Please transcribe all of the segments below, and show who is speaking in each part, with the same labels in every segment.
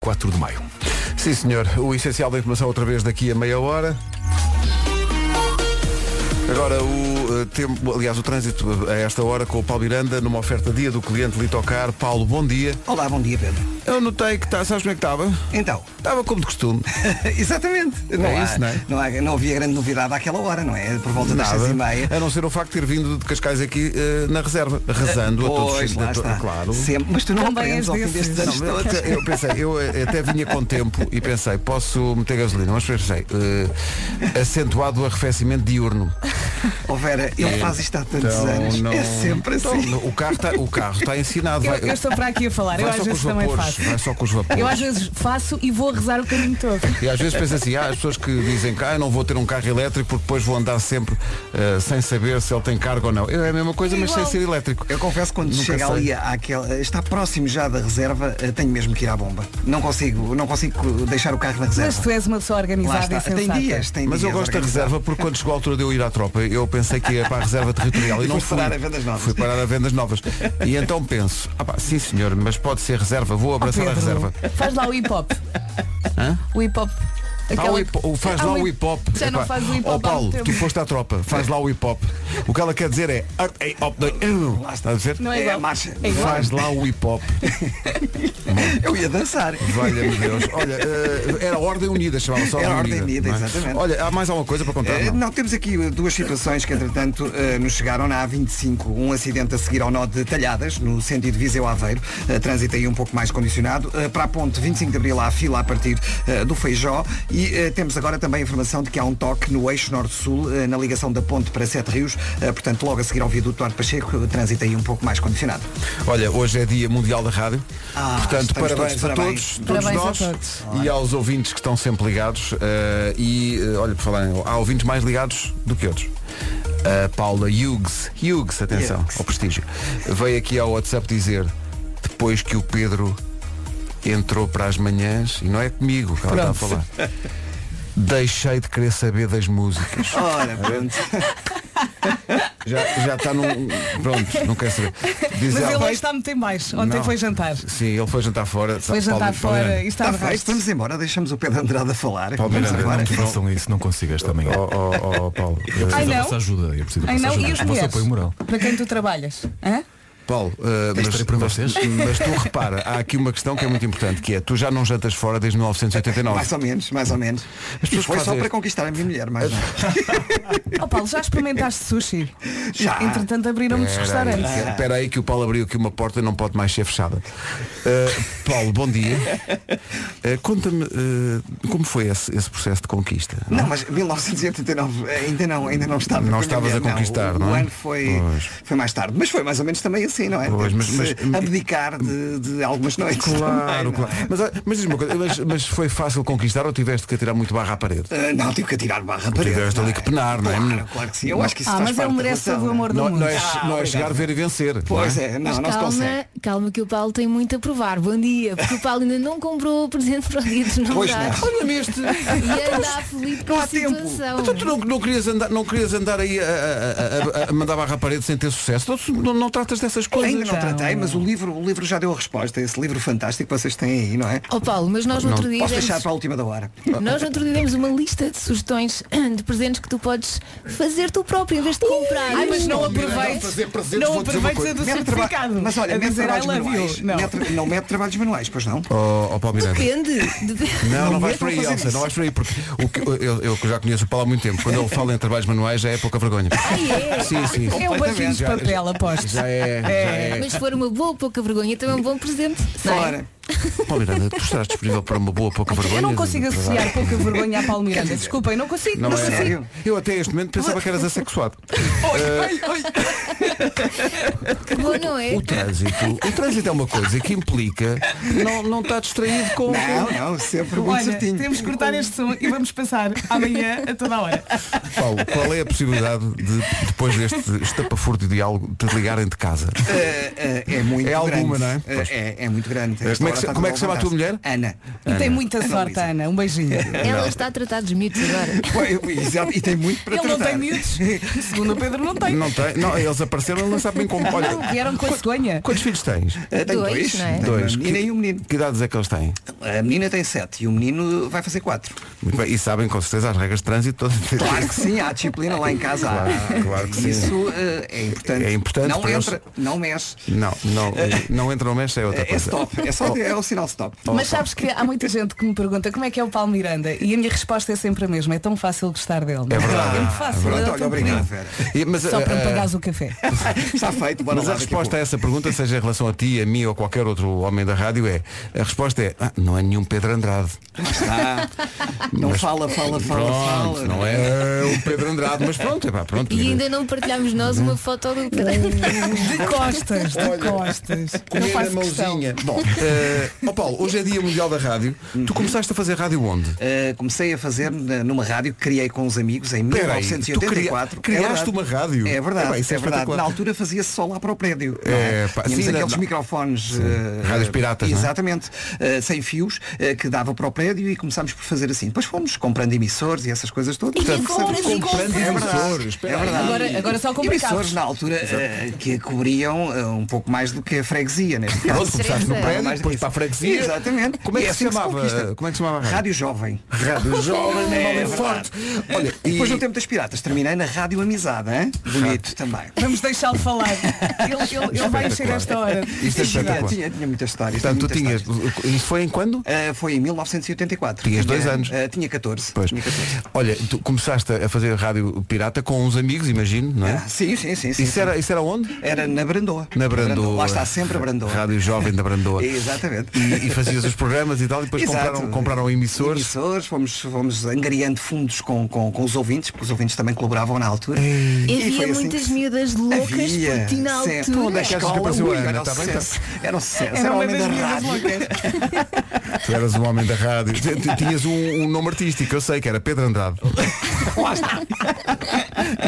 Speaker 1: 4 de maio.
Speaker 2: Sim, senhor. O essencial da informação outra vez daqui a meia hora. Agora, o eh, tempo, aliás, o trânsito eh, a esta hora com o Paulo Miranda numa oferta dia do cliente Litocar. Paulo, bom dia.
Speaker 3: Olá, bom dia, Pedro.
Speaker 2: Eu notei que está, sabes como é que estava?
Speaker 3: Então,
Speaker 2: Estava como de costume.
Speaker 3: exatamente. Não,
Speaker 2: É
Speaker 3: há-
Speaker 2: isso, não é?
Speaker 3: há- não havia grande novidade àquela hora, não é? Por volta das seis e meia.
Speaker 2: A não ser o facto de ter vindo de Cascais aqui eh, na reserva, rezando a todos
Speaker 3: Eh, Pois,
Speaker 2: os
Speaker 3: lá
Speaker 2: a to-
Speaker 3: está.
Speaker 2: Claro.
Speaker 3: Sempre. Mas tu não
Speaker 4: Também és
Speaker 3: aprendes ao fim
Speaker 4: desses.
Speaker 3: destes
Speaker 2: Não,
Speaker 3: anos.
Speaker 2: eu, até, eu pensei, eu eh, até vinha com tempo e pensei, posso meter gasolina, mas pensei, eh, acentuado o arrefecimento diurno.
Speaker 3: Oh Vera, ele faz isto há tantos anos. É sempre
Speaker 2: É. Então,
Speaker 3: assim.
Speaker 2: O carro está o carro está ensinado.
Speaker 4: Eu,
Speaker 2: Ah, vai,
Speaker 4: eu estou para aqui a falar,
Speaker 2: vai só
Speaker 4: eu às
Speaker 2: com os
Speaker 4: vezes também
Speaker 2: vapores,
Speaker 4: faço.
Speaker 2: vai só com os vapores.
Speaker 4: Eu às vezes faço e vou rezar o caminho todo.
Speaker 2: E às vezes pensa assim, ah, as pessoas que dizem que ah, eu não vou ter um carro elétrico porque depois vou andar sempre eh, sem saber se ele tem carga ou não. Eu, é a mesma coisa, mas sem
Speaker 4: Igual.
Speaker 2: ser elétrico.
Speaker 3: Eu confesso que quando
Speaker 2: Nunca
Speaker 3: chega
Speaker 2: sei.
Speaker 3: ali àquela, está próximo já da reserva, eh, tenho mesmo que ir à bomba. Não consigo, não consigo deixar o carro na reserva.
Speaker 4: Mas tu és uma pessoa
Speaker 3: Lá
Speaker 4: organizada
Speaker 3: está.
Speaker 4: e
Speaker 3: Tem
Speaker 4: sensata.
Speaker 3: dias, tem
Speaker 2: Mas eu
Speaker 3: dias
Speaker 2: gosto da
Speaker 3: organizados.
Speaker 2: reserva porque quando chegou a altura de eu ir à tropa, eu pensei que ia para a reserva territorial e
Speaker 3: E
Speaker 2: não
Speaker 3: foste
Speaker 2: fui.
Speaker 3: parar a vendas novas.
Speaker 2: Fui parar a vendas novas. E então penso, ah pá, sim senhor, mas pode ser reserva, vou
Speaker 4: Oh,
Speaker 2: abraçar é a
Speaker 4: Pedro,
Speaker 2: reserva.
Speaker 4: Faz lá o hip hop. O hip hop.
Speaker 2: Ah,
Speaker 4: Aquela-
Speaker 2: o hip- o- faz
Speaker 4: Ah,
Speaker 2: lá o hip hop.
Speaker 4: Já não faz o hip hop.
Speaker 2: Oh,
Speaker 4: há
Speaker 2: Paulo,
Speaker 4: muito tempo.
Speaker 2: tu foste à tropa, faz lá o hip hop. O que ela quer dizer é. "Ah, ei, op, doi, eu." Está a dizer?
Speaker 4: Não
Speaker 3: É
Speaker 4: é igual.
Speaker 3: a marcha.
Speaker 4: É igual.
Speaker 2: Faz lá o hip hop.
Speaker 3: Eu ia dançar.
Speaker 2: Valha-me Deus. Olha, eh, era a Ordem Unida, chamava-se
Speaker 3: Era
Speaker 2: Ordem
Speaker 3: a Ordem
Speaker 2: Unida.
Speaker 3: Unida,
Speaker 2: não é?
Speaker 3: exatamente.
Speaker 2: Olha, há mais alguma coisa para contar?
Speaker 3: Eh,
Speaker 2: não?
Speaker 3: Não, temos aqui eh, duas situações que, entretanto, eh, nos chegaram na A25. Um acidente a seguir ao nó de Talhadas, no sentido Viseu-Aveiro. Eh, Trânsito aí um pouco mais condicionado. Eh, Para a ponte 25 de Abril, há fila a partir eh, do Feijó. E eh, temos agora também a informação de que há um toque no eixo Norte-Sul, eh, na ligação da ponte para Sete Rios. Eh, Portanto, logo a seguir ao viaduto Duarte Pacheco, eh, trânsito aí um pouco mais condicionado.
Speaker 2: Olha, hoje é dia mundial da rádio.
Speaker 3: Ah,
Speaker 2: Portanto,
Speaker 3: estamos
Speaker 2: parabéns,
Speaker 3: todos
Speaker 2: a
Speaker 3: parabéns.
Speaker 2: todos,
Speaker 4: Parabéns a
Speaker 2: todos nós
Speaker 4: todos.
Speaker 2: e aos ouvintes que estão sempre ligados. eh, e eh, olha, por falar, em- há ouvintes mais ligados do que outros. A Paula Hughes, Hughes, atenção,
Speaker 3: Hughes.
Speaker 2: ao prestígio, veio aqui ao WhatsApp dizer depois que o Pedro entrou para as manhãs, e não é comigo que ela está a falar.
Speaker 4: Pronto.
Speaker 2: Deixei de querer saber das músicas.
Speaker 3: Ora, pronto.
Speaker 2: Já, já está num. Pronto, não quer saber. Diz
Speaker 4: Mas
Speaker 2: ela-
Speaker 4: ele hoje está muito em baixo. Ontem
Speaker 2: Não.
Speaker 4: foi jantar.
Speaker 2: Sim, ele foi jantar fora.
Speaker 4: Foi jantar fora e
Speaker 2: Ah,
Speaker 3: Está
Speaker 4: está de
Speaker 3: Tá feito,
Speaker 4: resto.
Speaker 3: vamos embora, deixamos o Pedro Andrade a falar.
Speaker 2: Paulo
Speaker 3: Vamos
Speaker 2: Miranda,
Speaker 3: agora.
Speaker 2: não
Speaker 1: Façam isso, não consigo esta manhã.
Speaker 2: Oh, oh, oh, Paulo.
Speaker 4: Ai,
Speaker 1: Eu preciso da
Speaker 4: não?
Speaker 1: vossa ajuda. Eu preciso da
Speaker 4: Ai
Speaker 1: vossa
Speaker 4: não,
Speaker 1: ajuda.
Speaker 4: e as
Speaker 1: do vosso
Speaker 4: mulheres?
Speaker 1: apoio moral.
Speaker 4: Para quem tu trabalhas? Hã?
Speaker 2: Paulo, eh, mas,
Speaker 1: estarei por
Speaker 2: mas-
Speaker 1: vocês.
Speaker 2: mas tu repara, há aqui uma questão que é muito importante, que é tu já não jantas fora desde 1989.
Speaker 3: Mais ou menos, mais ou menos.
Speaker 2: As
Speaker 3: E
Speaker 2: pessoas
Speaker 3: foi só
Speaker 2: fazem-
Speaker 3: para conquistar a minha mulher, mas não. é?
Speaker 4: Oh Paulo, já experimentaste sushi?
Speaker 3: Já.
Speaker 4: Entretanto abriram muitos
Speaker 2: Espera aí,
Speaker 4: restaurantes.
Speaker 2: que- espera aí que o Paulo abriu aqui uma porta e não pode mais ser fechada. Eh, Paulo, bom dia. Eh, Conta-me eh, como foi esse, esse processo de conquista.
Speaker 3: Não, mas 1989 eh, ainda não, ainda não estava. com a
Speaker 2: Não
Speaker 3: minha
Speaker 2: estavas a
Speaker 3: mulher,
Speaker 2: conquistar,
Speaker 3: O,
Speaker 2: não
Speaker 3: o
Speaker 2: é?
Speaker 3: ano foi,
Speaker 2: Pois.
Speaker 3: foi mais tarde. Mas foi mais ou menos também assim, não é?
Speaker 2: Pois, mas-
Speaker 3: Teve que se
Speaker 2: mas-
Speaker 3: abdicar de, de algumas noites.
Speaker 2: Claro,
Speaker 3: também, não é?
Speaker 2: claro. Mas, ah, mas diz-me uma coisa, mas, mas foi fácil conquistar ou tiveste que atirar muito barra à parede?
Speaker 3: Ah, não, tive que atirar barra para
Speaker 2: Tiveste ali que penar, não é?
Speaker 3: Claro, claro que sim. Eu acho que isso
Speaker 4: Ah,
Speaker 3: faz
Speaker 4: mas
Speaker 3: parte
Speaker 4: ele
Speaker 3: da
Speaker 4: merece
Speaker 3: relação,
Speaker 4: todo o
Speaker 3: não é?
Speaker 4: amor um do
Speaker 2: Não,
Speaker 4: mundo.
Speaker 2: não é, não é
Speaker 3: obrigado.
Speaker 2: chegar, ver e vencer. não
Speaker 3: Pois é, não,
Speaker 5: Mas
Speaker 3: não se
Speaker 5: calma,
Speaker 3: consegue.
Speaker 5: calma que o Paulo tem muito a provar. Bom dia, porque o Paulo ainda não comprou o presente para o dia dos
Speaker 3: Pois
Speaker 5: namorados.
Speaker 3: não.
Speaker 2: Olha-me este.
Speaker 5: E anda aflito com
Speaker 3: Não há
Speaker 5: a situação.
Speaker 2: Então tu não, não, querias andar, não querias andar aí a, a- a- a- a mandar barra à parede sem ter sucesso. Não, não, não tratas dessas coisas.
Speaker 3: Ainda não
Speaker 4: Então.
Speaker 3: tratei, mas o livro, o livro já deu a resposta. Esse livro fantástico que vocês têm aí, não é?
Speaker 4: Oh,
Speaker 5: Ó Paulo, mas nós no outro dia
Speaker 3: Posso
Speaker 5: demos,
Speaker 3: deixar para a última da hora.
Speaker 5: nós no outro dia demos uma lista de sugestões de presentes que tu podes fazer tu próprio em vez de comprar.
Speaker 4: Ai, mas não
Speaker 2: não
Speaker 4: aproveites.
Speaker 2: fazer presentes,
Speaker 4: Não
Speaker 2: vou dizer uma
Speaker 4: aproveites a do
Speaker 3: Mete traba-
Speaker 4: certificado.
Speaker 3: Mas olha,
Speaker 4: a
Speaker 3: mete
Speaker 4: dizer I
Speaker 3: trabalhos
Speaker 4: love
Speaker 3: manuais.
Speaker 4: you. Não.
Speaker 3: Mete- não mete trabalhos manuais, pois não?
Speaker 2: Oh, oh, Paulo Miranda.
Speaker 5: Depende. Depende.
Speaker 2: Não, não vais
Speaker 3: é
Speaker 2: por aí,
Speaker 3: para fazer
Speaker 2: Elsa, não
Speaker 3: isso.
Speaker 2: vais por aí, porque o que, eu, eu que já conheço o Paulo há muito tempo, quando ele fala em trabalhos manuais já é pouca vergonha.
Speaker 3: Ah,
Speaker 5: é?
Speaker 2: Sim, sim.
Speaker 4: É
Speaker 3: Tá
Speaker 4: um beijinho de
Speaker 2: Já-
Speaker 4: papel, aposto.
Speaker 2: Já é, já é.
Speaker 5: Mas se for uma boa ou pouca vergonha, também é um bom presente. não é?
Speaker 3: Ora,
Speaker 2: Paulo Miranda, tu estás disponível para uma boa pouca vergonha?
Speaker 4: Eu não consigo
Speaker 2: Para dar-
Speaker 4: associar pouca vergonha à Paulo Miranda. Desculpem, não consigo.
Speaker 2: Não
Speaker 4: Não,
Speaker 2: é,
Speaker 4: consigo.
Speaker 2: não. Eu até este momento pensava que eras assexuado. Eh,
Speaker 5: Que bom, não é?
Speaker 2: O trânsito, o trânsito é uma coisa que implica não, não é estar distraído com.
Speaker 3: não, não, sempre muito
Speaker 4: Olha,
Speaker 3: certinho.
Speaker 4: temos que cortar este som e vamos passar amanhã a toda hora.
Speaker 2: Paulo, qual é a possibilidade de, depois deste estapafúrdio de diálogo, te ligarem de casa?
Speaker 3: Eh, eh, é muito
Speaker 2: É alguma,
Speaker 3: grande.
Speaker 2: não é?
Speaker 3: Eh, é? é muito grande.
Speaker 2: Como é que se-
Speaker 3: está
Speaker 2: como é
Speaker 3: tudo
Speaker 2: que se chama a tua mulher?
Speaker 3: Ana.
Speaker 4: E tem muita
Speaker 3: Ana
Speaker 4: sorte,
Speaker 3: Luísa.
Speaker 4: Ana. Um beijinho.
Speaker 5: Ela está a tratar dos mitos agora.
Speaker 3: Pois, exato, e tem muito para
Speaker 4: Ele não
Speaker 3: tratar.
Speaker 4: tem miúdos. Segundo o Pedro, não tem.
Speaker 2: Não tem. Não, eles apareceram, ele não sabem como. Olha,
Speaker 4: Não, vieram com a cegonha.
Speaker 2: quantos filhos tens?
Speaker 3: Eh, Tenho
Speaker 5: Dois,
Speaker 3: dois,
Speaker 5: não é?
Speaker 3: tenho
Speaker 2: Dois.
Speaker 3: uma menina e um menino.
Speaker 2: Que idades é que eles têm?
Speaker 3: A menina tem sete e o menino vai fazer quatro.
Speaker 2: Muito bem. E sabem com certeza as regras de trânsito todas.
Speaker 3: Claro que sim, há disciplina lá em casa.
Speaker 2: Claro,
Speaker 3: há.
Speaker 2: claro que sim.
Speaker 3: Isso eh, é importante.
Speaker 2: É importante
Speaker 3: Não
Speaker 2: para eles-
Speaker 3: entra, não mexe.
Speaker 2: Não, não, não entra no mexe é outra
Speaker 3: É
Speaker 2: coisa. Oh,
Speaker 3: stop, é, só, é o sinal stop.
Speaker 4: Mas sabes que há muita gente que me pergunta como é que é o Paulo Miranda e a minha resposta é sempre a mesma. É tão fácil gostar dele.
Speaker 2: É verdade.
Speaker 4: É muito fácil.
Speaker 3: Pronto,
Speaker 4: ele é
Speaker 3: olha,
Speaker 4: tão
Speaker 3: obrigado,
Speaker 4: bonito.
Speaker 3: Vera.
Speaker 2: E- mas,
Speaker 4: Só para me
Speaker 2: eh,
Speaker 4: pagares o café.
Speaker 3: Está feito, bora
Speaker 2: Mas
Speaker 3: lá.
Speaker 2: a
Speaker 3: daqui
Speaker 2: resposta a
Speaker 3: pouco.
Speaker 2: essa pergunta, seja em relação a ti, a mim ou a qualquer outro homem da rádio, é a resposta é "Ah, não é nenhum Pedro Andrade.
Speaker 3: Ah. Não
Speaker 2: Mas-
Speaker 3: fala, fala, fala,
Speaker 2: Pronto,
Speaker 3: fala.
Speaker 2: não é o Pedro Andrade, mas pronto, é pá, pronto.
Speaker 5: E ainda não partilhámos nós uma foto
Speaker 3: Hum.
Speaker 5: do
Speaker 4: De costas, de costas. Não faço questão.
Speaker 2: Bom, eh, ó Paulo, hoje é dia mundial da rádio. Tu começaste a fazer rádio onde?
Speaker 3: Uhum. Eh, comecei a fazer na- numa rádio que criei com uns amigos em
Speaker 2: Peraí,
Speaker 3: 1984.
Speaker 2: tu cria- criaste
Speaker 3: É verdade.
Speaker 2: uma rádio?
Speaker 3: É verdade,
Speaker 2: É pá, isso é
Speaker 3: é verdade.
Speaker 2: espetacular.
Speaker 3: Na altura fazia-se só lá para o prédio. não
Speaker 2: É, pá,
Speaker 3: Tínhamos
Speaker 2: sim,
Speaker 3: aqueles
Speaker 2: não-
Speaker 3: microfones. eh,
Speaker 2: Rádios piratas, não é?
Speaker 3: Exatamente, eh, sem fios, eh, que dava para o prédio e começámos por fazer assim. Depois fomos comprando emissores e essas coisas todas.
Speaker 5: E compras e compras.
Speaker 3: É verdade,
Speaker 2: Emissores, espera
Speaker 3: é
Speaker 2: aí.
Speaker 3: verdade.
Speaker 4: Agora- agora só compra
Speaker 3: Emissores
Speaker 4: cabos.
Speaker 3: na altura eh, que cobriam eh, um pouco mais do que a freguesia, neste caso.
Speaker 2: Pronto, começaste no
Speaker 5: Teresa.
Speaker 2: prédio,
Speaker 3: É, Mais
Speaker 2: depois
Speaker 3: disso.
Speaker 2: para a freguesia.
Speaker 3: Exatamente.
Speaker 2: Como é que
Speaker 3: E
Speaker 2: se
Speaker 3: assim que se
Speaker 2: chamava?
Speaker 3: conquista.
Speaker 2: Como é que se chamava a rádio?
Speaker 3: Rádio Jovem. É
Speaker 2: Rádio Jovem, Malem Forte. Olha, e-
Speaker 3: Depois do tempo das piratas, terminei na Rádio Amizade, hein? Bonito também.
Speaker 4: Vamos deixá-lo falar. Ele, ele- ele vai encher esta hora.
Speaker 2: Isto é
Speaker 3: Tinha,
Speaker 2: espetacular.
Speaker 3: tinha, tinha muitas histórias.
Speaker 2: Portanto, tu
Speaker 3: tinha muitas
Speaker 2: tinhas. Isto foi em quando?
Speaker 3: histórias. Ah, foi em 1984.
Speaker 2: Tinhas
Speaker 3: Tinha,
Speaker 2: dois anos.
Speaker 3: ah, tinha 14.
Speaker 2: Pois.
Speaker 3: Tinha 14.
Speaker 2: Olha, tu começaste a fazer rádio pirata com uns amigos, imagino, não é?
Speaker 3: Ah, sim, sim, sim. sim,
Speaker 2: Isso
Speaker 3: sim.
Speaker 2: era, isso era onde?
Speaker 3: Era na Brandoa.
Speaker 2: Na Brandoa.
Speaker 3: Lá está sempre a Brandoa.
Speaker 2: Rádio Jovem da Brandoa.
Speaker 3: Exatamente.
Speaker 2: E, e fazias os programas e tal, e depois
Speaker 3: Exato.
Speaker 2: compraram, compraram emissores.
Speaker 3: Emissores, fomos, fomos angariando fundos com, com, com os ouvintes, porque os ouvintes também colaboravam na altura. E, foi
Speaker 5: Havia
Speaker 3: assim
Speaker 5: muitas
Speaker 3: que se-
Speaker 5: miúdas loucas
Speaker 3: Havia,
Speaker 5: por ti na
Speaker 3: sempre.
Speaker 5: altura.
Speaker 3: Onde é que
Speaker 2: achas que
Speaker 3: escola,
Speaker 2: apareceu a
Speaker 3: ui,
Speaker 2: Ana?
Speaker 3: Era o
Speaker 2: Tá bem,
Speaker 3: sucesso. Era o sucesso. Era
Speaker 4: Era
Speaker 3: o
Speaker 4: uma
Speaker 3: homem
Speaker 4: das
Speaker 3: da
Speaker 4: minhas
Speaker 3: rádio.
Speaker 4: loucas.
Speaker 2: Tu eras um homem da rádio. Tu Tinhas um, um nome artístico, eu sei que era Pedro Andrade.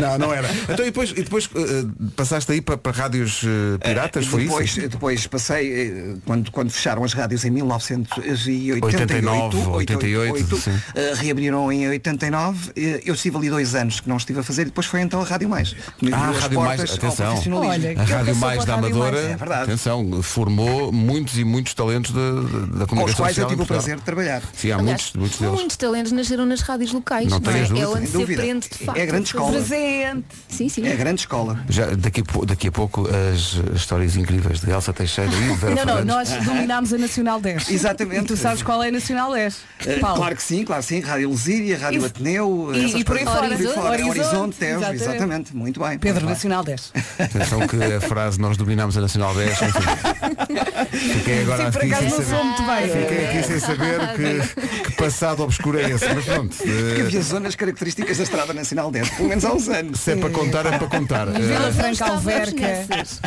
Speaker 2: Não, não era. Então, e depois, e depois eh, passaste aí para, para rádios eh, piratas, foi
Speaker 3: depois,
Speaker 2: isso?
Speaker 3: depois passei, eh, quando, quando fecharam as rádios em 1988,
Speaker 2: 89, 88, sim.
Speaker 3: eh, reabriram em 89, eh, eu estive ali dois anos que não estive a fazer, e depois foi então a Rádio Mais. que me
Speaker 2: Ah,
Speaker 3: abriu
Speaker 2: a
Speaker 3: as
Speaker 2: Rádio Mais,
Speaker 3: portas ao
Speaker 2: atenção.
Speaker 3: profissionalismo.
Speaker 4: Olha,
Speaker 2: A
Speaker 4: Eu
Speaker 2: Rádio
Speaker 4: passou
Speaker 2: Mais
Speaker 4: pela
Speaker 2: da
Speaker 4: Rádio
Speaker 2: Amadora,
Speaker 4: Mais,
Speaker 3: é verdade.
Speaker 2: atenção, formou muitos e muitos talentos da, da- da comunicação
Speaker 3: com os quais eu
Speaker 2: social em
Speaker 3: tive o
Speaker 2: Portugal.
Speaker 3: prazer de trabalhar.
Speaker 2: Sim, há
Speaker 5: Aliás,
Speaker 2: muitos, muitos deles.
Speaker 5: talentos nasceram nas rádios locais.
Speaker 2: Não
Speaker 5: é?
Speaker 2: tenhas dúvida,
Speaker 5: é onde
Speaker 3: sem
Speaker 5: se
Speaker 3: dúvida.
Speaker 5: aprende de
Speaker 3: É
Speaker 5: facto.
Speaker 3: grande escola.
Speaker 4: Presente.
Speaker 5: Sim, sim.
Speaker 3: É a grande escola.
Speaker 2: Já, daqui, a pou- daqui a pouco as histórias incríveis de Elsa Teixeira e Vera
Speaker 4: Não, não,
Speaker 2: Fernandes.
Speaker 4: nós dominámos a Nacional 10.
Speaker 3: Exatamente.
Speaker 4: E tu sabes qual é a Nacional 10?
Speaker 3: Eh,
Speaker 4: Paulo.
Speaker 3: Claro que sim, claro que sim. Rádio Lusíria, Rádio
Speaker 4: E-
Speaker 3: Ateneu, eh,
Speaker 4: e-
Speaker 3: essas
Speaker 4: e por aí
Speaker 3: coisas.
Speaker 5: fora.
Speaker 3: Horizonte,
Speaker 4: Horizonte,
Speaker 3: Horizonte, Tejo,
Speaker 4: exatamente.
Speaker 3: exatamente. Muito bem.
Speaker 4: Pedro,
Speaker 3: muito bem.
Speaker 4: Nacional 10.
Speaker 5: Ah,
Speaker 2: Atenção que a frase nós dominámos a Nacional 10. enfim. Fiquei agora
Speaker 4: Sim, por
Speaker 2: aqui
Speaker 4: acaso
Speaker 2: sem
Speaker 4: não
Speaker 2: saber.
Speaker 4: sou muito bem.
Speaker 2: Fiquei aqui é sem saber que, que passado obscuro é esse. Mas pronto,
Speaker 3: Que
Speaker 2: eh,
Speaker 3: havia zonas características da Estrada Nacional 10, pelo menos há uns anos.
Speaker 2: se é para contar, é para contar.
Speaker 4: Vila
Speaker 2: Eh,
Speaker 5: Não
Speaker 4: Franca
Speaker 5: estávamos
Speaker 4: Alverca.
Speaker 5: nessas.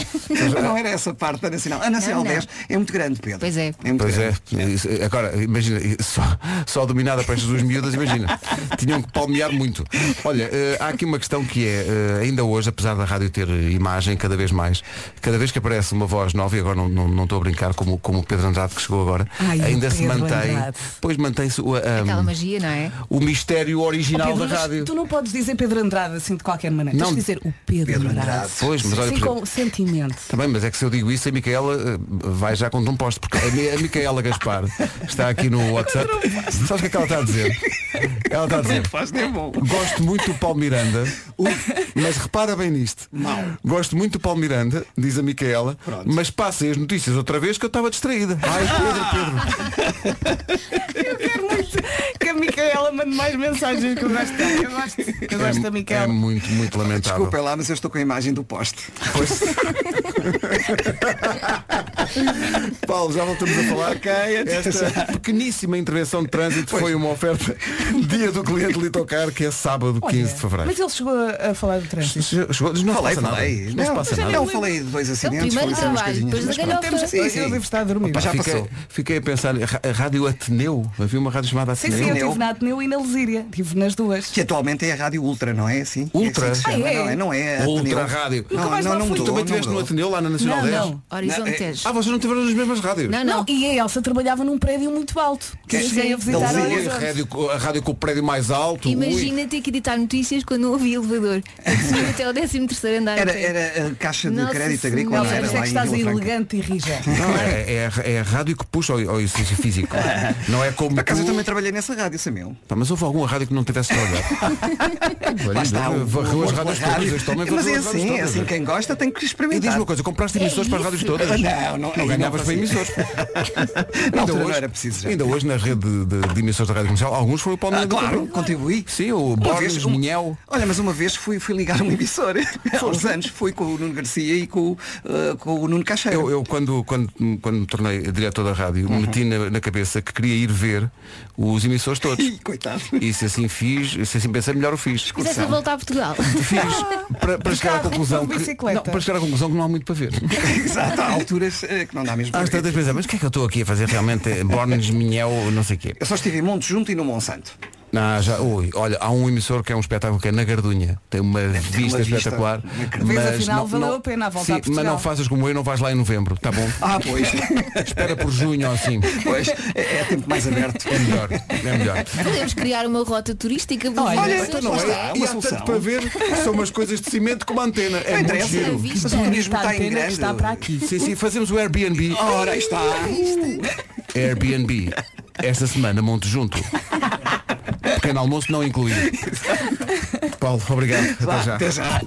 Speaker 3: Não era essa parte da Nacional. A Nacional
Speaker 5: Não, não.
Speaker 3: 10 é muito grande, Pedro.
Speaker 5: Pois é.
Speaker 3: muito
Speaker 2: Pois é,
Speaker 3: grande.
Speaker 2: Isso, eh, agora imagina, eh, só, só dominada para estas duas miúdas, imagina, tinham que palmear muito. Olha, eh, há aqui uma questão que é, eh, ainda hoje, apesar da rádio ter eh, imagem cada vez mais, cada vez que aparece uma voz nova, e agora não, não, não estou a brincar como, como o Pedro Andrade que chegou agora,
Speaker 4: Ai, o
Speaker 2: ainda se
Speaker 4: Pedro
Speaker 2: mantém,
Speaker 4: Andrade.
Speaker 2: pois mantém-se o, ah,
Speaker 5: Aquela
Speaker 2: hum,
Speaker 5: magia, não é?
Speaker 2: o mistério original
Speaker 4: Pedro,
Speaker 2: da
Speaker 4: mas
Speaker 2: rádio.
Speaker 4: tu não podes dizer Pedro Andrade assim de qualquer maneira.
Speaker 2: Não.
Speaker 4: Tens de dizer o Pedro,
Speaker 3: Pedro
Speaker 4: Andrade.
Speaker 3: Andrade.
Speaker 2: Pois, mas olha, por
Speaker 4: Sim,
Speaker 2: exemplo,
Speaker 4: com sentimento.
Speaker 2: Também, mas é que se eu digo isso, a Micaela eh, vai já contra um poste, porque a, Mi- a Micaela Gaspar está aqui no WhatsApp. Sabes o que é que ela está a dizer? Ela está a dizer.
Speaker 3: Faz nem é bom.
Speaker 2: Gosto muito do Paulo Miranda, mas repara bem nisto. Gosto muito do Paulo Miranda, diz a Micaela, mas passem as notícias outra vez que eu estava distraída. Ai, Pedro, Pedro.
Speaker 4: Eu quero muito que a Micaela mande mais mensagens que eu gosto dela. Eu gosto, eu gosto da
Speaker 2: É
Speaker 4: Micaela.
Speaker 2: muito, muito lamentável.
Speaker 3: Desculpem lá, mas eu estou com a imagem do poste.
Speaker 2: Paulo, já voltamos a falar.
Speaker 3: Ok,
Speaker 2: Esta pequeníssima intervenção de trânsito foi uma oferta dia do cliente Litocar, que é sábado
Speaker 4: Olha,
Speaker 2: 15 de Fevereiro.
Speaker 4: Mas ele chegou a, a falar do trânsito.
Speaker 2: Chegou- não
Speaker 3: Falei,
Speaker 2: se passa
Speaker 3: falei.
Speaker 2: nada. Não, se passa
Speaker 3: não, é
Speaker 2: nada.
Speaker 3: falei de dois acidentes,
Speaker 5: É primeiro
Speaker 3: falei de umas
Speaker 5: trabalho,
Speaker 3: coisinhas,
Speaker 5: depois da
Speaker 3: mas pronto.
Speaker 5: galhofa.
Speaker 4: Temos-
Speaker 3: Sim,
Speaker 4: Eu
Speaker 3: sim.
Speaker 4: devo estar a dormir.
Speaker 3: Opa, já
Speaker 2: fiquei,
Speaker 3: passou.
Speaker 2: fiquei a pensar, a Rádio Ateneu, havia uma rádio chamada
Speaker 4: Sim,
Speaker 2: Ateneu.
Speaker 4: sim, eu
Speaker 3: Ateneu.
Speaker 4: estive na Ateneu e na Lesíria. Estive nas duas.
Speaker 3: Que atualmente é a Rádio Ultra, não é assim?
Speaker 2: Ultra?
Speaker 3: É assim que se chama,
Speaker 4: Ah, é?
Speaker 3: Não é? Não é? a
Speaker 2: Outra
Speaker 3: Ateneu.
Speaker 2: rádio.
Speaker 4: Nunca
Speaker 3: Não,
Speaker 4: mais
Speaker 3: não,
Speaker 4: lá
Speaker 3: não
Speaker 4: fui.
Speaker 2: Tu
Speaker 3: mudou.
Speaker 2: também
Speaker 3: não
Speaker 2: estiveste no
Speaker 3: mudou.
Speaker 2: Ateneu lá na Nacional
Speaker 4: Não,
Speaker 2: 10?
Speaker 4: não.
Speaker 5: Horizonte
Speaker 3: Não, é-
Speaker 5: Tejo.
Speaker 2: Ah, vocês não tiveram nas mesmas rádios.
Speaker 5: Não,
Speaker 6: Não,
Speaker 5: não.
Speaker 6: e a Elsa trabalhava num prédio muito alto. Que
Speaker 2: é
Speaker 6: eu cheguei a
Speaker 2: Ele
Speaker 6: visitar
Speaker 2: vinha,
Speaker 6: horas.
Speaker 2: a rádio, co- a rádio com o prédio mais alto. ui.
Speaker 5: Imagina ter que editar notícias quando não havia elevador. Tem que subir até ao 13 terceiro andar.
Speaker 3: Era,
Speaker 5: a pé.
Speaker 3: era a caixa de
Speaker 5: Nossa
Speaker 3: crédito
Speaker 5: Senhora.
Speaker 3: agrícola.
Speaker 5: Não,
Speaker 6: Elsa,
Speaker 3: era
Speaker 6: por isso é
Speaker 3: lá
Speaker 6: que
Speaker 3: em
Speaker 6: estás
Speaker 3: Vila Franca.
Speaker 6: elegante e rija.
Speaker 2: Não, é, é, a- é a rádio que puxa ao, ao exercício físico. Não é como.
Speaker 3: Por acaso eu
Speaker 2: tu-
Speaker 3: também trabalhei nessa rádio, é Samuel.
Speaker 2: Pá, mas houve alguma rádio que não tivesse trabalhado?
Speaker 3: Lá está, o-
Speaker 2: varreu
Speaker 3: o
Speaker 2: as
Speaker 3: amor
Speaker 2: é rádios
Speaker 3: pela rádio.
Speaker 2: todas, este homem varreu
Speaker 3: Mas é
Speaker 2: as rádios
Speaker 3: assim, é
Speaker 2: todas.
Speaker 3: assim, quem gosta tem que
Speaker 2: E diz-me
Speaker 3: experimentar.
Speaker 2: uma coisa,
Speaker 4: É
Speaker 2: compraste emissores para as rádios todas?
Speaker 3: Não, é Ah, não,
Speaker 2: Não
Speaker 3: aí
Speaker 2: ganhavas para
Speaker 3: fazia.
Speaker 2: emissores.
Speaker 3: Na altura não era preciso já.
Speaker 2: ainda hoje na rede de, de emissores da Rádio Comercial, alguns foram para o
Speaker 3: Ah,
Speaker 2: Palmeiras do
Speaker 3: claro,
Speaker 2: Peru.
Speaker 3: contribuí.
Speaker 2: Sim, o
Speaker 3: Uma
Speaker 2: Borges,
Speaker 3: vez, um-
Speaker 2: Minhel.
Speaker 3: Olha, mas uma vez fui, fui ligar uma emissora há uns anos, fui com o Nuno Garcia e com, o, eh, com o Nuno Cacheiro.
Speaker 2: Eu, eu, quando, quando, quando me tornei diretor da rádio,
Speaker 3: Uhum.
Speaker 2: meti na, na cabeça que queria ir ver os emissores todos.
Speaker 3: Ih, coitado.
Speaker 2: E se assim fiz, se assim pensei, melhor o fiz.
Speaker 5: Fizeste a volta a Portugal.
Speaker 2: Fiz para, para chegar à
Speaker 6: carro,
Speaker 2: conclusão
Speaker 6: de
Speaker 2: que,
Speaker 6: bicicleta.
Speaker 2: não, para chegar à conclusão que não há muito para ver.
Speaker 3: Exato, há alturas eh, que não dá mesmo para
Speaker 2: Às
Speaker 3: ver.
Speaker 2: tantas vezes, mas o que é que eu estou aqui a fazer realmente? Bornes, Minhel, não sei o quê.
Speaker 3: Eu só estive em Monte Junto e no Monsanto.
Speaker 2: Não, já, ui, olha, há um emissor que é um espetáculo que é na Gardunha. Tem uma
Speaker 3: ter
Speaker 2: vista
Speaker 3: uma vista
Speaker 2: espetacular.
Speaker 3: inacreditável.
Speaker 6: Vês,
Speaker 2: mas
Speaker 6: afinal, valeu a pena a volta
Speaker 2: sim,
Speaker 6: a Portugal.
Speaker 2: Mas não faças como eu, não vais lá em novembro, tá bom?
Speaker 3: Ah, pois.
Speaker 2: Espera por junho ou assim.
Speaker 3: pois, é, é tempo mais aberto.
Speaker 2: É melhor, é melhor.
Speaker 5: Podemos criar uma rota turística.
Speaker 6: Olha,
Speaker 5: bonita.
Speaker 6: então
Speaker 2: Não,
Speaker 3: Lá está,
Speaker 2: é,
Speaker 3: uma
Speaker 2: e há
Speaker 3: solução.
Speaker 2: tanto para ver, são umas coisas de cimento como a antena. É
Speaker 3: Não
Speaker 2: muito
Speaker 3: interessa.
Speaker 2: giro.
Speaker 3: Mas
Speaker 5: Vista.
Speaker 3: o turismo
Speaker 6: Está a
Speaker 3: está em
Speaker 6: pena que
Speaker 3: grande.
Speaker 6: está para aqui.
Speaker 2: Sim, sim, fazemos o Airbnb.
Speaker 3: Ora, aí está.
Speaker 2: Airbnb. Esta semana monte junto. Pequeno almoço não incluído. Paulo, obrigado. Até já.
Speaker 3: Até já.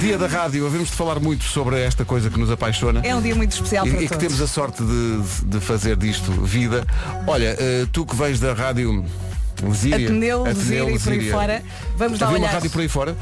Speaker 2: Dia da Rádio, havemos de falar muito sobre esta coisa que nos apaixona.
Speaker 6: É um dia muito especial
Speaker 2: E,
Speaker 6: para
Speaker 2: e que
Speaker 6: todos.
Speaker 2: temos a sorte de, de fazer disto vida. Olha, eh, tu que vens da rádio Zíria,
Speaker 6: Ateneu,
Speaker 2: Ateneu,
Speaker 6: Lusíria e por aí
Speaker 2: Lusíria.
Speaker 6: fora. Vamos
Speaker 2: Havia
Speaker 6: lá
Speaker 2: Então uma
Speaker 6: olhar.
Speaker 2: rádio por aí fora?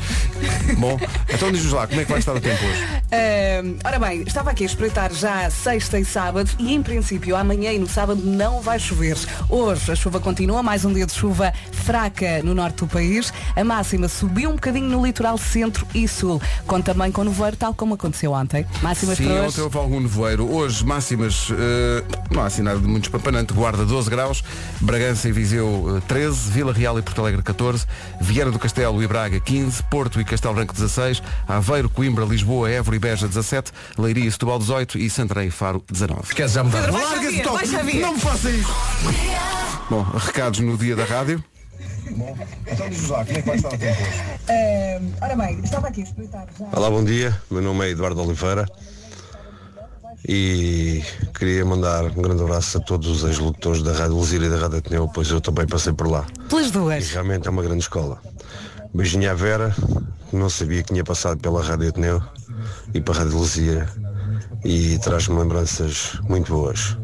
Speaker 2: Bom, então diz-nos lá, como é que vai estar o tempo hoje?
Speaker 6: Ahm, ora bem, estava aqui a espreitar já sexta e sábado e em princípio amanhã e no sábado não vai chover. Hoje a chuva continua, mais um dia de chuva fraca no norte do país. A máxima subiu um bocadinho no litoral centro e sul, com também com nevoeiro, tal como aconteceu ontem. Máximas
Speaker 2: Sim,
Speaker 6: para hoje.
Speaker 2: ontem houve algum nevoeiro. Hoje, máximas, eh, não há assinado de muitos papanante. Guarda 12 graus, Bragança e Viseu eh, 13, Vila Real e Porto Alegre 14, Vieira do Castelo e Braga 15, Porto e Castelo Branco 16, Aveiro, Coimbra, Lisboa, Évora e Beja 17, Leiria e Setúbal 18 e Santarém e Faro 19.
Speaker 7: Esquece, já mudar.
Speaker 6: Vai, Xavier, vai, Xavier.
Speaker 2: Não me faça isso! Bom, recados no dia da rádio. é
Speaker 6: Ahm,
Speaker 5: Ah,
Speaker 6: ora bem, estava aqui a espreitar já.
Speaker 8: Olá, bom dia. Meu nome é Eduardo Oliveira e queria mandar um grande abraço a todos os ex-locutores da Rádio Luzira e da Rádio Ateneu, pois eu também passei por lá.
Speaker 6: Pelas
Speaker 8: E
Speaker 6: duas.
Speaker 8: realmente é uma grande escola. Beijinho à Vera, que não sabia que tinha passado pela Rádio Ateneu e para a Rádio Luzira e traz-me lembranças muito boas.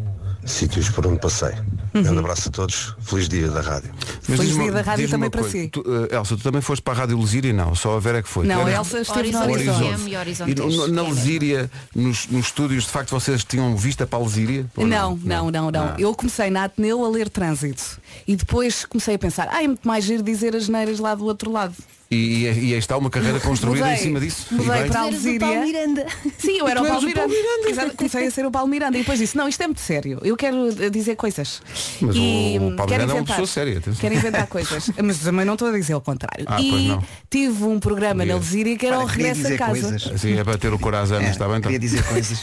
Speaker 8: Sítios por onde passei. Grande abraço a todos. Feliz dia da rádio.
Speaker 6: Uhum. Feliz
Speaker 2: diz-me-
Speaker 6: dia da rádio
Speaker 2: diz-me
Speaker 6: também
Speaker 2: uma
Speaker 6: para
Speaker 2: coisa.
Speaker 6: si.
Speaker 2: Tu, eh, Elsa, tu também foste para a Rádio Lusíria? Não, só a Vera é que foi.
Speaker 6: Não,
Speaker 2: Tu
Speaker 6: a
Speaker 2: eras-
Speaker 6: Elsa esteve no
Speaker 5: Horizonte.
Speaker 6: horizonte.
Speaker 5: FM e
Speaker 2: E
Speaker 5: Horizontes.
Speaker 2: no- no- na
Speaker 5: Era.
Speaker 2: Lesíria, nos, nos estúdios, de facto, vocês tinham vista para a Lesíria? Ou
Speaker 6: Não, não, não, não.
Speaker 2: Ah.
Speaker 6: Eu comecei na Ateneu a ler trânsito e depois comecei a pensar, ah, é muito mais giro dizer as neiras lá do outro lado.
Speaker 2: E, e, e aí está uma carreira construída em cima disso.
Speaker 6: mudei
Speaker 2: E bem.
Speaker 6: para a
Speaker 5: Tu eras o
Speaker 6: Alzíria.
Speaker 5: Paulo Miranda.
Speaker 6: Sim, eu era
Speaker 2: Tu
Speaker 6: o
Speaker 2: eras
Speaker 6: Paulo
Speaker 2: o Paulo
Speaker 6: Miranda.
Speaker 2: Miranda.
Speaker 6: Exato, comecei a ser o Paulo Miranda e depois disse, não, isto é muito sério, eu quero eh, dizer coisas.
Speaker 2: Mas
Speaker 6: e
Speaker 2: o
Speaker 6: hum,
Speaker 2: Paulo
Speaker 6: quero
Speaker 2: Miranda é uma
Speaker 6: inventar.
Speaker 2: pessoa séria, atenção.
Speaker 6: Quero inventar coisas. Mas também não estou a dizer o contrário.
Speaker 2: Ah, pois
Speaker 6: e
Speaker 2: não.
Speaker 6: tive um programa na
Speaker 2: Queria-
Speaker 6: Lesíria que era o
Speaker 3: Olha, queria
Speaker 6: regresso a
Speaker 3: dizer
Speaker 6: casa.
Speaker 3: coisas.
Speaker 2: Assim é bater o coração,
Speaker 3: É,
Speaker 2: está bem? Então.
Speaker 3: Queria dizer coisas.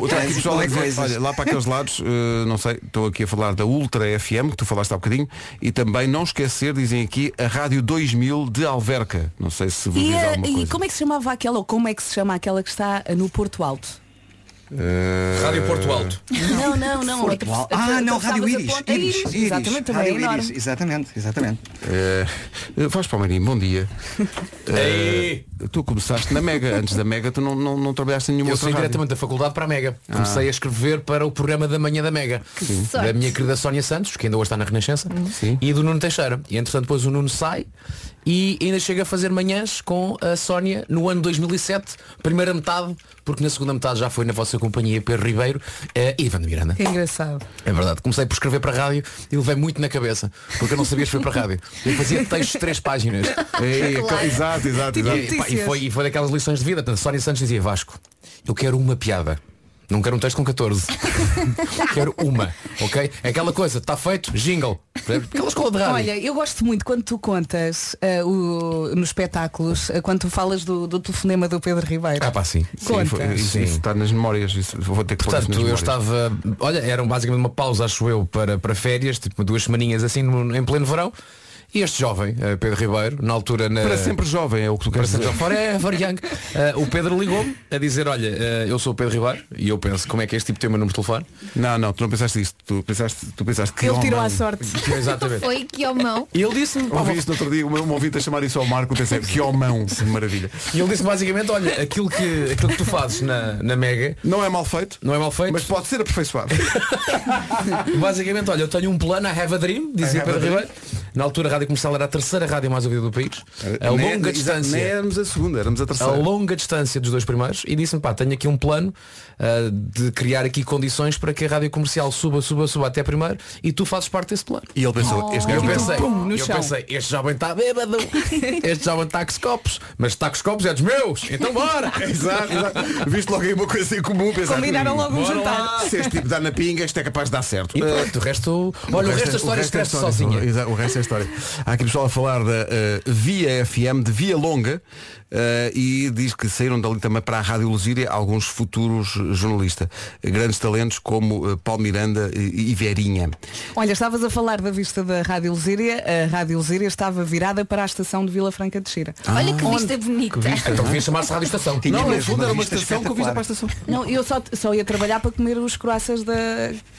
Speaker 2: O, o, tá aqui o pessoal
Speaker 3: Não é
Speaker 2: a dizer,
Speaker 3: coisas.
Speaker 2: olha, lá para aqueles lados, eh, não sei, estou aqui a falar da Ultra FM, que tu falaste há bocadinho, e também não esquecer, dizem aqui, a Rádio 2000 de Alverca. Não sei se vos
Speaker 6: E,
Speaker 2: diz
Speaker 6: eh,
Speaker 2: alguma
Speaker 6: e
Speaker 2: coisa.
Speaker 6: como é que se chamava aquela, ou como é que se chama aquela que está no Porto Alto?
Speaker 2: Eh,
Speaker 7: Rádio Porto Alto.
Speaker 6: Não, não, não. É
Speaker 3: Porto Alto. Ah, não, Rádio Iris. Iris, Iris.
Speaker 6: Exatamente, também é
Speaker 3: Rádio Iris,
Speaker 6: enorme.
Speaker 3: Exatamente, exatamente.
Speaker 2: eh, Vasco Palmeirinho, bom dia. Eh, tu começaste na Mega, antes da Mega tu não, não, não trabalhaste em nenhuma Ah.
Speaker 9: Eu
Speaker 2: outra
Speaker 9: saí
Speaker 2: rádio.
Speaker 9: diretamente da faculdade para a Mega. Comecei a escrever para o programa da manhã da Mega.
Speaker 5: sorte.
Speaker 9: Da minha querida Sónia Santos, que ainda hoje está na Renascença,
Speaker 2: Uhum. Sim.
Speaker 9: e do Nuno Teixeira. E entretanto depois o Nuno sai e ainda chega a fazer manhãs com a Sónia no ano 2007, primeira metade, porque na segunda metade já foi na vossa companhia Pedro Ribeiro eh, e Ivan de Miranda.
Speaker 6: Que engraçado.
Speaker 9: É verdade, comecei por escrever para a rádio e levei muito na cabeça, porque eu não sabia escrever para a rádio. Eu fazia textos de três páginas.
Speaker 2: Ei, Exato, exato,
Speaker 6: Tipo,
Speaker 2: exato.
Speaker 9: E, pá, e
Speaker 6: Notícias.
Speaker 9: foi, e foi daquelas lições de vida. Portanto, Sónia Santos dizia Vasco, eu quero uma piada. É Não quero um texto com 14. quero uma, ok? Aquela coisa, está "Tá feito, jingle. percebes? Aquela escola de rádio.
Speaker 6: Olha, eu gosto muito quando tu contas ah, o- nos espetáculos, ah, quando tu falas do, do telefonema do Pedro Ribeiro.
Speaker 9: Ah, pá, sim.
Speaker 2: Sim, foi-
Speaker 6: Conta.
Speaker 2: isso, isso está nas memórias. Isso, vou ter que pôr isso nas
Speaker 9: Portanto, eu
Speaker 2: memórias.
Speaker 9: estava. Olha, eram basicamente uma pausa, acho eu, para, para férias, tipo duas semaninhas assim, no- em pleno verão. E este jovem, eh, Pedro Ribeiro, na altura na.
Speaker 2: Para sempre jovem é o que tu
Speaker 9: Para
Speaker 2: queres
Speaker 9: São
Speaker 2: dizer.
Speaker 9: João Forever Young. Eh, o Pedro ligou-me a dizer, olha, eh, eu sou o Pedro Ribeiro e eu penso, como é que este tipo tem o meu número de telefone?
Speaker 2: Não, não, tu não pensaste isso. Tu pensaste, tu pensaste que
Speaker 6: Ele tirou
Speaker 2: homem.
Speaker 6: à sorte.
Speaker 3: é.
Speaker 9: Exatamente.
Speaker 5: Foi que ao mão.
Speaker 9: E ele disse-me, pá,
Speaker 2: Ouvi isso no outro dia, um ouvinte a chamar isso ao Marco, pensei, que homão, que maravilha.
Speaker 9: e ele disse basicamente, olha, aquilo que, aquilo que tu fazes na, na Mega
Speaker 2: Não é mal feito,
Speaker 9: não é mal feito,
Speaker 2: mas pode ser aperfeiçoado.
Speaker 9: Basicamente, olha, eu tenho um plano, I have a dream, dizia
Speaker 2: I have a
Speaker 9: Pedro
Speaker 2: dream.
Speaker 9: Ribeiro. Na altura a Rádio Comercial era a terceira rádio mais ouvida do país. A
Speaker 2: Nem-
Speaker 9: É longa
Speaker 2: Nem
Speaker 9: distância. É
Speaker 2: éramos a segunda, éramos a
Speaker 9: A
Speaker 2: terceira.
Speaker 9: longa distância dos dois primeiros e disse-me, pá, tenho aqui um plano ah, de criar aqui condições para que a rádio comercial suba, suba, suba até primeiro e tu fazes parte desse plano.
Speaker 2: Oh, E ele pensou, este
Speaker 9: Eu
Speaker 2: gajo pensa.
Speaker 9: pensei,
Speaker 6: pum, no
Speaker 9: eu
Speaker 6: chão.
Speaker 9: pensei, este jovem está bêbado, este jovem está com copos, mas está com copos é dos meus, então bora!
Speaker 2: Exato, exato. Viste logo aí uma coisa em comum, pensaste,
Speaker 6: Combinaram logo um
Speaker 9: Bora
Speaker 6: jantar.
Speaker 9: lá.
Speaker 2: Se este tipo dá na pinga, isto é capaz de dar certo. Eh,
Speaker 9: E pronto, o resto. Olha, o resto da história escreve
Speaker 2: é história.
Speaker 9: sozinha.
Speaker 2: Exato, O resto é história. Há aqui pessoal a falar da eh, Via FM, de Via Longa, eh, e diz que saíram dali também para a Rádio Lusíria alguns futuros jornalistas. Grandes talentos como eh, Paulo Miranda e, e Verinha.
Speaker 6: Olha, estavas a falar da vista da Rádio Lusíria. A Rádio Lusíria estava virada para a estação de Vila Franca de Xira.
Speaker 2: Ah,
Speaker 5: Olha que vista bonita.
Speaker 9: Então
Speaker 2: é?
Speaker 9: devia chamar-se Rádio Estação.
Speaker 2: Tinha
Speaker 9: Não, no
Speaker 2: mesmo
Speaker 9: fundo era uma
Speaker 2: vista
Speaker 9: estação com vista para a estação.
Speaker 6: Não, eu só, só ia trabalhar para comer os croissants da,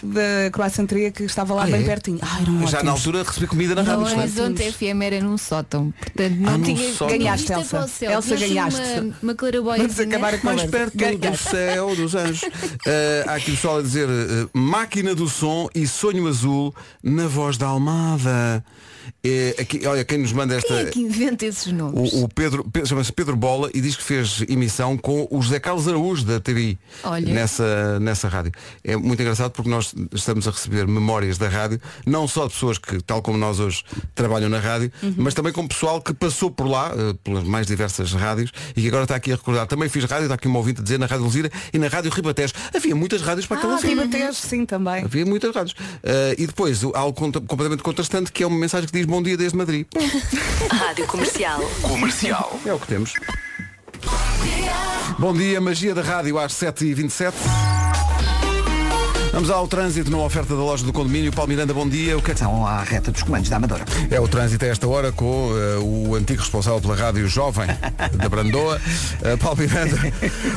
Speaker 6: da croissanteria que estava lá bem pertinho. Ai, eram
Speaker 2: Ah, é? Já na
Speaker 6: ótimos. é?
Speaker 2: altura recebi comida na
Speaker 5: O
Speaker 2: rádio. excelente.
Speaker 5: Horizonte FM era num sótão. Portanto, não
Speaker 2: Ah, num
Speaker 5: tinha
Speaker 2: sótão.
Speaker 6: Ganhaste,
Speaker 5: vista
Speaker 6: Elsa.
Speaker 5: para o céu.
Speaker 6: Elsa,
Speaker 5: Tinhas
Speaker 6: ganhaste.
Speaker 5: Uma, uma claraboia.
Speaker 6: Vamos acabar a
Speaker 2: né? Mais
Speaker 6: conversa.
Speaker 2: perto é
Speaker 6: Ganhaste.
Speaker 2: do céu, dos anjos. Eh, há aqui pessoal a dizer eh, Máquina do Som e Sonho Azul na voz da Almada. Eh, aqui, olha, quem nos manda esta.
Speaker 5: Quem é que inventa esses nomes?
Speaker 2: O, o Pedro, Pe- chama-se Pedro Bola e diz que fez emissão com o José Carlos Araújo da TVI
Speaker 5: Olha.
Speaker 2: nessa, nessa rádio. É muito engraçado porque nós estamos a receber memórias da rádio, não só de pessoas que, tal como nós hoje, trabalham na rádio,
Speaker 6: Uhum.
Speaker 2: mas também com pessoal que passou por lá, eh, pelas mais diversas rádios, e que agora está aqui a recordar. Também fiz rádio, está aqui uma ouvinte a dizer na Rádio Luzira e na Rádio Ribatejo. Havia muitas rádios para aquela
Speaker 6: Ah,
Speaker 2: zona.
Speaker 6: Ribatejo, sim, também.
Speaker 2: Havia muitas rádios. Eh, e depois o- algo contra- completamente contrastante que é uma mensagem que diz bom dia desde Madrid.
Speaker 10: Rádio Comercial.
Speaker 2: É o que temos. Bom dia, magia da rádio às 7h27. Vamos ao trânsito numa oferta da loja do condomínio. Paulo Miranda, bom dia. O que é, que
Speaker 3: São à reta dos comandos da Amadora.
Speaker 2: é o trânsito a esta hora com eh, o antigo responsável pela rádio jovem da Brandoa, eh, Paulo Miranda.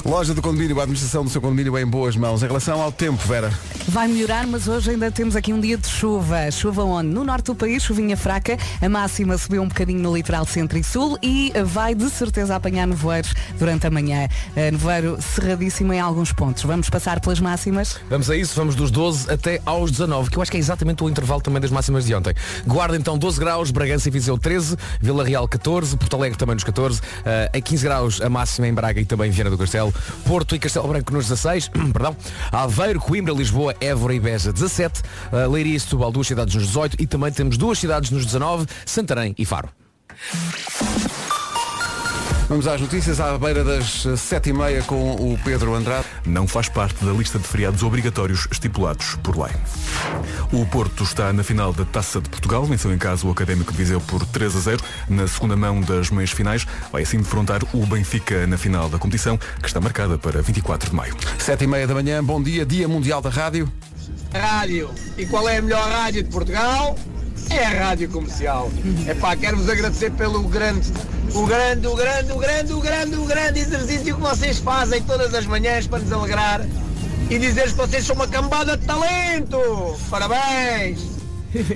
Speaker 2: Loja do condomínio, a administração do seu condomínio é em boas mãos. Em relação ao tempo, Vera,
Speaker 6: Vai melhorar, mas hoje ainda temos aqui um dia de chuva. Chuva onde? No norte do país, chuvinha fraca. A máxima subiu um bocadinho no litoral centro e sul e vai de certeza apanhar nevoeiros durante a manhã. Eh, Nevoeiro cerradíssimo em alguns pontos. Vamos passar pelas máximas.
Speaker 9: Vamos a isso, vamos dos 12 até aos 19, que eu acho que é exatamente o intervalo também das máximas de ontem. Guarda então 12 graus, Bragança e Viseu 13, Vila Real 14, Porto Alegre também nos 14, eh, a 15 graus a máxima em Braga e também em Viana do Castelo, Porto e Castelo Branco nos 16, perdão, Aveiro, Coimbra, Lisboa, Évora e Beja 17, eh, Leiria e Setúbal duas cidades nos 18 e também temos duas cidades nos 19, Santarém e Faro.
Speaker 2: vamos às notícias à beira das eh, 7h30 com o Pedro Andrade.
Speaker 1: Não faz parte da lista de feriados obrigatórios estipulados por lei. O Porto está na final da Taça de Portugal, venceu em casa o Académico de Viseu por 3 a 0 na segunda mão das meias finais. Vai assim defrontar o Benfica na final da competição, que está marcada para 24 de maio.
Speaker 2: 7h30 da manhã, bom dia, Dia Mundial da Rádio.
Speaker 7: rádio. E qual é a melhor rádio de Portugal? É a rádio comercial. É pá, quero-vos agradecer pelo grande, o grande, o grande, o grande, o grande, o grande exercício que vocês fazem todas as manhãs para nos alegrar e dizer que vocês são uma cambada de talento. Parabéns!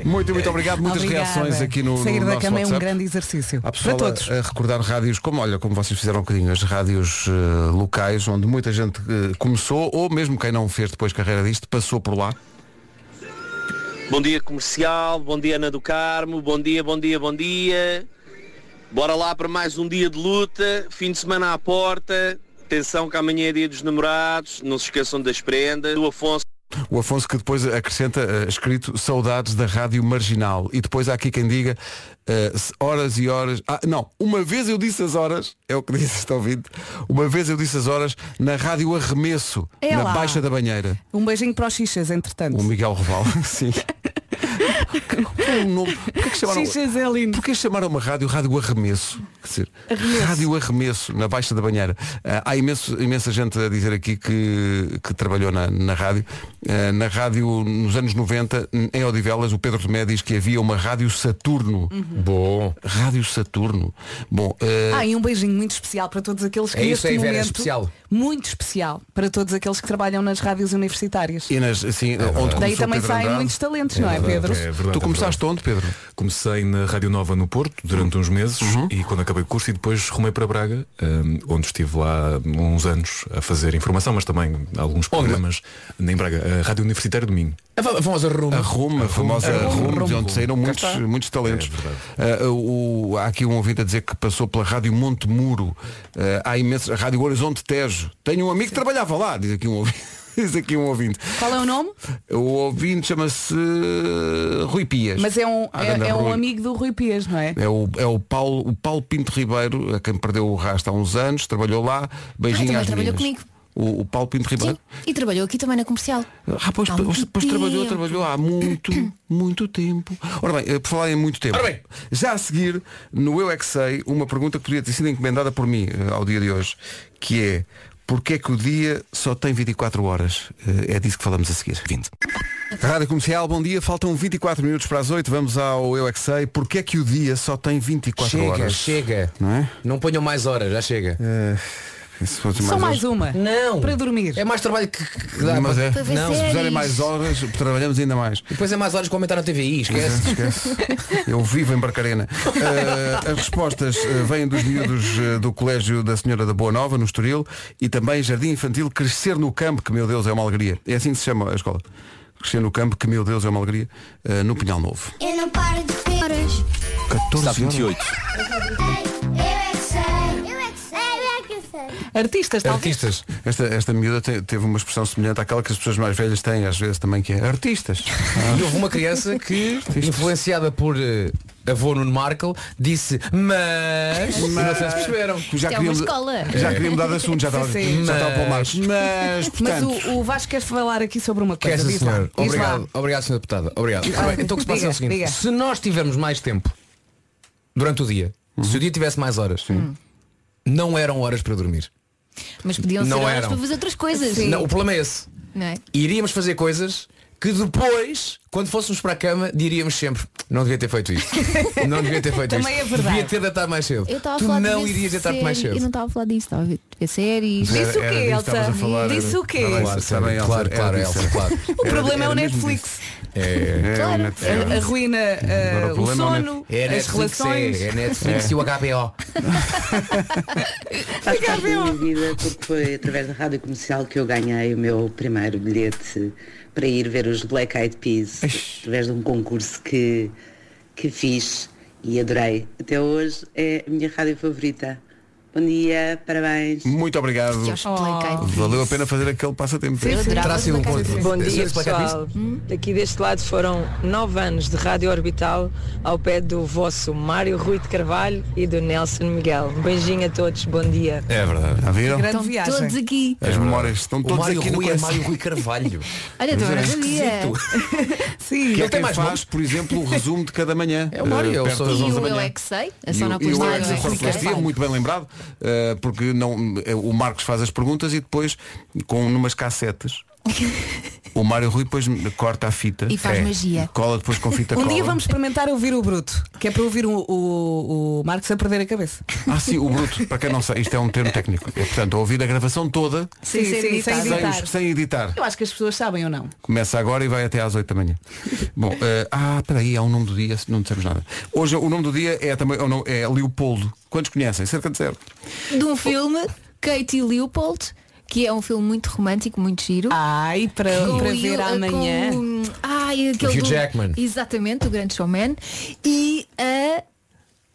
Speaker 2: Muito, muito obrigado. Muitas
Speaker 6: Obrigada.
Speaker 2: reações aqui no,
Speaker 6: Sair
Speaker 2: no
Speaker 6: da
Speaker 2: nosso
Speaker 6: cama é um
Speaker 2: WhatsApp.
Speaker 6: grande exercício.
Speaker 2: Há
Speaker 6: Para
Speaker 2: pessoal a-
Speaker 6: todos.
Speaker 2: a recordar rádios como, olha, como vocês fizeram um bocadinho, as rádios eh, locais onde muita gente eh, começou, ou mesmo quem não fez depois carreira disto, passou por lá.
Speaker 4: Bom dia comercial, bom dia Ana do Carmo, bom dia, bom dia, bom dia. Bora lá para mais um dia de luta, fim de semana à porta. Atenção que amanhã é dia dos namorados, não se esqueçam das prendas. O Afonso
Speaker 2: O Afonso que depois acrescenta eh, escrito saudades da rádio marginal. E depois há aqui quem diga eh, se- horas e horas. Ah, não, uma vez eu disse as horas, é o que disse este ouvinte, uma vez eu disse as horas na rádio arremesso,
Speaker 6: É
Speaker 2: na
Speaker 6: lá.
Speaker 2: Baixa da Banheira.
Speaker 6: Um beijinho para os xixas, entretanto.
Speaker 2: O Miguel Roval, sim. é um nome. Porquê que chamaram,
Speaker 6: Xixas é lindo.
Speaker 2: Porquê chamaram uma rádio Rádio Arremesso? Quer dizer,
Speaker 6: Arremesso.
Speaker 2: Rádio Arremesso, na Baixa da Banheira. Ah, há imenso, imensa gente a dizer aqui que, que trabalhou na, na rádio. Ah, na rádio, nos anos 90, em Odivelas, o Pedro Tomé diz que havia uma Rádio Saturno. Bom. Rádio Saturno. Bom, ah,
Speaker 6: Ah, e um beijinho muito especial para todos aqueles que
Speaker 2: É isso
Speaker 6: neste
Speaker 2: aí, Vera,
Speaker 6: momento,
Speaker 2: especial.
Speaker 6: muito especial para todos aqueles que trabalham nas rádios universitárias.
Speaker 2: e nas, assim, onde começou o
Speaker 6: Daí também
Speaker 2: Pedro
Speaker 6: saem
Speaker 2: Andrade?
Speaker 6: muitos talentos, não é, Pedro?
Speaker 2: Tu começaste onde, Pedro?
Speaker 1: Comecei na Rádio Nova no Porto durante uns meses
Speaker 2: Uhum.
Speaker 1: e quando acabei o curso e depois rumei para Braga, hum, onde estive lá uns anos a fazer informação, mas também alguns programas em Braga, a Rádio Universitária do Minho.
Speaker 8: A fa- a famosa Roma.
Speaker 2: A Roma, a famosa
Speaker 1: A Roma.
Speaker 2: Roma, de
Speaker 1: Roma.
Speaker 2: onde saíram
Speaker 1: Cá
Speaker 2: muitos,
Speaker 1: está.
Speaker 2: muitos talentos. Ah, o- há aqui um ouvinte a dizer que passou pela Rádio Monte Muro. Ah, há imensos. A Rádio Horizonte Tejo. Tenho um amigo que trabalhava lá, diz aqui um ouvinte. Diz aqui um ouvinte.
Speaker 6: Qual é o nome?
Speaker 2: O ouvinte chama-se eh, Rui Pias.
Speaker 6: Mas é um,
Speaker 2: Ah,
Speaker 6: é,
Speaker 2: grande
Speaker 6: é um
Speaker 2: Rui.
Speaker 6: amigo do Rui Pias, não é?
Speaker 2: É o, é o Paulo, o Paulo Pinto Ribeiro, a quem perdeu o rastro há uns anos, trabalhou lá.
Speaker 5: Ah,
Speaker 2: Beijinho
Speaker 5: também
Speaker 2: às
Speaker 5: trabalhou
Speaker 2: meninas.
Speaker 5: comigo.
Speaker 2: O, o Paulo Pinto Ribeiro.
Speaker 5: Sim, e trabalhou aqui também na comercial.
Speaker 2: Ah, pois,
Speaker 5: Há
Speaker 2: pois,
Speaker 5: muito
Speaker 2: pois trabalhou,
Speaker 5: tempo.
Speaker 2: trabalhou há muito, muito tempo. Ora bem, eh, por falar em muito tempo. Já a seguir, no Eu É Que Sei, uma pergunta que podia ter sido encomendada por mim eh, ao dia de hoje, que é porquê é que o dia só tem 24 horas? Eh, É disso que falamos a seguir. 20. Rádio Comercial, bom dia. Faltam 24 minutos para as 8. Vamos ao Eu É Que Sei. Porquê é que o dia só tem 24
Speaker 8: Chega,
Speaker 2: horas?
Speaker 8: chega.
Speaker 2: Não é?
Speaker 8: Não ponham mais horas, já chega.
Speaker 2: Eh, Se fosse
Speaker 6: Só mais
Speaker 2: horas-
Speaker 6: uma.
Speaker 8: Não.
Speaker 6: Para dormir.
Speaker 8: É mais trabalho que, que dá.
Speaker 2: Mas é,
Speaker 8: para- Não.
Speaker 2: se fizerem mais horas, trabalhamos ainda mais.
Speaker 8: Depois é mais horas que aumentar na TVI, esquece.
Speaker 2: Esquece. Eu vivo em Barcarena. Eh, as respostas eh, vêm dos miúdos eh, do Colégio da Senhora da Boa Nova, no Estoril, e também Jardim Infantil Crescer no Campo, que meu Deus é uma alegria. É assim que se chama a escola. Crescer no Campo, que meu Deus é uma alegria, eh, no Pinhal Novo.
Speaker 11: Eu não paro de horas.
Speaker 2: 14 horas.
Speaker 11: Eu é que sei. Eu é que sei. Eu é que sei.
Speaker 6: Artistas, talvez.
Speaker 2: Artistas. Esta, esta miúda te- teve uma expressão semelhante àquela que as pessoas mais velhas têm às vezes também, que é artistas.
Speaker 8: E houve uma criança que, influenciada por eh, avô Nuno Markle, disse mas... E não sei se perceberam.
Speaker 2: Já
Speaker 5: Isto é
Speaker 2: queria,
Speaker 5: uma escola.
Speaker 2: já queria mudar de assunto, já estava,
Speaker 6: Sim, sim.
Speaker 2: já estava
Speaker 8: um,
Speaker 2: para o Marcos. Mas,
Speaker 6: Mas
Speaker 2: portanto,
Speaker 6: o, o Vasco quer falar aqui sobre uma
Speaker 8: Que é
Speaker 6: coisa.
Speaker 8: essa
Speaker 6: Diz lá.
Speaker 8: senhora.
Speaker 6: Diz lá.
Speaker 8: Obrigado, obrigado, senhor deputado. Obrigado.
Speaker 6: Ah,
Speaker 8: Ora bem, então o que se passa
Speaker 6: diga,
Speaker 8: é o seguinte.
Speaker 6: diga.
Speaker 8: Se nós tivermos mais tempo durante o dia, se o dia tivesse mais horas, não eram horas para dormir.
Speaker 5: Mas podiam ser
Speaker 8: Não
Speaker 5: horas
Speaker 8: eram.
Speaker 5: para fazer outras coisas.
Speaker 8: Não, o problema é esse.
Speaker 5: Não é?
Speaker 8: Iríamos fazer coisas que depois, quando fôssemos para a cama, diríamos sempre, não devia ter feito isto. Não devia ter feito
Speaker 6: Também
Speaker 8: isto.
Speaker 6: é verdade.
Speaker 8: Devia ter deitado mais cedo.
Speaker 5: Eu estava a
Speaker 8: Tu
Speaker 5: falar de
Speaker 8: não
Speaker 5: ver
Speaker 8: irias deitar-te
Speaker 5: série-
Speaker 8: mais
Speaker 5: Eu não
Speaker 8: cedo.
Speaker 5: estava a falar disso, estava a ver- ver séries.
Speaker 6: Era- Disse o quê, era disso que Elsa? estavas a falar, Disse era- o quê? Estava a falar,
Speaker 2: estava a
Speaker 8: claro,
Speaker 2: Elsa,
Speaker 8: claro,
Speaker 2: era disso.
Speaker 8: Elsa, claro.
Speaker 6: O problema é o Netflix.
Speaker 2: é,
Speaker 5: Claro.
Speaker 2: o Netflix.
Speaker 6: A- Arruína eh,
Speaker 2: Agora, o
Speaker 6: o
Speaker 2: problema é o
Speaker 6: sono,
Speaker 8: É
Speaker 6: as
Speaker 8: Netflix,
Speaker 6: relações.
Speaker 8: é, é Netflix
Speaker 2: É.
Speaker 8: e o HBO.
Speaker 12: Faz parte da minha vida porque foi através da rádio comercial que eu ganhei o meu primeiro bilhete para ir ver os Black Eyed Peas através de um concurso que, que fiz e adorei. Até hoje é a minha rádio favorita. Bom dia, parabéns.
Speaker 2: Muito obrigado. Valeu a pena fazer aquele passatempo.
Speaker 5: Eu adorava
Speaker 8: Terá sido Oh. um
Speaker 5: Black Eyed
Speaker 8: ponto.
Speaker 13: Bom
Speaker 8: Esse-
Speaker 13: dia
Speaker 8: esse Black Eyed Peas?
Speaker 13: pessoal. Daqui deste lado foram nove anos de rádio orbital ao pé do vosso Mário Rui de Carvalho e do Nelson Miguel. Um beijinho a todos, bom dia.
Speaker 8: É verdade. É
Speaker 2: Já viram?
Speaker 6: Grande
Speaker 5: Estão
Speaker 6: viagem.
Speaker 5: todos aqui.
Speaker 2: As memórias estão
Speaker 8: O
Speaker 2: todas
Speaker 8: Mário
Speaker 2: aqui no
Speaker 8: Rui é
Speaker 2: coração.
Speaker 8: Mário Rui Carvalho.
Speaker 5: Olha, também não sabia.
Speaker 6: Sim.
Speaker 2: Que é
Speaker 8: Ele tem
Speaker 2: quem
Speaker 8: mais
Speaker 2: faz,
Speaker 8: nomes?
Speaker 2: por exemplo, o resumo de cada manhã.
Speaker 8: É o Mário,
Speaker 2: eh,
Speaker 8: eu
Speaker 2: perto
Speaker 8: sou-
Speaker 2: das
Speaker 5: E
Speaker 2: 11 da
Speaker 5: o Eu
Speaker 2: manhã.
Speaker 5: É Que Sei, a
Speaker 2: E o- e o Alex é da
Speaker 5: sonoplastia.
Speaker 2: sonoplastia, muito bem lembrado, eh, porque não, eh, o Marcos faz as perguntas e depois, com numas cassetas, o Mário Rui depois corta a fita.
Speaker 5: E
Speaker 8: É.
Speaker 5: faz magia.
Speaker 2: Cola depois com fita
Speaker 6: Um
Speaker 2: cola.
Speaker 6: dia vamos experimentar ouvir o Bruto, que é para ouvir o, o, o Marcos a perder a cabeça.
Speaker 2: Ah, sim, o bruto, para quem não sabe, isto é um termo técnico. É, portanto, ouvir a gravação toda
Speaker 6: Sim, sim,
Speaker 5: sim,
Speaker 6: sem
Speaker 5: sem
Speaker 2: sem,
Speaker 6: editar.
Speaker 2: os- sem editar.
Speaker 6: Eu acho que as pessoas sabem ou não.
Speaker 2: Começa agora e vai até às 8 da manhã. Bom, eh, ah, peraí, há um nome do dia, não dissemos nada. Hoje o nome do dia é também é o nome- é Leopoldo. Quantos conhecem? Cerca de zero.
Speaker 5: De um filme, Katie Leopold, que é um filme muito romântico, muito giro.
Speaker 6: Ai, para,
Speaker 5: Com
Speaker 6: para
Speaker 5: o
Speaker 6: ver
Speaker 5: Hugh-
Speaker 6: amanhã.
Speaker 5: com- ai, aquele
Speaker 8: Hugh
Speaker 5: do-
Speaker 8: Jackman.
Speaker 5: Exatamente, o grande showman. E a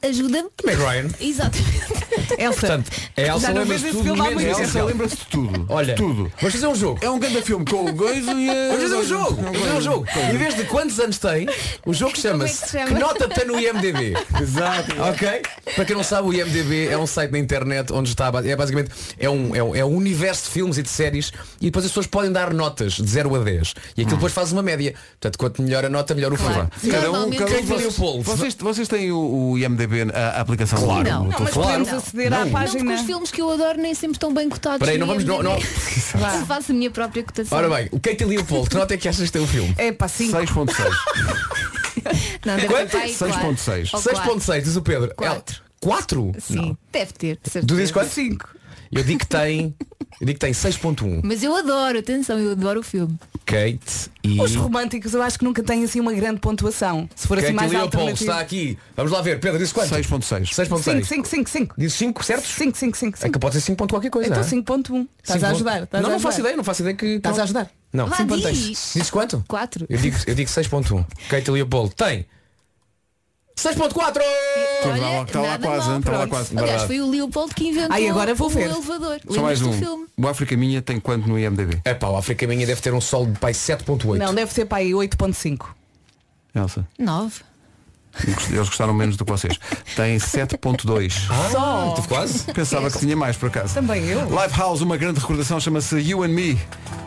Speaker 5: ajuda-me.
Speaker 9: Meg Ryan.
Speaker 5: Exatamente.
Speaker 6: Elsa.
Speaker 9: Portanto, a Elsa lembra-se de tudo, menos
Speaker 2: Elsa
Speaker 9: Elsa
Speaker 2: lembra-se de tudo.
Speaker 9: Olha,
Speaker 2: tudo.
Speaker 9: vamos fazer um jogo.
Speaker 2: É um grande filme com o Goizo e a...
Speaker 9: Vamos fazer um jogo.
Speaker 2: Com o
Speaker 9: Vamos
Speaker 2: Goizo.
Speaker 9: fazer um jogo. Em vez de quantos anos tem, o jogo
Speaker 5: Como é que se
Speaker 9: chama-se
Speaker 5: chama?
Speaker 9: Que nota tem no IMDB?
Speaker 2: Exato.
Speaker 9: Ok? Para quem não sabe, o IMDB é um site na internet onde está ba- é basicamente é um, é um, é um universo de filmes e de séries e depois as pessoas podem dar notas de 0 a 10 e
Speaker 2: Ah.
Speaker 9: aquilo depois faz uma média. Portanto, quanto melhor a nota, melhor o filme.
Speaker 5: Claro.
Speaker 9: Cada um,
Speaker 5: Normalmente é
Speaker 9: cada um
Speaker 5: vocês-
Speaker 9: valia o polo.
Speaker 2: Vocês, vocês têm o, o IMDB, a, a aplicação?
Speaker 9: Claro.
Speaker 2: no
Speaker 9: Não,
Speaker 2: telefone?
Speaker 6: mas podemos aceder à
Speaker 5: Não,
Speaker 6: página.
Speaker 5: porque os filmes que eu adoro nem sempre estão bem cotados.
Speaker 9: Peraí,
Speaker 5: no
Speaker 9: não vamos- não-
Speaker 5: IMDb.
Speaker 9: não-
Speaker 5: Faço a minha própria cotação.
Speaker 9: Ora bem, o Katie Leopold, que nota é que achas que tem o filme?
Speaker 6: É para 5.
Speaker 2: 6.6.
Speaker 5: Não, deve
Speaker 9: Quanto?
Speaker 5: ter pai, claro. Ou quatro.
Speaker 9: 6.6, diz o Pedro. 4. 4?
Speaker 5: Sim, deve ter, de certeza.
Speaker 9: Tu dizes quanto? 5. Eu digo que tem. Eu digo que tem 6.1.
Speaker 5: Mas eu adoro, atenção, eu adoro o filme.
Speaker 9: Kate e.
Speaker 6: Os românticos eu acho que nunca têm assim uma grande pontuação. Se for
Speaker 8: é
Speaker 6: assim
Speaker 9: Kate
Speaker 6: mais
Speaker 9: Leopold
Speaker 6: alternativo.
Speaker 9: está aqui. Vamos lá ver. Pedro, disse quanto?
Speaker 2: 6.6.
Speaker 9: 6.6.
Speaker 6: 5, 5, 5, 5.
Speaker 9: Diz 5, certo?
Speaker 6: 5, 5, 5.
Speaker 9: É que pode ser 5 ponto qualquer coisa.
Speaker 6: Então
Speaker 9: não é?
Speaker 6: 5.1. Estás
Speaker 9: Cinco
Speaker 6: a
Speaker 9: ponto-
Speaker 6: ajudar. estás
Speaker 9: Não,
Speaker 6: a
Speaker 9: não faço
Speaker 6: ajudar.
Speaker 9: ideia, não faço ideia que.
Speaker 6: Estás a ajudar.
Speaker 9: Não,
Speaker 6: Vá,
Speaker 9: 5
Speaker 6: diz.
Speaker 9: pontos. Dizes quanto?
Speaker 5: 4.
Speaker 9: Eu digo, eu digo 6.1. Kate Leopold tem. 6.4!
Speaker 5: Olha,
Speaker 2: lá-
Speaker 6: tá
Speaker 2: está lá
Speaker 5: nada
Speaker 2: quase,
Speaker 5: mal,
Speaker 2: está lá
Speaker 5: pronto.
Speaker 2: quase.
Speaker 5: Aliás,
Speaker 2: Verdade.
Speaker 5: foi o Leopoldo que inventou
Speaker 6: Ai, agora vou
Speaker 5: o
Speaker 6: ver.
Speaker 5: elevador.
Speaker 2: Só mais
Speaker 5: Lembras-te do
Speaker 2: um.
Speaker 5: filme?
Speaker 2: O África Minha tem quanto no IMDB?
Speaker 9: É pá, o África Minha deve ter um sol de pai 7.8.
Speaker 6: Não, deve ser para aí 8.5.
Speaker 2: Elsa,
Speaker 5: 9.
Speaker 2: eles gostaram menos do que vocês. Tem 7.2.
Speaker 6: Só.
Speaker 9: Tive quase.
Speaker 2: Pensava que tinha mais por acaso.
Speaker 6: Também eu.
Speaker 2: Lifehouse, uma grande recordação, chama-se You and Me.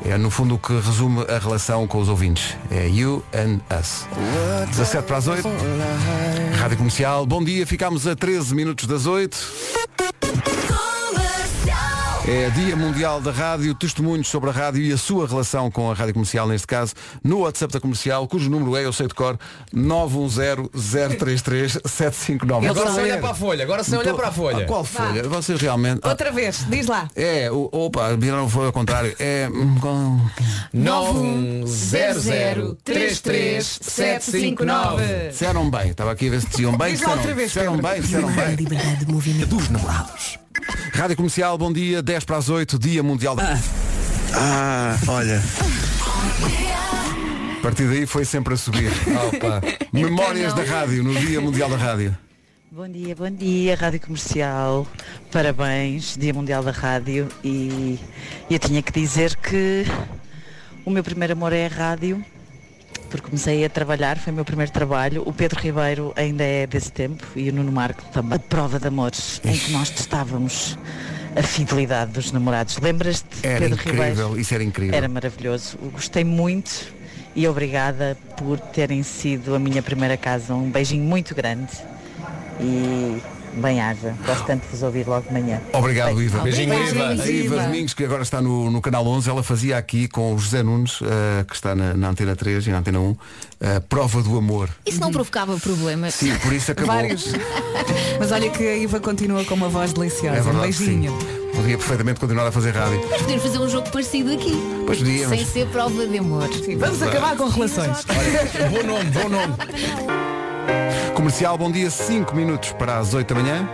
Speaker 2: É no fundo o que resume a relação com os ouvintes. É You and Us. 17 para as 8. Rádio Comercial, bom dia, ficámos a 13 minutos das 8. É Dia Mundial da Rádio, testemunhos sobre a rádio e a sua relação com a rádio comercial, neste caso, no WhatsApp da comercial, cujo número é, eu sei de cor, 910-033-759.
Speaker 9: Agora sem olhar para a folha, agora sem olhar para a folha.
Speaker 2: Então, ah, Qual folha? Vocês realmente. Ah,
Speaker 6: Outra vez, diz lá.
Speaker 2: é, o, opa, não foi ao contrário. É. hum, com-
Speaker 6: 910033759.
Speaker 2: Disseram bem, estava aqui a ver se diziam bem.
Speaker 6: Diz
Speaker 2: Disseram,
Speaker 6: lá outra vez,
Speaker 2: disseram
Speaker 6: Pedro.
Speaker 2: bem, disseram bem.
Speaker 14: Liberdade de movimento dos namorados.
Speaker 2: Rádio Comercial, bom dia, 10 para as 8, Dia Mundial da. Ah, olha. A partir daí foi sempre a subir.
Speaker 9: Opa.
Speaker 2: Memórias
Speaker 15: Então
Speaker 2: da
Speaker 15: não.
Speaker 2: Rádio, no Dia Mundial da Rádio.
Speaker 15: Bom dia, bom dia, Rádio Comercial. Parabéns, Dia Mundial da Rádio. E eu tinha que dizer que o meu primeiro amor é a rádio, porque comecei a trabalhar, foi o meu primeiro trabalho. O Pedro Ribeiro ainda é desse tempo e o Nuno Marco também. A prova de amores em que nós testávamos a fidelidade dos namorados. Lembras-te,
Speaker 2: Era
Speaker 15: Pedro
Speaker 2: incrível,
Speaker 15: Ribeiro?
Speaker 2: isso era incrível.
Speaker 15: Era maravilhoso. Eu Gostei muito e obrigada por terem sido a minha primeira casa. Um beijinho muito grande e bem-aja. Gosto tanto de vos ouvir logo de manhã.
Speaker 2: Obrigado, Iva.
Speaker 15: Beijinho, Obrigada,
Speaker 2: A
Speaker 15: Iva.
Speaker 2: Iva Domingos, que agora está no, no Canal 11, ela fazia aqui com o José Nunes, eh, que está na, na Antena 3 e na Antena 1, a prova do amor.
Speaker 5: Isso não provocava problemas.
Speaker 2: Sim, por isso acabou.
Speaker 6: Vários. Mas olha que a Iva continua com uma voz
Speaker 2: É
Speaker 6: deliciosa. um
Speaker 2: verdade, sim.
Speaker 6: beijinho.
Speaker 2: Podia perfeitamente continuar a fazer rádio.
Speaker 5: Mas podemos fazer um jogo parecido aqui.
Speaker 2: Pois podíamos.
Speaker 5: Sem ser prova de amor.
Speaker 6: Vamos acabar com relações.
Speaker 9: bom nome, bom nome.
Speaker 2: Comercial, bom dia, 5 minutos para as 8 da manhã.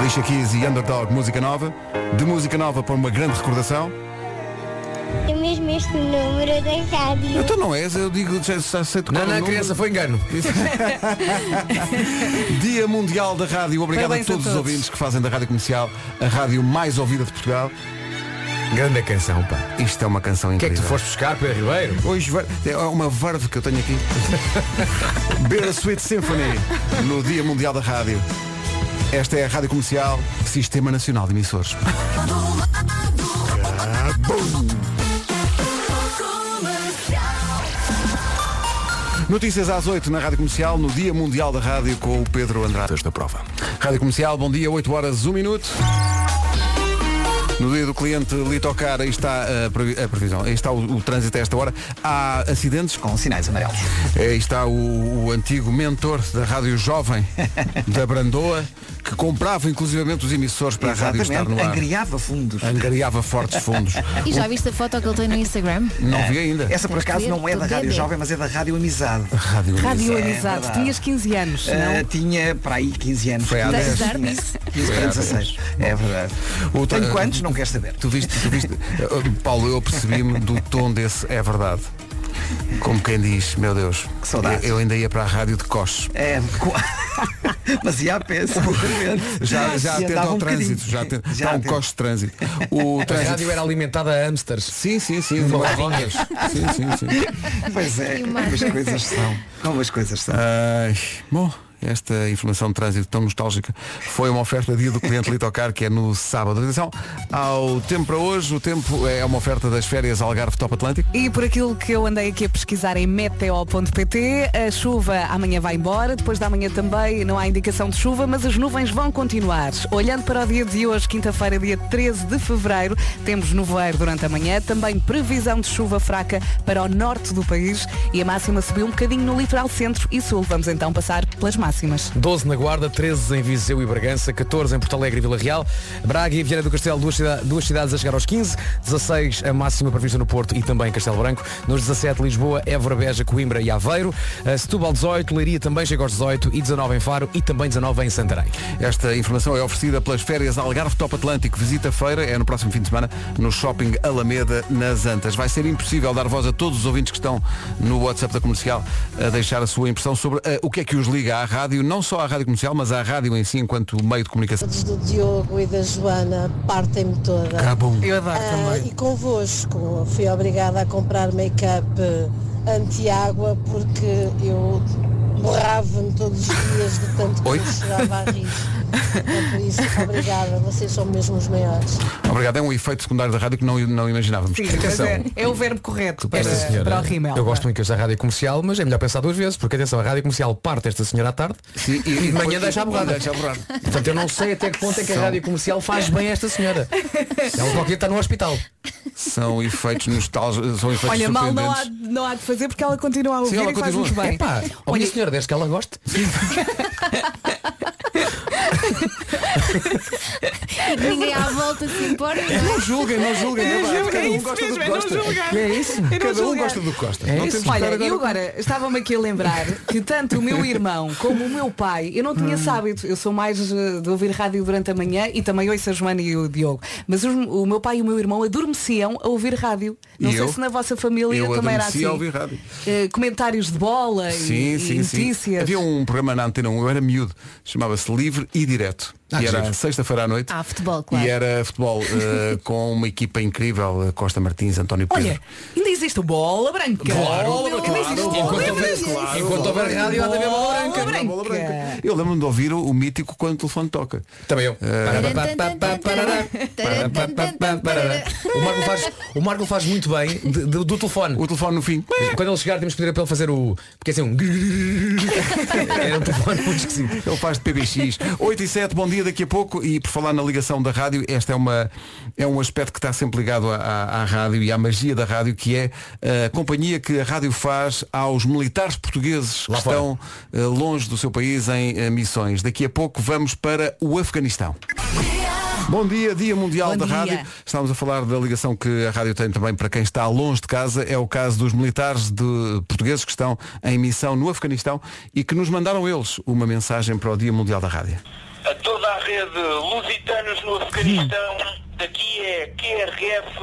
Speaker 2: Alicia Keys e Underdog, música nova. De música nova para uma grande recordação.
Speaker 11: É mesmo este número da rádio.
Speaker 2: Então não és, eu digo, já, já sei tocar
Speaker 9: Não,
Speaker 2: o
Speaker 9: não,
Speaker 2: número.
Speaker 9: criança, foi engano.
Speaker 2: Dia Mundial da Rádio. Obrigado
Speaker 9: Parabéns
Speaker 2: a
Speaker 9: a
Speaker 2: todos, os
Speaker 9: todos.
Speaker 2: ouvintes que fazem da Rádio Comercial a rádio mais ouvida de Portugal.
Speaker 9: Grande canção, pá.
Speaker 2: Isto é uma canção
Speaker 9: O que é
Speaker 2: incrível.
Speaker 9: que tu foste buscar, Pedro Ribeiro?
Speaker 2: Hoje vai- é uma verve que eu tenho aqui. Beira Sweet Symphony, no Dia Mundial da Rádio. Esta é a Rádio Comercial, Sistema Nacional de Emissores.
Speaker 9: Ah,
Speaker 2: Notícias às 8 na Rádio Comercial, no Dia Mundial da Rádio, com o Pedro Andrade da prova. Rádio Comercial, bom dia, 8 horas, 1 minuto. No dia do cliente Litocar, aí está a, previ- a previsão, aí está o, o trânsito a esta hora. Há acidentes com sinais amarelos. Aí está o, o antigo mentor da Rádio Jovem da Brandoa, que comprava inclusivamente os emissores para a rádio estar no
Speaker 3: Exatamente,
Speaker 2: ar.
Speaker 3: angriava fundos.
Speaker 2: Angariava fortes fundos.
Speaker 5: E já viste a foto que ele tem no Instagram?
Speaker 2: Não vi ainda.
Speaker 3: Essa por acaso não é da Rádio Jovem, mas é da Rádio Amizade.
Speaker 2: Rádio
Speaker 6: Rádio
Speaker 3: É
Speaker 6: Amizade.
Speaker 3: verdade.
Speaker 6: Tinhas 15 anos,
Speaker 2: Eh,
Speaker 3: Ah,
Speaker 6: não?
Speaker 3: tinha para aí 15 anos.
Speaker 2: Foi há Tens 10. de
Speaker 5: dar nisso.
Speaker 3: 15 para 16. É verdade. Tenho
Speaker 2: eh,
Speaker 3: quantos? Não queres saber.
Speaker 2: Tu viste, tu viste. Uh, Paulo, eu percebi-me do tom desse, é verdade. Como quem diz, meu Deus,
Speaker 3: Que saudades.
Speaker 2: eu ainda ia para a rádio de coche.
Speaker 3: É, co- mas ia a pé, seguramente.
Speaker 2: Já, já atento
Speaker 3: dava
Speaker 2: ao
Speaker 3: um
Speaker 2: trânsito,
Speaker 3: bocadinho.
Speaker 2: já atento.
Speaker 3: Já
Speaker 2: Está um
Speaker 3: atento.
Speaker 2: coche de trânsito. O
Speaker 9: A rádio
Speaker 2: trânsito.
Speaker 9: era alimentada a hamsters.
Speaker 2: Sim, sim, sim.
Speaker 9: Uma
Speaker 2: umas
Speaker 9: rodinha.
Speaker 2: rodas. Sim, sim, sim.
Speaker 3: Pois é,
Speaker 5: Que
Speaker 3: como
Speaker 5: imagem.
Speaker 3: as coisas são. Como as coisas são.
Speaker 2: Ai, bom, esta informação de trânsito tão nostálgica foi uma oferta dia do cliente Litocar, que é no sábado. Atenção ao tempo para hoje. O tempo é uma oferta das férias Algarve Top Atlântico.
Speaker 6: E por aquilo que eu andei aqui a pesquisar em meteo.pt, a chuva amanhã vai embora, depois da manhã também não há indicação de chuva, mas as nuvens vão continuar. Olhando para o dia de hoje, quinta-feira, dia 13 de fevereiro, temos nevoeiro durante a manhã, também previsão de chuva fraca para o norte do país e a máxima subiu um bocadinho no litoral centro e sul. Vamos então passar pelas máximas.
Speaker 9: 12 na Guarda, 13 em Viseu e Bragança, 14 em Porto Alegre e Vila Real, Braga e Viana do Castelo, duas, cida- duas cidades a chegar aos 15, 16 a máxima prevista no Porto e também em Castelo Branco, nos 17 Lisboa, Évora, Beja, Coimbra e Aveiro, a Setúbal 18, Leiria também chega aos 18 e 19 em Faro e também 19 em Santarém.
Speaker 2: Esta informação é oferecida pelas férias Algarve Top Atlântico. Visita a feira, é no próximo fim de semana, no Shopping Alameda, nas Antas. Vai ser impossível dar voz a todos os ouvintes que estão no WhatsApp da Comercial a deixar a sua impressão sobre eh, o que é que os liga à rádio, não só à rádio comercial, mas à rádio em si enquanto meio de comunicação.
Speaker 16: do Diogo e da Joana partem-me toda.
Speaker 2: Cá bom.
Speaker 6: Eu adoro
Speaker 16: Ah,
Speaker 6: também.
Speaker 16: E convosco fui obrigada a comprar make-up anti-água porque eu borrava-me todos os dias de tanto que
Speaker 2: Oi?
Speaker 16: eu chegava a rir. É por isso, obrigada, vocês são mesmo os maiores.
Speaker 2: Obrigado, é um efeito secundário da rádio que não, não imaginávamos.
Speaker 6: mas é, é o verbo correto para,
Speaker 9: Esta senhora,
Speaker 6: para o rímel.
Speaker 9: eu gosto muito que hoje da rádio comercial, mas é melhor pensar duas vezes, porque atenção, a rádio comercial parte esta senhora à tarde
Speaker 2: e,
Speaker 9: de manhã
Speaker 2: depois-
Speaker 9: deixa a borrada.
Speaker 2: Deixa a borrada.
Speaker 9: Portanto, eu não sei até que ponto é que a
Speaker 2: São-
Speaker 9: rádio comercial faz bem a esta senhora. Ela qualquer dia está no hospital.
Speaker 2: São efeitos nostálgicos, são efeitos
Speaker 6: Olha, mal não há,
Speaker 2: surpreendentes.
Speaker 6: não há de fazer porque ela continua a ouvir
Speaker 2: ela
Speaker 6: e faz muito
Speaker 2: continua.
Speaker 6: bem.
Speaker 9: Epá, ó minha senhora, desde que ela goste.
Speaker 5: Ninguém à volta se importa.
Speaker 2: Não julguem, não julguem.
Speaker 6: Eu
Speaker 2: é pá,
Speaker 6: julgo,
Speaker 2: Cada um gosta do
Speaker 6: é isso mesmo,
Speaker 2: que
Speaker 6: é não
Speaker 2: gosta.
Speaker 6: julgar.
Speaker 2: É isso.
Speaker 6: É não
Speaker 2: Cada um
Speaker 6: julgar.
Speaker 2: gosta do que gosta.
Speaker 6: É
Speaker 2: Não
Speaker 6: isso.
Speaker 2: temos que
Speaker 6: Olha,
Speaker 2: estar
Speaker 6: eu
Speaker 2: agora-
Speaker 6: agora estava-me aqui a lembrar que tanto o meu irmão como o meu pai, eu não
Speaker 2: Ah.
Speaker 6: tinha sábado, eu sou mais eh, de ouvir rádio durante a manhã e também ouço a Joana e o Diogo, mas os- o meu pai e o meu irmão adormeciam a ouvir rádio. Não
Speaker 2: E
Speaker 6: sei
Speaker 2: eu?
Speaker 6: se na vossa família
Speaker 2: Eu
Speaker 6: também era
Speaker 2: adormeci
Speaker 6: assim.
Speaker 2: a ouvir rádio.
Speaker 6: Eh, comentários de bola e-
Speaker 2: Sim,
Speaker 6: e,
Speaker 2: sim, sim.
Speaker 6: notícias.
Speaker 2: Havia um programa na Antena 1, eu era miúdo, chamava-se Livre e Direto.
Speaker 9: Ah,
Speaker 2: e era
Speaker 9: giro.
Speaker 2: sexta-feira à noite.
Speaker 5: Ah, futebol, claro.
Speaker 2: E era futebol eh, com uma equipa incrível, eh, Costa Martins, António Pedro.
Speaker 6: Olha, ainda existe o bola branca. bola branca. Ainda existe o bola
Speaker 9: Enquanto
Speaker 6: branca.
Speaker 9: houver- enquanto houver rádio, há de haver bola branca.
Speaker 6: Bola branca.
Speaker 2: Eu lembro-me de ouvir o, o mítico quando o telefone toca. Eh,
Speaker 9: Também eu. O Marco faz, o Marco faz muito bem de- de- do telefone.
Speaker 2: O telefone no fim.
Speaker 9: Quando ele chegar temos que pedir para ele fazer o. Porque é assim um. Era um telefone muito esquisito.
Speaker 2: Ele faz de PBX. 8 e 7, bom dia daqui a pouco. E por falar na ligação da rádio, esta é, uma, é um aspecto que está sempre ligado à, à- à rádio e à magia da rádio, que é a companhia que a rádio faz aos militares portugueses que
Speaker 9: fora.
Speaker 2: estão eh, longe do seu país em eh, missões. Daqui a pouco vamos para o Afeganistão. Bom dia, Dia Mundial
Speaker 17: Bom
Speaker 2: da
Speaker 17: dia.
Speaker 2: Rádio. Estamos a falar da ligação que a rádio tem também para quem está longe de casa. É o caso dos militares de portugueses que estão em missão no Afeganistão e que nos mandaram eles uma mensagem para o Dia Mundial da Rádio.
Speaker 7: a toda a rede Lusitanos no Afeganistão, daqui é QRF,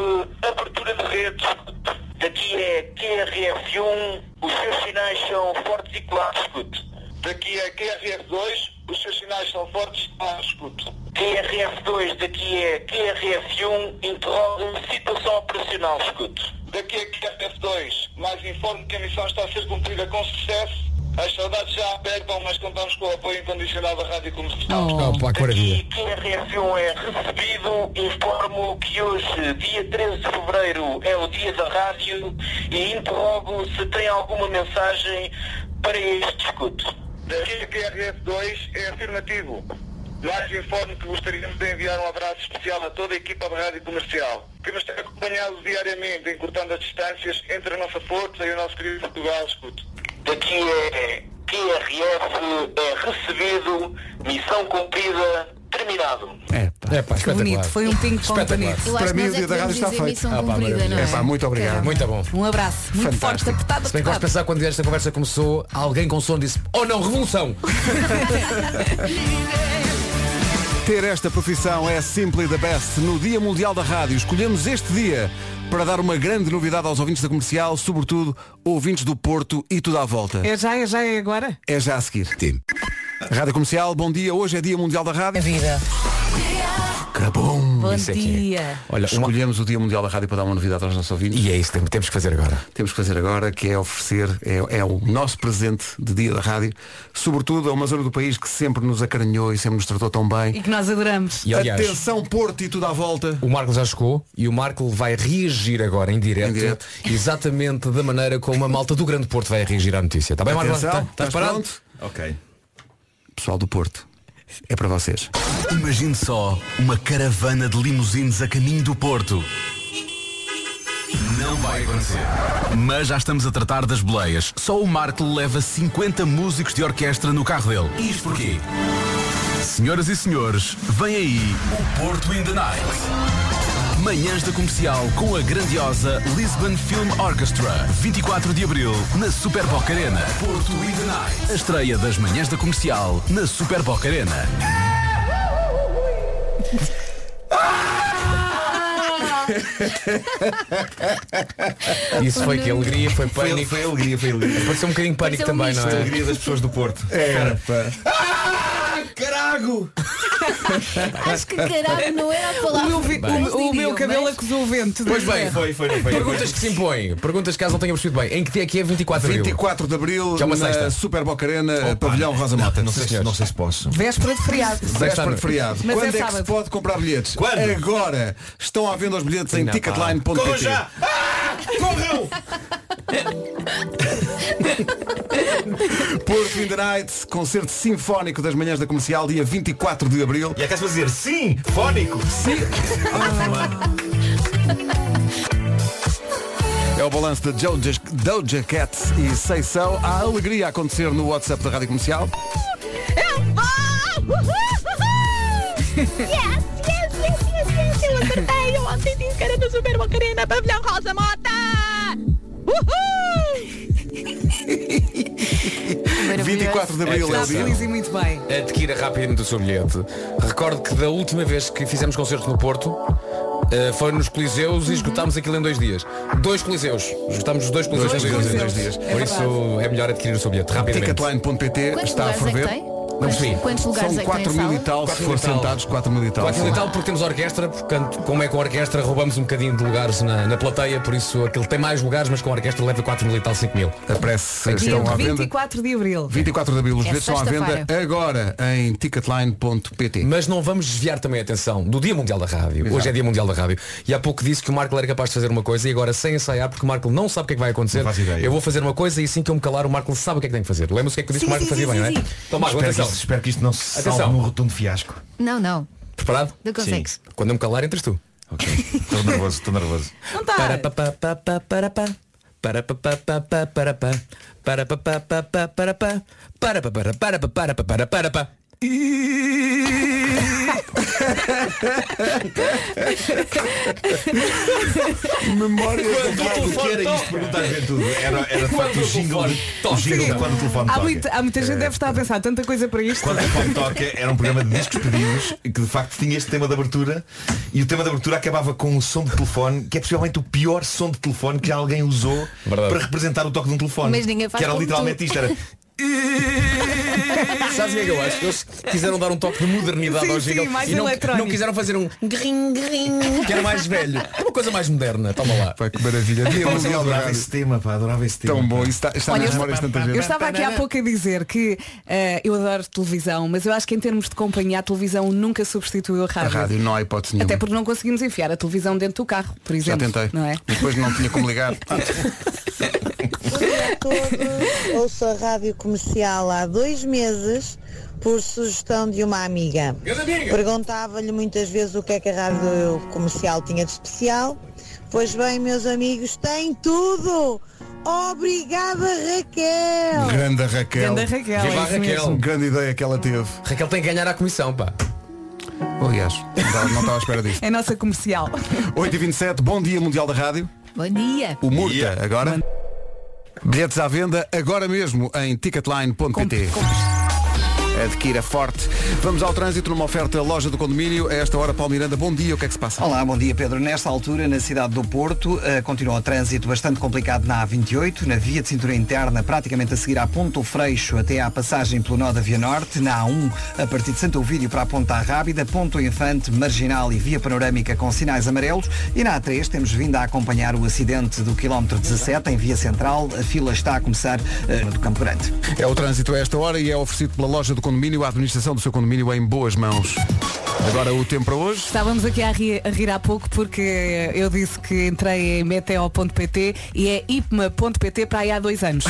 Speaker 7: abertura de redes, daqui é QRF1, os seus sinais são fortes e claros, escute. Daqui é QRF2, os seus sinais são fortes tá? e claros, escute. QRF2, daqui é QRF1, interroga situação operacional, escute. Daqui é QRF2, mais informe que a missão está a ser cumprida com sucesso. As saudades já apertam, mas contamos com o apoio incondicional da Rádio Comercial.
Speaker 9: Opa, que maravilha.
Speaker 7: TRF1 é recebido, informo que hoje, dia 13 de Fevereiro, é o dia da rádio e interrogo se tem alguma mensagem para este escuto. Daqui a QRF2 é afirmativo. Mais informo que gostaríamos de enviar um abraço especial a toda a equipa da Rádio Comercial, que nos tem acompanhado diariamente, encurtando as distâncias entre a nossa força e o nosso querido Portugal, escuto. Daqui é QRF, é recebido, missão cumprida, terminado.
Speaker 2: É,
Speaker 9: é pá,
Speaker 6: Que bonito, foi um ping-pong
Speaker 9: Espetacular.
Speaker 6: bonito.
Speaker 5: Eu acho
Speaker 2: Para
Speaker 5: que
Speaker 2: mim,
Speaker 5: nós
Speaker 2: o
Speaker 5: é
Speaker 2: Dia
Speaker 5: que
Speaker 2: da Rádio
Speaker 5: devemos
Speaker 2: está
Speaker 5: dizer
Speaker 2: feito.
Speaker 5: missão
Speaker 9: Ah, pá,
Speaker 5: cumprida, não
Speaker 9: maravilha.
Speaker 5: é?
Speaker 2: É pá, muito obrigado.
Speaker 9: Muito bom.
Speaker 6: Um abraço, muito forte,
Speaker 2: Fantástico.
Speaker 6: apertado,
Speaker 9: Se bem que vais
Speaker 6: apertado.
Speaker 9: pensar quando esta conversa começou, alguém com som disse, oh não, revolução!
Speaker 2: Ter esta profissão é simply the best. No Dia Mundial da Rádio, escolhemos este dia para dar uma grande novidade aos ouvintes da comercial, sobretudo ouvintes do Porto e tudo à volta.
Speaker 6: É já, é já, é agora?
Speaker 2: É já a seguir. Tim. Rádio Comercial, bom dia. Hoje é Dia Mundial da Rádio. É vida. Cabum.
Speaker 6: Bom
Speaker 2: Isso é que é.
Speaker 6: dia.
Speaker 2: Olha, escolhemos o Dia Mundial da Rádio para dar uma novidade aos nossos ouvintes.
Speaker 9: E é isso, tem- temos que fazer agora.
Speaker 2: Temos que fazer agora, que é oferecer, é, é o nosso presente de dia da rádio, sobretudo a uma zona do país que sempre nos acarinhou e sempre nos tratou tão bem.
Speaker 6: E que nós adoramos.
Speaker 9: E, aliás,
Speaker 2: Atenção, Porto e tudo à volta.
Speaker 9: O Marco já chegou e o Marco vai reagir agora em direto, exatamente da maneira como a malta do Grande Porto vai reagir à notícia. Está bem, Marco?
Speaker 2: Atenção,
Speaker 9: Tá-
Speaker 2: estás pronto?
Speaker 9: Ok.
Speaker 2: Pessoal do Porto, é para vocês.
Speaker 14: Imagine só uma caravana de limusines a caminho do Porto. Não vai acontecer. Mas já estamos a tratar das boleias. Só o Marco leva 50 músicos de orquestra no carro dele. Isto porquê? Senhoras e senhores, vem aí o Porto in the Night. Manhãs da Comercial com a grandiosa Lisbon Film Orchestra. 24 de Abril, na Super Boca Arena. Porto in the Night. A estreia das Manhãs da Comercial na Super Boca Arena.
Speaker 9: Isso foi que alegria, foi pânico.
Speaker 2: Foi, alegria, foi alegria.
Speaker 9: Pareceu um bocadinho pânico
Speaker 2: Pareceu um
Speaker 9: também, não
Speaker 2: misto.
Speaker 9: é?
Speaker 2: Alegria
Speaker 9: das pessoas do Porto.
Speaker 2: Ah, carago!
Speaker 5: Acho que caralho não era a palavra.
Speaker 6: O meu, vi-
Speaker 5: que eles
Speaker 6: o- o meu
Speaker 5: diriam,
Speaker 6: cabelo
Speaker 5: mas-
Speaker 6: acusou o vento.
Speaker 9: Pois bem,
Speaker 6: Não é?
Speaker 9: perguntas que se impõem, perguntas que caso não tenham percebido bem. Em que dia é que é 24 de abril?
Speaker 2: 24 de Abril,
Speaker 9: Que é uma
Speaker 2: na
Speaker 9: sexta.
Speaker 2: Super Boca Arena, pavilhão Rosa
Speaker 9: não,
Speaker 2: Mota.
Speaker 9: não sei se- não sei se
Speaker 2: posso.
Speaker 6: Véspera de feriado.
Speaker 2: Véspera de feriado.
Speaker 6: Mas
Speaker 2: Quando
Speaker 6: é
Speaker 2: é, que se
Speaker 6: sábado.
Speaker 2: pode comprar bilhetes?
Speaker 6: Quando?
Speaker 2: Agora! Estão à venda os bilhetes em
Speaker 9: Não, pá. Corram
Speaker 2: ticketline.pt
Speaker 9: já!
Speaker 2: Corram! Porto in the Night, concerto sinfónico das manhãs da comercial, dia 24 de Abril. E é que dizer sim, fónico! Sim! É o balanço da Doja, Doja Cat e Seição. Há alegria a acontecer no WhatsApp da Rádio Comercial.
Speaker 11: Eu vou! Yes, yes, yes, yes, yes! Eu acertei! Eu aceitei o cara do Super Macarena, pavilhão Rosa Mota! Uhul!
Speaker 2: 24 de Abril é o
Speaker 6: Está
Speaker 9: dia.
Speaker 6: feliz e muito bem.
Speaker 9: Adquira rapidamente o seu bilhete. Recordo que da última vez que fizemos concertos no Porto, eh, foi nos Coliseus e esgotámos aquilo em dois dias. Dois Coliseus. Esgotámos os dois Coliseus,
Speaker 2: Dois
Speaker 9: em dois
Speaker 2: Coliseus.
Speaker 9: dias.
Speaker 2: É
Speaker 9: Por
Speaker 2: verdade.
Speaker 9: isso é melhor adquirir o seu bilhete rapidamente.
Speaker 2: Ticketline.pt
Speaker 5: Quantos
Speaker 2: está a
Speaker 5: lugares é que
Speaker 2: ferver.
Speaker 5: tem?
Speaker 2: Não
Speaker 5: Quantos-
Speaker 2: percebi.
Speaker 5: quantos lugares
Speaker 2: São
Speaker 5: é que tem
Speaker 2: 4 mil e
Speaker 5: sala?
Speaker 2: tal, se
Speaker 9: Quatro
Speaker 2: for
Speaker 9: mil e tal.
Speaker 2: sentados, 4 mil e tal.
Speaker 9: 4 mil e tal porque temos orquestra, portanto, como é com a orquestra, roubamos um bocadinho de lugares na, na plateia, por isso aquilo tem mais lugares, mas com a orquestra leva 4 mil e tal, 5 mil. é
Speaker 2: Aparece,
Speaker 6: Dia
Speaker 5: é
Speaker 2: estão à venda.
Speaker 6: 24 de abril.
Speaker 2: 24 de abril, os
Speaker 6: É
Speaker 2: bilhetes estão à venda
Speaker 6: sexta-feira.
Speaker 2: agora em ticketline.pt.
Speaker 9: Mas não vamos desviar também a atenção do Dia Mundial da Rádio.
Speaker 2: Exato.
Speaker 9: Hoje é Dia Mundial da Rádio. E há pouco disse que o Marco era capaz de fazer uma coisa e agora sem ensaiar, porque o Marco não sabe o que é que vai acontecer. Eu vou fazer uma coisa e assim que eu me calar, o Marco sabe o que é que tem que fazer. Lembra-se o que é que eu disse que
Speaker 5: Sim,
Speaker 9: o Marco
Speaker 5: sim,
Speaker 9: fazia
Speaker 5: sim,
Speaker 9: bem,
Speaker 5: sim,
Speaker 9: não é?
Speaker 5: sim.
Speaker 9: Então, Marco,
Speaker 17: espero, que,
Speaker 9: atenção.
Speaker 17: isto- espero que isto não se
Speaker 9: Atenção.
Speaker 17: salve num rotundo fiasco.
Speaker 5: Não, não.
Speaker 9: Preparado?
Speaker 5: Não consegues.
Speaker 9: Sim. Quando eu me calar, entras tu.
Speaker 17: Estou nervoso, estou nervoso.
Speaker 6: Não está.
Speaker 9: Para pa pa pa pa para pa. Para pa pa pa pa para pa. Para pa pa pa pa para pa. Para pa para para pa para pa para para pa.
Speaker 2: Memória
Speaker 17: O que era isto? Perguntar a tudo. Era, era de facto o jingle, o jingle de quando o telefone
Speaker 6: Há,
Speaker 17: toca.
Speaker 6: muita- há muita gente que deve estar a pensar tanta coisa para isto.
Speaker 17: Quando o telefone toca era um programa de discos pedidos que de facto tinha este tema de abertura e o tema de abertura acabava com o som de telefone que é possivelmente o pior som de telefone que já alguém usou para representar o toque de um telefone.
Speaker 5: Mas ninguém faz
Speaker 17: que era
Speaker 5: como
Speaker 17: literalmente
Speaker 5: tu.
Speaker 17: isto. Era...
Speaker 9: Sabes o que é que eu acho? Eles quiseram dar um toque de modernidade
Speaker 6: Sim,
Speaker 9: ao
Speaker 6: sim,
Speaker 9: jingle
Speaker 6: mais
Speaker 9: e não,
Speaker 6: eletrónico.
Speaker 9: não quiseram fazer um
Speaker 5: Grim, grim.
Speaker 9: que era mais velho. É Uma coisa mais moderna, toma lá.
Speaker 2: Pá, que maravilha. Dia
Speaker 17: Pá, mas
Speaker 2: Mundial
Speaker 17: eu
Speaker 2: da
Speaker 17: adorava
Speaker 2: Rádio.
Speaker 17: esse tema, pá, adorava esse tema.
Speaker 2: Tão bom, isso está, está
Speaker 6: Olha,
Speaker 2: nas
Speaker 6: eu-
Speaker 17: é
Speaker 2: memórias de tanta
Speaker 6: Eu
Speaker 2: gente.
Speaker 6: estava aqui há pouco a dizer que eh, eu adoro televisão, mas eu acho que em termos de companhia a televisão nunca substituiu a
Speaker 2: A
Speaker 6: rádio.
Speaker 2: rádio não há hipótese nenhuma.
Speaker 6: Ah, Até porque não conseguimos enfiar a televisão dentro do carro, por
Speaker 2: Já
Speaker 6: exemplo.
Speaker 2: tentei.
Speaker 6: Não é?
Speaker 2: Depois não tinha como ligar.
Speaker 9: Ah,
Speaker 16: todos. Ouço a rádio comercial há dois meses por sugestão de uma amiga. Perguntava-lhe muitas vezes o que é que a rádio comercial tinha de especial. Pois bem, meus amigos, tem tudo! Obrigada, Raquel!
Speaker 2: Grande a Raquel.
Speaker 16: Grande a Raquel,
Speaker 9: Viva é a isso Raquel. mesmo.
Speaker 2: Grande ideia que ela teve.
Speaker 9: Raquel tem que ganhar à comissão, pá.
Speaker 2: Aliás, não estava- não estava à espera disto.
Speaker 6: É a nossa comercial.
Speaker 2: 8h27, bom dia Mundial da Rádio.
Speaker 5: Bom dia.
Speaker 2: O Murta, agora. Bilhetes à venda agora mesmo em ticketline.pt. Adquira forte. Vamos ao trânsito numa oferta loja do condomínio. A esta hora, Paulo Miranda, bom dia. O que é que se passa?
Speaker 3: Olá, bom dia Pedro. Nesta altura, na cidade do Porto, eh, continua o trânsito bastante complicado na A28, na via de cintura interna, praticamente a seguir à Ponto Freixo até à passagem pelo nó da Via Norte, na A1, a partir de Santo Ovídio para a Ponta Rábida, Ponto Infante, Marginal e Via Panorâmica com sinais amarelos. E na A3 temos vindo a acompanhar o acidente do quilómetro 17 em Via Central. A fila está a começar eh, no do Campo Grande.
Speaker 2: É o trânsito a esta hora e é oferecido pela loja do condomínio. A administração do seu condomínio é em boas mãos. Agora o tempo para hoje.
Speaker 6: Estávamos aqui a rir, a rir há pouco porque eu disse que entrei em meteo.pt e é ipma.pt para aí há dois anos.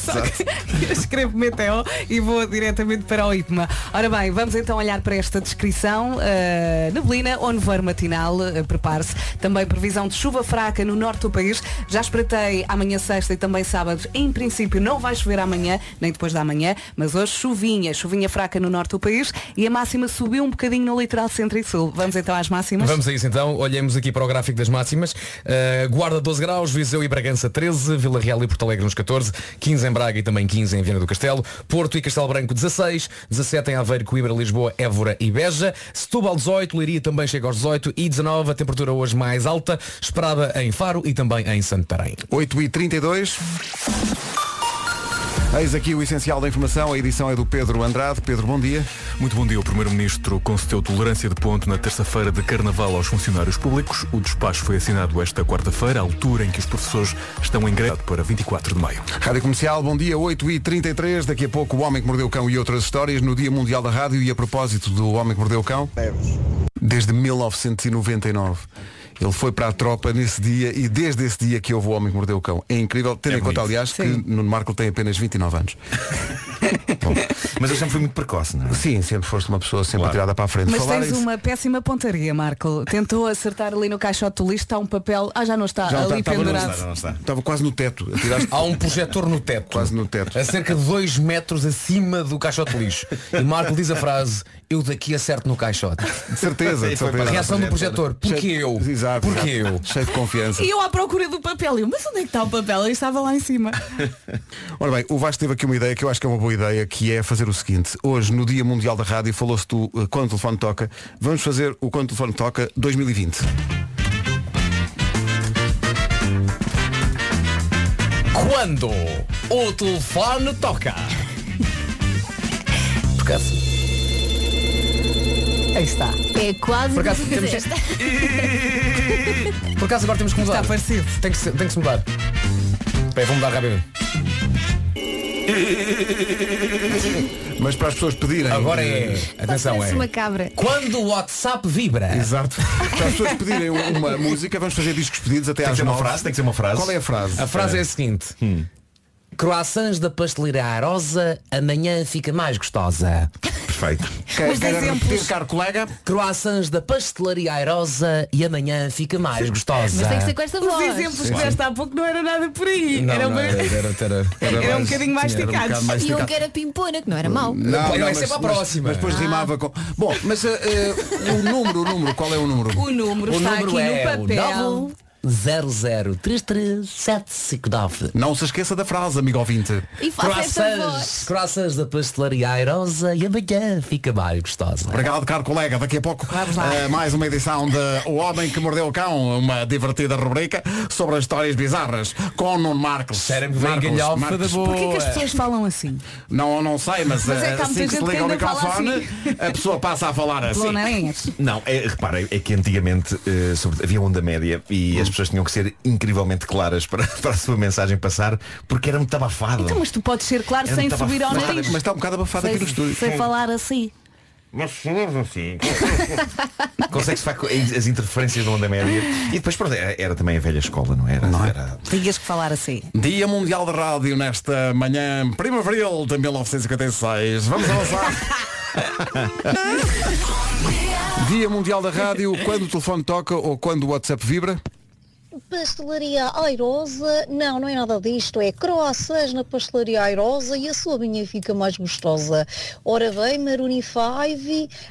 Speaker 6: Só que eu escrevo meteo e vou diretamente para o ipma. Ora bem, vamos então olhar para esta descrição. Uh, neblina ou nevoeiro matinal, uh, prepare-se. Também previsão de chuva fraca no norte do país. Já espreitei amanhã sexta e também sábado. Em princípio não vai chover amanhã, nem depois da manhã, mas hoje chuvinha, chuvinha fraca no norte do país e a máxima subiu um bocadinho no litoral centro e sul. Vamos então às máximas?
Speaker 9: Vamos a isso então, olhemos aqui para o gráfico das máximas. Uh, Guarda 12 graus, Viseu e Bragança 13, Vila Real e Porto Alegre nos 14, 15 em Braga e também 15 em Viana do Castelo, Porto e Castelo Branco 16, 17 em Aveiro, Coimbra, Lisboa, Évora e Beja, Setúbal 18, Leiria também chega aos 18 e 19, a temperatura hoje mais alta, esperada em Faro e também em Santarém.
Speaker 2: 8 e 32 Eis aqui o essencial da informação. A edição é do Pedro Andrade. Pedro, bom dia.
Speaker 1: Muito bom dia. O Primeiro-Ministro concedeu tolerância de ponto na terça-feira de Carnaval aos funcionários públicos. O despacho foi assinado esta quarta-feira, à altura em que os professores estão em greve para 24 de maio.
Speaker 2: Rádio Comercial, bom dia, 8h33. Daqui a pouco, O Homem que Mordeu o Cão e outras histórias no Dia Mundial da Rádio. E a propósito do Homem que Mordeu o Cão, desde 1999. Ele foi para a tropa nesse dia e desde esse dia que houve O Homem que Mordeu o Cão. É incrível, tendo
Speaker 17: É
Speaker 2: em conta,
Speaker 17: bonito.
Speaker 2: aliás,
Speaker 17: Sim.
Speaker 2: que Nuno Marco tem apenas 29 anos.
Speaker 17: Mas eu sempre fui muito precoce, não é?
Speaker 2: Sim, sempre foste uma pessoa sempre tirada para a frente.
Speaker 6: Mas
Speaker 2: Falar
Speaker 6: tens
Speaker 2: em-
Speaker 6: uma péssima pontaria, Marco. Tentou acertar ali no caixote do lixo, está um papel. Ah, já não está,
Speaker 2: Já
Speaker 6: ali
Speaker 2: estava-
Speaker 6: pendurado.
Speaker 2: estava- Estava quase no teto. Atiraste-
Speaker 9: Há um projetor no teto.
Speaker 2: Quase no teto.
Speaker 9: A cerca de 2 metros acima do caixote de lixo. E Marco diz a frase, eu daqui acerto no caixote.
Speaker 2: De certeza, de certeza.
Speaker 9: Reação do projetor, porque eu?
Speaker 2: Exato.
Speaker 9: Porque eu?
Speaker 2: Cheio de confiança.
Speaker 6: E eu à procura do papel. Eu, mas onde é que está o papel? Ele estava lá em cima.
Speaker 2: Ora bem, o Vasco teve aqui uma ideia que eu acho que é uma boa ideia, que é fazer o seguinte. Hoje, no Dia Mundial da Rádio, falou-se do eh, Quando o Telefone Toca. Vamos fazer o Quando o Telefone Toca 2020.
Speaker 9: Quando o telefone toca. Por acaso.
Speaker 6: Aí está.
Speaker 5: É quase
Speaker 9: Por
Speaker 5: o que
Speaker 9: acaso
Speaker 5: tu
Speaker 9: temos-
Speaker 5: fizeste.
Speaker 9: Por acaso agora temos que mudar. Está parecido. Tem que se, tem que se mudar. Espera, aí, vou mudar rapidamente.
Speaker 2: Mas para as pessoas pedirem. eh,
Speaker 9: Agora é. Atenção,
Speaker 5: Parece
Speaker 9: é.
Speaker 5: uma cabra.
Speaker 9: Quando o WhatsApp vibra.
Speaker 2: Exato. Para as pessoas pedirem uma música, vamos fazer discos pedidos até às
Speaker 17: que ser uma
Speaker 2: nove.
Speaker 17: frase, tem que ser uma frase.
Speaker 2: Qual é a frase?
Speaker 9: A frase é a seguinte. Croações da pasteleira Arosa, amanhã fica mais gostosa.
Speaker 17: Perfeito.
Speaker 9: Quer,
Speaker 2: um
Speaker 9: caro colega? Croações da pastelaria Arosa e amanhã fica mais gostosa.
Speaker 5: Mas tem que ser com esta
Speaker 6: Os
Speaker 5: voz.
Speaker 6: exemplos
Speaker 9: Sim,
Speaker 6: que
Speaker 9: sim.
Speaker 6: deste há pouco não era nada por aí.
Speaker 9: Não,
Speaker 6: era
Speaker 9: não,
Speaker 6: uma-
Speaker 9: era- era- era- era
Speaker 6: era um
Speaker 9: É mais-
Speaker 6: bocadinho mais
Speaker 9: tinha- era um
Speaker 6: esticados.
Speaker 9: bocado mais
Speaker 5: E um
Speaker 9: esticado.
Speaker 5: que era pimpona, que não era mau.
Speaker 2: Não, não,
Speaker 9: isso é para a próxima.
Speaker 2: Mas depois rimava com. Bom, mas eh, eh, o número, o número, qual é o número?
Speaker 6: O número
Speaker 9: O
Speaker 6: está
Speaker 9: número
Speaker 6: aqui
Speaker 9: é
Speaker 6: no
Speaker 9: o
Speaker 6: papel.
Speaker 9: 0033759.
Speaker 2: Não se esqueça da frase, amigo ouvinte.
Speaker 5: E faça esta voz.
Speaker 9: Croações da pastelaria Airosa e amanhã fica mais gostosa.
Speaker 2: Obrigado, caro colega. Daqui a pouco eh, mais uma edição de O Homem que Mordeu o Cão, uma divertida rubrica sobre as histórias bizarras com o Nuno Marcos. Sério,
Speaker 9: vem galhofa da boa.
Speaker 6: Porquê que as pessoas falam assim?
Speaker 2: Não, não sei, mas,
Speaker 6: Mas é que há
Speaker 2: eh, assim
Speaker 6: muita
Speaker 2: que se
Speaker 6: gente que
Speaker 2: liga o
Speaker 6: ainda fala assim?
Speaker 2: microfone, a pessoa passa a falar
Speaker 17: Ah,
Speaker 2: assim.
Speaker 6: Pelo nariz.
Speaker 17: Não, é, repara, é que antigamente eh, sobre- havia onda média e as pessoas tinham que ser incrivelmente claras para, para a sua mensagem passar porque era muito abafada.
Speaker 6: Então, mas tu podes ser claro
Speaker 17: Era
Speaker 6: sem
Speaker 17: muito
Speaker 6: subir ao
Speaker 17: abafado.
Speaker 6: nariz.
Speaker 17: Mas está um bocado abafado
Speaker 6: Sem-
Speaker 17: aqui no estúdio.
Speaker 6: Sem falar assim.
Speaker 17: Mas somos assim. Consegue-se falar com as interferências da onda média. E depois, pronto, era, era também a velha escola, não é? era? Era-
Speaker 6: Tinhas que falar assim.
Speaker 2: Dia Mundial da Rádio nesta manhã primaveril de 1956. Vamos avançar. Dia Mundial da Rádio, quando o telefone toca ou quando o WhatsApp vibra?
Speaker 18: Pastelaria Airosa, não, não é nada disto, é croissants na pastelaria Airosa e a sua vinha fica mais gostosa. Ora bem, Maroon 5,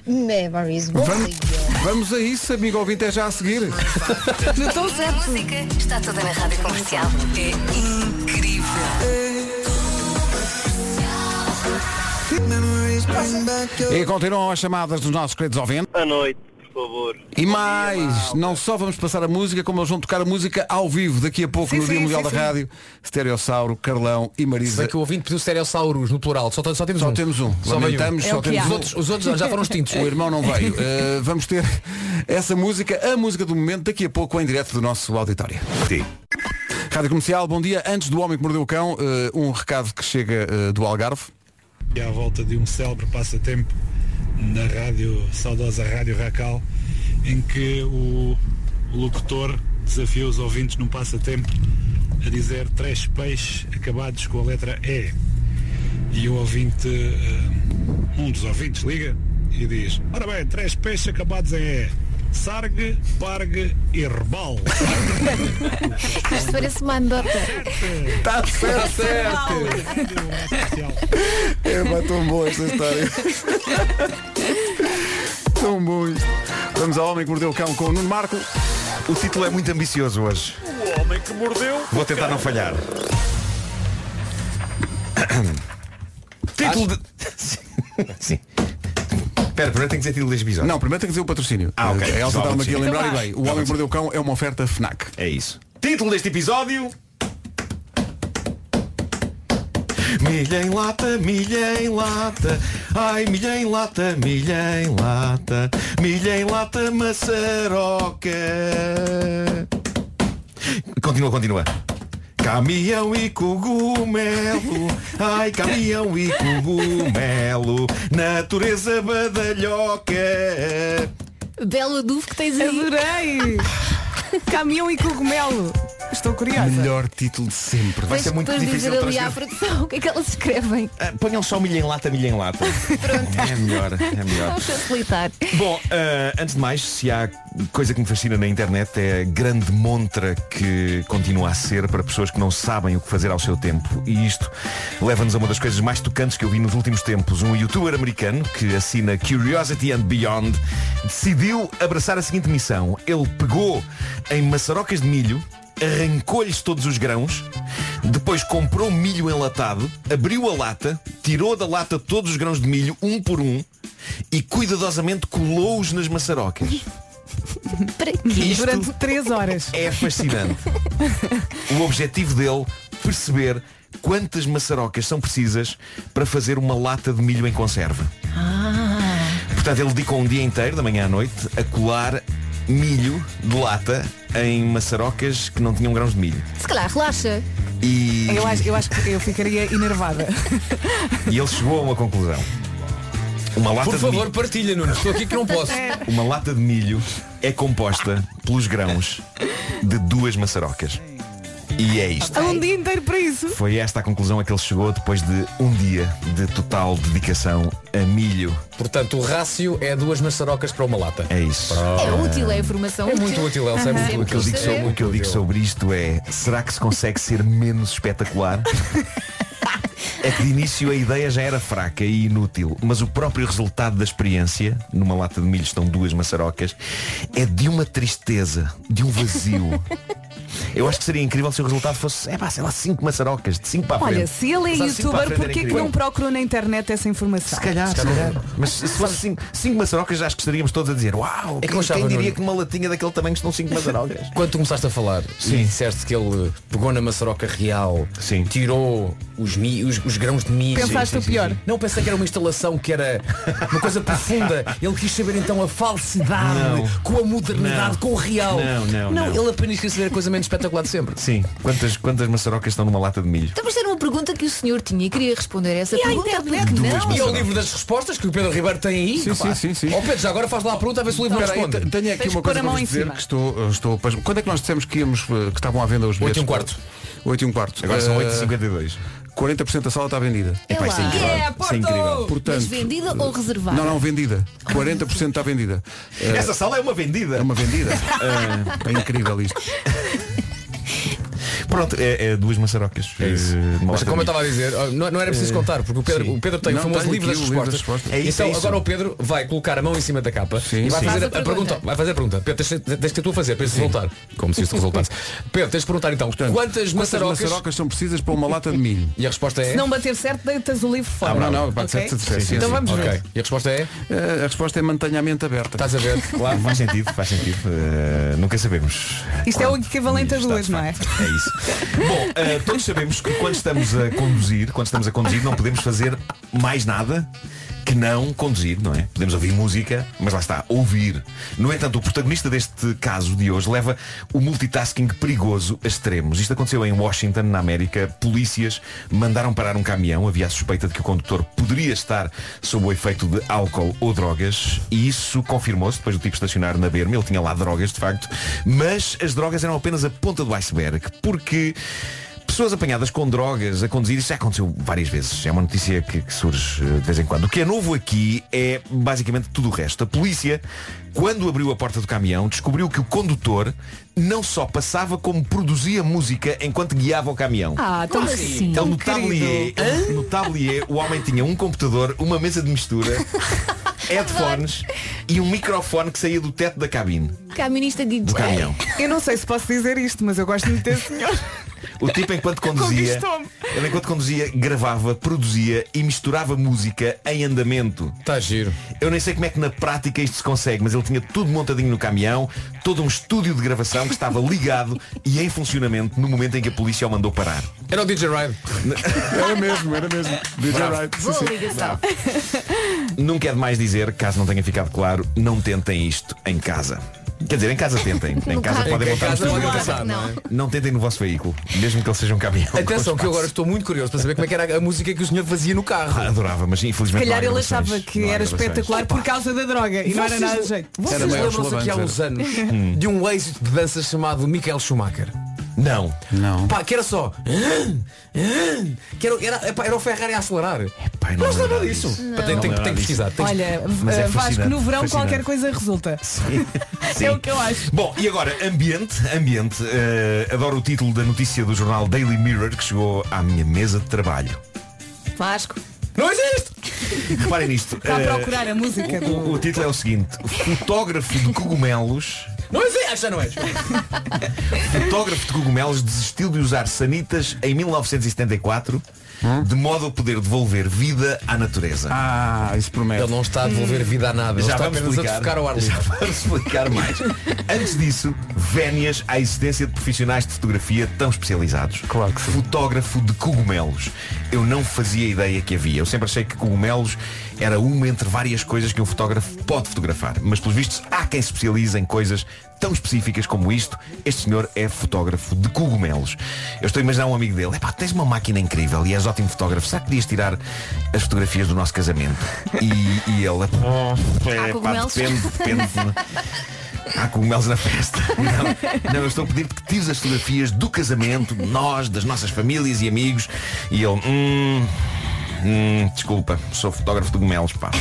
Speaker 18: Memories. Bom
Speaker 2: Vamos, vamos a isso, amigo ouvinte, é já a seguir.
Speaker 19: A música está toda na rádio comercial. É incrível.
Speaker 2: E continuam as chamadas dos nossos queridos ouvintes.
Speaker 4: À noite, por favor.
Speaker 2: E mais, não só vamos passar a música, como eles vão tocar a música ao vivo daqui a pouco
Speaker 9: Sim,
Speaker 2: no Dia
Speaker 9: sim,
Speaker 2: Mundial
Speaker 9: sim,
Speaker 2: da
Speaker 9: sim.
Speaker 2: Rádio. Stereossauro, Carlão e Marisa.
Speaker 9: Sei que o ouvinte pediu Stereossauros no plural, só, só temos um.
Speaker 2: temos um.
Speaker 9: Só veio
Speaker 2: Lamentamos,
Speaker 9: um.
Speaker 2: só temos
Speaker 9: os
Speaker 2: um.
Speaker 9: outros, os outros já foram extintos.
Speaker 2: O irmão não veio. Uh, vamos ter essa música, a música do momento, daqui a pouco em direto do nosso auditório. Sim. Rádio Comercial, bom dia. Antes do Homem que Mordeu o Cão, uh, um recado que chega uh, do Algarve.
Speaker 20: E à volta de um célebre passatempo na rádio, saudosa Rádio Racal, em que o locutor desafia os ouvintes num passatempo a dizer três peixes acabados com a letra E. E o ouvinte, eh, um dos ouvintes liga e diz, ora bem, três peixes acabados em E. Sargue, pargue e rebal.
Speaker 5: Isto parece uma andota.
Speaker 17: Tá
Speaker 2: Está certo, certo. É pá, tão boa esta história. tão bom isto. Vamos ao Homem que Mordeu o Cão com o Nuno Marco.
Speaker 17: O título é muito ambicioso hoje.
Speaker 20: O homem que mordeu.
Speaker 17: Vou tentar não falhar. título de... Sim. Espera, primeiro tem que dizer título deste episódio.
Speaker 2: Não, primeiro tem que dizer o patrocínio.
Speaker 17: Ah, ok.
Speaker 2: A Elsa
Speaker 17: Só
Speaker 2: estava aqui a
Speaker 17: patrocínio.
Speaker 2: lembrar
Speaker 17: Então
Speaker 2: e bem.
Speaker 17: vá.
Speaker 2: O Homem que Mordeu o Cão é uma oferta FNAC.
Speaker 17: É isso. Título deste episódio. Milha em lata, milha em lata, ai milha em lata, milha em lata, milha em lata maçaroca. Continua, continua. Caminhão e cogumelo, ai caminhão e cogumelo, natureza badalhoca.
Speaker 5: Belo dufo que tens aí.
Speaker 6: Adorei! Caminhão e cogumelo. Estou curiosa.
Speaker 2: Melhor título de sempre.
Speaker 5: Depois, depois dizer ali à produção o que é que eles escrevem.
Speaker 17: Ah, Ponham só milha em lata, milha em lata. É melhor, é melhor.
Speaker 5: Vamos facilitar.
Speaker 17: Bom, eh, antes de mais, se há coisa que me fascina na internet é a grande montra que continua a ser para pessoas que não sabem o que fazer ao seu tempo. E isto leva-nos a uma das coisas mais tocantes que eu vi nos últimos tempos. Um youtuber americano que assina Curiosity and Beyond decidiu abraçar a seguinte missão. Ele pegou em maçarocas de milho, arrancou-lhes todos os grãos, depois comprou milho enlatado, abriu a lata, tirou da lata todos os grãos de milho, um por um, e cuidadosamente colou-os nas maçarocas.
Speaker 5: Para
Speaker 6: quê? Durante 3 horas.
Speaker 17: É fascinante. O objetivo dele, perceber quantas maçarocas são precisas para fazer uma lata de milho em conserva.
Speaker 6: Ah.
Speaker 17: Portanto, ele dedicou um dia inteiro, da manhã à noite, a colar milho de lata em maçarocas que não tinham grãos de milho.
Speaker 5: Se calhar, relaxa.
Speaker 17: E,
Speaker 6: Eu acho, eu acho que eu ficaria enervada.
Speaker 17: e ele chegou a uma conclusão. Uma lata
Speaker 9: Por
Speaker 17: de milho-
Speaker 9: favor, partilha, Nuno. Estou aqui que não posso.
Speaker 17: Uma lata de milho é composta pelos grãos de duas maçarocas. E é isto.
Speaker 6: Há um dia inteiro para isso.
Speaker 17: Foi esta a conclusão a que ele chegou depois de um dia de total dedicação a milho.
Speaker 9: Portanto, o rácio é duas maçarocas para uma lata.
Speaker 17: É isso.
Speaker 5: É útil, é informação
Speaker 9: É muito útil, Elsa, é
Speaker 5: Aham.
Speaker 9: muito
Speaker 17: O que, eu digo
Speaker 5: Sempre
Speaker 17: sobre, o
Speaker 5: saber.
Speaker 17: que eu digo sobre isto é Será que se consegue ser menos espetacular? É que de início a ideia já era fraca e inútil Mas o próprio resultado da experiência Numa lata de milho estão duas maçarocas É de uma tristeza De um vazio Eu acho que seria incrível se o resultado fosse É pá, sei lá, cinco maçarocas De cinco para a frente
Speaker 6: Olha, se ele é
Speaker 17: Mas há cinco para a
Speaker 6: youtuber,
Speaker 17: frente era
Speaker 6: porquê é que
Speaker 17: incrível.
Speaker 6: não procurou na internet essa informação?
Speaker 17: Se calhar, se calhar. Mas se fosse cinco, cinco maçarocas já acho que estaríamos todos a dizer Uau,
Speaker 9: É que
Speaker 17: quem,
Speaker 9: não estava,
Speaker 17: quem diria
Speaker 9: Nuno.
Speaker 17: que uma latinha daquele tamanho estão cinco maçarocas
Speaker 9: Quando tu começaste a falar e disseste que ele pegou na maçaroca real, tirou os, mi- os- os grãos de milho.
Speaker 6: Pensaste o pior.
Speaker 9: Não pensei que era uma instalação que era uma coisa profunda. Ele quis saber então a falsidade
Speaker 17: Não.
Speaker 9: com a modernidade,
Speaker 17: Não.
Speaker 9: com o real.
Speaker 17: Não, não, não.
Speaker 9: ele apenas quis saber a coisa menos espetacular de sempre.
Speaker 17: Sim, quantas, quantas maçarocas estão numa lata de milho?
Speaker 5: Então, mas era uma pergunta que o senhor tinha e queria responder a essa
Speaker 9: E à
Speaker 5: pergunta. porque
Speaker 9: Duas
Speaker 5: não?
Speaker 9: maçarocas. E é o livro das respostas que o Pedro Ribeiro tem aí.
Speaker 2: Sim, sim,
Speaker 9: Opa.
Speaker 2: sim, sim.
Speaker 9: Ó Pedro, já agora faz lá a pergunta a ver se o
Speaker 5: Então,
Speaker 9: livro
Speaker 2: Espera aí,
Speaker 9: responde.
Speaker 2: te- tenho aqui uma coisa para vos dizer que estou, estou pas- Quando é que nós dissemos que íamos eh, que estavam à venda os bilhetes? 8 e um quarto. 8 e um quarto.
Speaker 17: Agora são
Speaker 2: Eh,
Speaker 17: 8,52.
Speaker 2: 40% da sala está vendida.
Speaker 5: É Epá, isso é lá. incrível. Yeah, Porto! Mas
Speaker 2: Portanto, eh,
Speaker 5: vendida ou reservada?
Speaker 2: não, não, vendida. 40% está vendida. Eh,
Speaker 17: Essa sala é uma vendida.
Speaker 2: É uma vendida. Eh, é incrível isto.
Speaker 17: Pronto, é, é duas maçarocas.
Speaker 9: É isso.
Speaker 17: eh, de uma
Speaker 9: Mas
Speaker 17: lata
Speaker 9: como eu
Speaker 17: de
Speaker 9: estava a
Speaker 17: milho.
Speaker 9: dizer, oh, não, não era preciso
Speaker 17: Eh,
Speaker 9: contar, porque o Pedro,
Speaker 17: sim.
Speaker 9: o Pedro tem
Speaker 17: Não,
Speaker 9: o famoso
Speaker 17: tenho
Speaker 9: livro das
Speaker 17: aqui o livro
Speaker 9: respostas.
Speaker 17: das respostas. É isso,
Speaker 9: então
Speaker 17: é isso.
Speaker 9: agora o Pedro vai colocar a mão em cima da capa e vai
Speaker 17: sim.
Speaker 9: fazer
Speaker 17: Faz a
Speaker 9: a, a pergunta. Vai fazer a pergunta. Pedro, tens, tens tens de ter tu a fazer para isso resultar. Como se isto resultasse. Pedro, tens de perguntar então, quantas,
Speaker 2: quantas
Speaker 9: maçarocas...
Speaker 2: maçarocas são precisas para uma lata de milho?
Speaker 9: E a resposta é...
Speaker 6: Se não bater certo, deitas o livro fora.
Speaker 2: Ah, não, não, pá,
Speaker 6: Ok?
Speaker 2: certo, certo, sim,
Speaker 6: Então
Speaker 2: sim.
Speaker 6: vamos
Speaker 2: Ok.
Speaker 6: ver.
Speaker 9: E a resposta é?
Speaker 2: a resposta é mantenha a mente aberta.
Speaker 9: Estás a ver?
Speaker 17: Claro, faz sentido, faz sentido. Eh, nunca sabemos.
Speaker 6: Isto é o equivalente a duas, não é?
Speaker 17: É isso. Bom, eh, todos sabemos que quando estamos a conduzir, quando estamos a conduzir, não podemos fazer mais nada que não conduzir, não é? Podemos ouvir música, mas lá está, ouvir. No entanto, o protagonista deste caso de hoje leva o multitasking perigoso a extremos. Isto aconteceu em Washington, na América. Polícias mandaram parar um caminhão, havia a suspeita de que o condutor poderia estar sob o efeito de álcool ou drogas, e isso confirmou-se depois do tipo estacionar na berma, ele tinha lá drogas, de facto, mas as drogas eram apenas a ponta do iceberg, porque Pessoas apanhadas com drogas a conduzir, isso já aconteceu várias vezes. É uma notícia que, que surge eh, de vez em quando. O que é novo aqui é basicamente tudo o resto. A polícia, quando abriu a porta do caminhão, descobriu que o condutor não só passava como produzia música enquanto guiava o caminhão.
Speaker 6: Ah, tão Como assim?
Speaker 17: Então no
Speaker 6: Tão
Speaker 17: tablier, no tablier, o homem tinha um computador, uma mesa de mistura, headphones É e um microfone que saía do teto da cabine.
Speaker 6: Caminista de
Speaker 17: Do caminhão.
Speaker 6: Eu não sei se posso dizer isto, mas eu gosto muito desse senhor.
Speaker 17: O tipo enquanto conduzia,
Speaker 6: Conquistou-me.
Speaker 17: ele enquanto conduzia, gravava, produzia e misturava música em andamento.
Speaker 9: Está giro.
Speaker 17: Eu nem sei como é que na prática isto se consegue, mas ele tinha tudo montadinho no caminhão, todo um estúdio de gravação que estava ligado e em funcionamento no momento em que a polícia o mandou parar.
Speaker 9: Era o DJ Ride.
Speaker 2: era mesmo, era mesmo. DJ
Speaker 17: Bravo.
Speaker 2: Ride.
Speaker 17: Boa ligação. Nunca é demais dizer, caso não tenha ficado claro, não tentem isto em casa. Quer dizer, em casa tentem. Em
Speaker 9: No
Speaker 17: casa
Speaker 9: carro.
Speaker 17: podem
Speaker 9: Em
Speaker 17: montar um
Speaker 9: casa
Speaker 17: estúdio
Speaker 9: podem
Speaker 17: de
Speaker 9: montar,
Speaker 17: gravação.
Speaker 9: não é?
Speaker 17: Não tentem no vosso veículo, mesmo que ele seja um caminhão. com
Speaker 9: Atenção, que eu
Speaker 17: espaço.
Speaker 9: agora estou muito curioso para saber como é que era a música que o senhor fazia no carro.
Speaker 17: Ah, adorava, mas
Speaker 6: Se
Speaker 17: infelizmente
Speaker 6: calhar
Speaker 17: não há
Speaker 6: ele
Speaker 17: gravações.
Speaker 6: achava que
Speaker 17: Não há
Speaker 6: era
Speaker 17: gravações.
Speaker 6: espetacular por causa da droga É, e não era nada de jeito. Hum.
Speaker 9: Vocês lembram-se aqui há uns anos de um êxito de danças chamado Michael Schumacher?
Speaker 17: Não.
Speaker 2: Não.
Speaker 9: Pá, que era só. Que era, era, epá, era o Ferrari a acelerar.
Speaker 17: Epá,
Speaker 9: não
Speaker 17: não
Speaker 9: se lembra
Speaker 17: lembro
Speaker 9: disso.
Speaker 17: disso.
Speaker 9: Tem,
Speaker 17: Não
Speaker 9: tem-
Speaker 17: lembro
Speaker 9: tem que
Speaker 17: disso.
Speaker 9: pesquisar. tem que-
Speaker 6: Olha,
Speaker 17: Mas é
Speaker 6: eh, Vasco,
Speaker 17: fascinante,
Speaker 6: no verão
Speaker 17: fascinante.
Speaker 6: qualquer coisa resulta.
Speaker 17: Sim.
Speaker 6: É o que eu acho.
Speaker 17: Bom, e agora, ambiente, ambiente. Eh, adoro o título da notícia do jornal Daily Mirror que chegou à minha mesa de trabalho.
Speaker 6: Vasco.
Speaker 9: Não existe!
Speaker 17: Reparem nisto.
Speaker 6: Está a
Speaker 17: Eh,
Speaker 6: procurar a música
Speaker 17: o- o, o título é o seguinte. Fotógrafo de cogumelos.
Speaker 9: Não existe! Já não és!
Speaker 17: Fotógrafo de cogumelos desistiu de usar sanitas em 1974 de modo a poder devolver vida à natureza.
Speaker 2: Ah, isso promete.
Speaker 9: Ele não está a devolver vida a nada. Ele
Speaker 17: Já
Speaker 9: está
Speaker 17: vamos
Speaker 9: apenas a
Speaker 17: explicar,
Speaker 9: tocar ao ar
Speaker 17: já
Speaker 9: livre.
Speaker 17: vamos explicar mais. Antes disso, vénias à existência de profissionais de fotografia tão especializados. Claro que sim. Fotógrafo de cogumelos. Eu não fazia ideia que havia. Eu sempre achei que cogumelos era uma entre várias coisas que um fotógrafo pode fotografar. Mas pelos vistos há quem se especialize em coisas tão específicas como isto. Este senhor é fotógrafo de cogumelos. Eu estou a imaginar um amigo dele. Epá, tens uma máquina incrível e és ótimo fotógrafo. Será que podias tirar as fotografias do nosso casamento? E, e ele... "Epá,
Speaker 5: cogumelos?"
Speaker 17: É depende, depende. Há cogumelos na festa. Não, não, eu estou a pedir-te que tires as fotografias do casamento, de nós, das nossas famílias e amigos. E ele, hum, hum, desculpa, sou fotógrafo de cogumelos, pá.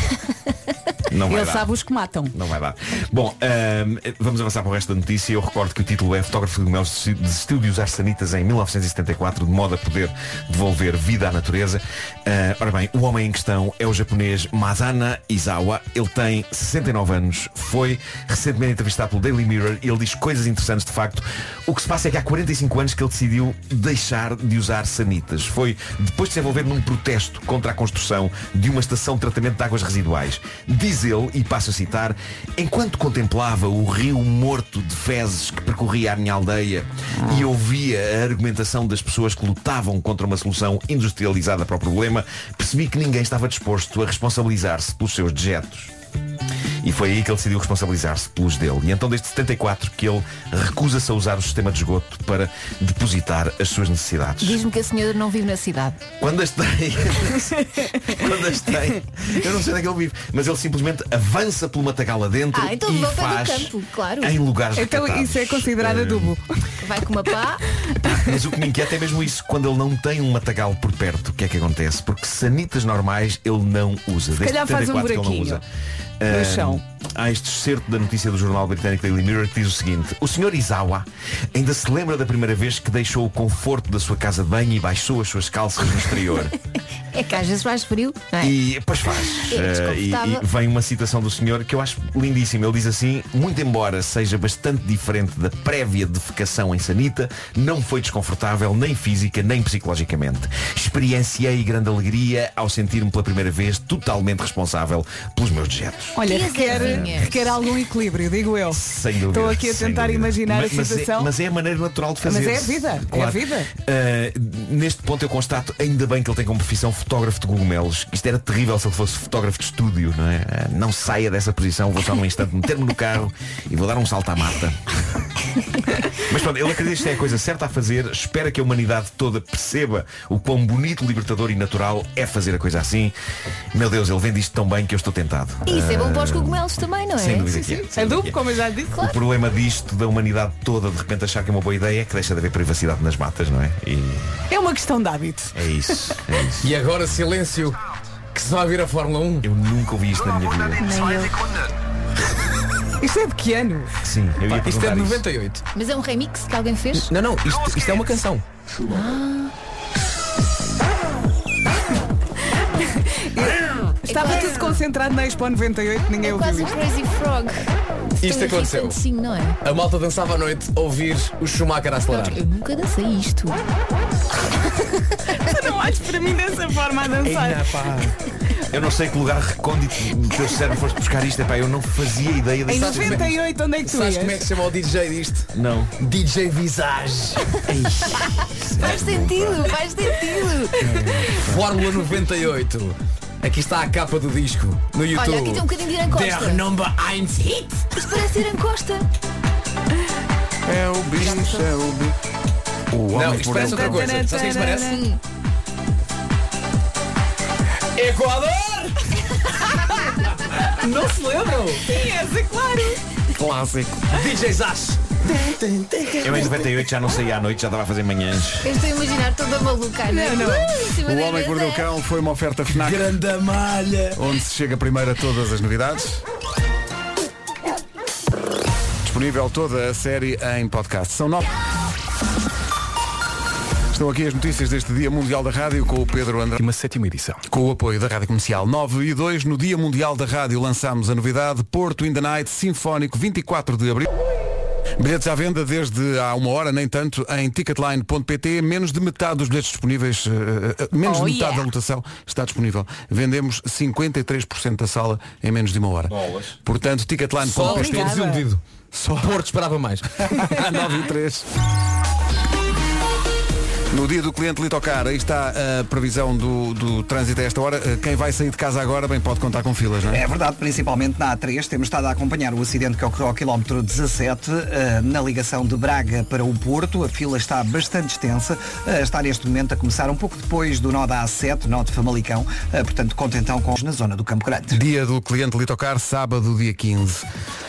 Speaker 17: Não vai
Speaker 6: Ele
Speaker 17: dar.
Speaker 6: sabe os que matam.
Speaker 17: Não vai dar. Bom, ahm, vamos avançar para o resto da notícia. Eu recordo que o título é Fotógrafo de Cogumelos desistiu de usar sanitas em 1974 de modo a poder devolver vida à natureza. Ah, ora bem, o homem em questão é o japonês Masana Izawa. Ele tem 69 anos, foi recentemente entrevistado pelo Daily Mirror e ele diz coisas interessantes de facto. O que se passa é que há 45 anos que ele decidiu deixar de usar sanitas. Foi depois de se envolver num protesto contra a construção de uma estação de tratamento de águas residuais. Diz ele, e passo a citar, enquanto contemplava o rio morto de fezes que percorria a minha aldeia e ouvia a argumentação das pessoas que lutavam contra uma solução industrializada para o problema, percebi que ninguém estava disposto a responsabilizar-se pelos seus dejetos. E foi aí que ele decidiu responsabilizar-se pelos dele. E então desde 74 que ele recusa-se a usar o sistema de esgoto para depositar as suas necessidades.
Speaker 5: Diz-me que a senhora não vive na cidade.
Speaker 17: Quando as tem, quando as tem, eu não sei onde é que ele vive, mas ele simplesmente avança pelo matagal adentro
Speaker 5: Ah, então
Speaker 17: e
Speaker 5: volta
Speaker 17: faz
Speaker 5: do campo, claro.
Speaker 17: em lugares
Speaker 5: Então
Speaker 17: recatados.
Speaker 5: isso é considerado
Speaker 17: Eh,
Speaker 5: adubo. Vai com uma pá.
Speaker 17: Mas o que me inquieta é mesmo isso, quando ele não tem um matagal por perto, o que é que acontece? Porque sanitas normais ele não usa. Desde
Speaker 6: calhar faz um
Speaker 17: 74 que ele não
Speaker 6: buraquinho
Speaker 17: usa.
Speaker 6: no
Speaker 17: Ah,
Speaker 6: chão.
Speaker 17: atenção a este excerto da notícia do jornal britânico Daily Mirror que diz o seguinte. O Sr. Izawa ainda se lembra da primeira vez que deixou o conforto da sua casa de banho e baixou as suas calças no exterior.
Speaker 5: É que às vezes faz frio, não é?
Speaker 17: E pois faz.
Speaker 5: É
Speaker 17: Eh, e,
Speaker 5: desconfortável.
Speaker 17: e vem uma citação do senhor que eu acho lindíssima. Ele diz assim, muito embora seja bastante diferente da prévia defecação em sanita, não foi desconfortável nem física nem psicologicamente. Experienciei grande alegria ao sentir-me pela primeira vez totalmente responsável pelos meus dejetos.
Speaker 6: Olha,
Speaker 17: Que
Speaker 6: requer,
Speaker 17: azevinhas.
Speaker 6: requer algum equilíbrio, digo eu.
Speaker 17: Sem dúvida,
Speaker 6: Estou aqui a
Speaker 17: sem
Speaker 6: tentar
Speaker 17: dúvida.
Speaker 6: imaginar
Speaker 17: Mas-
Speaker 6: a situação.
Speaker 17: Mas é, mas é a maneira natural de
Speaker 6: Mas
Speaker 17: fazer.
Speaker 6: é a vida, é a vida.
Speaker 17: neste ponto eu constato, ainda bem que ele tem como profissão fotógrafo de cogumelos. Isto era terrível se ele fosse fotógrafo de estúdio, não é? Ah, não saia dessa posição, vou só num instante meter-me no carro e vou dar um salto à mata. Mas pronto, ele acredita que isto é a coisa certa a fazer, espera que a humanidade toda perceba o quão bonito, libertador e natural é fazer a coisa assim. Meu Deus, ele vende isto tão bem que eu estou tentado.
Speaker 5: E Isso é bom para
Speaker 17: Ah,
Speaker 5: os cogumelos também, não é?
Speaker 17: sem dúvida Sim, que é, sim. sem
Speaker 5: É
Speaker 17: dúvida
Speaker 5: duplo, como eu já disse.
Speaker 17: o
Speaker 5: Claro.
Speaker 17: problema disto, da humanidade toda de repente achar que é uma boa ideia, é que deixa de haver privacidade nas matas, não é? E
Speaker 6: É uma questão de hábito.
Speaker 17: é isso. É isso.
Speaker 9: E agora silêncio. Que se vai vir a Fórmula 1.
Speaker 17: Eu nunca ouvi isto na minha vida.
Speaker 6: Isto é de que ano?
Speaker 17: Sim, eu ia
Speaker 9: Pá, isto é de
Speaker 17: perguntar isso.
Speaker 9: 98.
Speaker 5: Mas é um remix que alguém fez?
Speaker 9: Não, não, isto, isto é uma canção.
Speaker 6: Estava tudo concentrado na Expo 98, ninguém
Speaker 5: Quase
Speaker 6: ouviu
Speaker 5: um
Speaker 6: isto.
Speaker 5: Crazy Frog.
Speaker 9: Isto
Speaker 5: Também
Speaker 9: aconteceu.
Speaker 5: irritante, Sim, não é?
Speaker 9: A malta dançava à noite a ouvir o Schumacher a acelerar.
Speaker 5: Eu nunca dancei isto.
Speaker 6: não olhes para mim dessa forma a dançar.
Speaker 17: Eu não sei que lugar recôndito do teu cérebro foste buscar isto, é pá, eu não fazia ideia
Speaker 6: Em
Speaker 17: disso.
Speaker 6: 98, onde é que tu
Speaker 9: Sabes
Speaker 6: ias?
Speaker 9: como é que se chama o DJ disto?
Speaker 17: Não.
Speaker 9: DJ Visage.
Speaker 5: faz sentido, faz sentido.
Speaker 9: Fórmula 98. Aqui está a capa do disco no YouTube.
Speaker 5: Olha, aqui tem um bocadinho de Irã Costa.
Speaker 9: Der number 1 hit.
Speaker 5: Isto parece Irã Costa.
Speaker 2: É o bicho, é o bicho. O
Speaker 9: Não,
Speaker 2: homem
Speaker 9: isto
Speaker 2: por
Speaker 9: parece
Speaker 2: el
Speaker 9: outra
Speaker 2: campo.
Speaker 9: coisa. Sabes o que isto parece?
Speaker 5: Hum.
Speaker 9: Equador! Não se lembram?
Speaker 6: Sim,
Speaker 9: é,
Speaker 6: essa, claro.
Speaker 2: Clássico.
Speaker 9: DJ Zash.
Speaker 17: Eu em 98 já não saía à noite, já estava a fazer manhãs.
Speaker 5: Eu estou a imaginar toda maluca. Não, é? não.
Speaker 2: O Homem que Mordeu o Cão foi uma oferta FNAC.
Speaker 9: Grande malha.
Speaker 2: Onde se chega primeiro a todas as novidades. Disponível toda a série em podcast. São nove. Estão aqui as notícias deste Dia Mundial da Rádio com o Pedro Andrade.
Speaker 1: Uma sétima edição.
Speaker 2: Com o apoio da Rádio Comercial 9 e 2, no Dia Mundial da Rádio lançámos a novidade Porto in the Night Sinfónico 24 de Abril. Bilhetes à venda desde há uma hora, nem tanto, em ticketline.pt. Menos de metade dos bilhetes disponíveis, eh, eh, menos
Speaker 5: Oh,
Speaker 2: de metade
Speaker 5: yeah.
Speaker 2: da lotação está disponível. Vendemos 53% da sala em menos de uma hora. Portanto,
Speaker 9: Só
Speaker 2: ticketline.pt.
Speaker 9: estou desiludido.
Speaker 2: Só
Speaker 9: Porto esperava mais.
Speaker 2: Há 9 Ah, e 3. No dia do cliente Litocar, aí está a previsão do, do trânsito a esta hora. Eh, Quem vai sair de casa agora bem pode contar com filas, não é?
Speaker 3: É verdade, principalmente na A3. Temos estado a acompanhar o acidente que ocorreu ao quilómetro 17, eh, na ligação de Braga para o Porto. A fila está bastante extensa. eh, está neste momento a começar um pouco depois do nó da A7, nó de Famalicão. eh, portanto, conta então com na zona do Campo Grande.
Speaker 2: Dia do cliente Litocar, sábado, dia 15.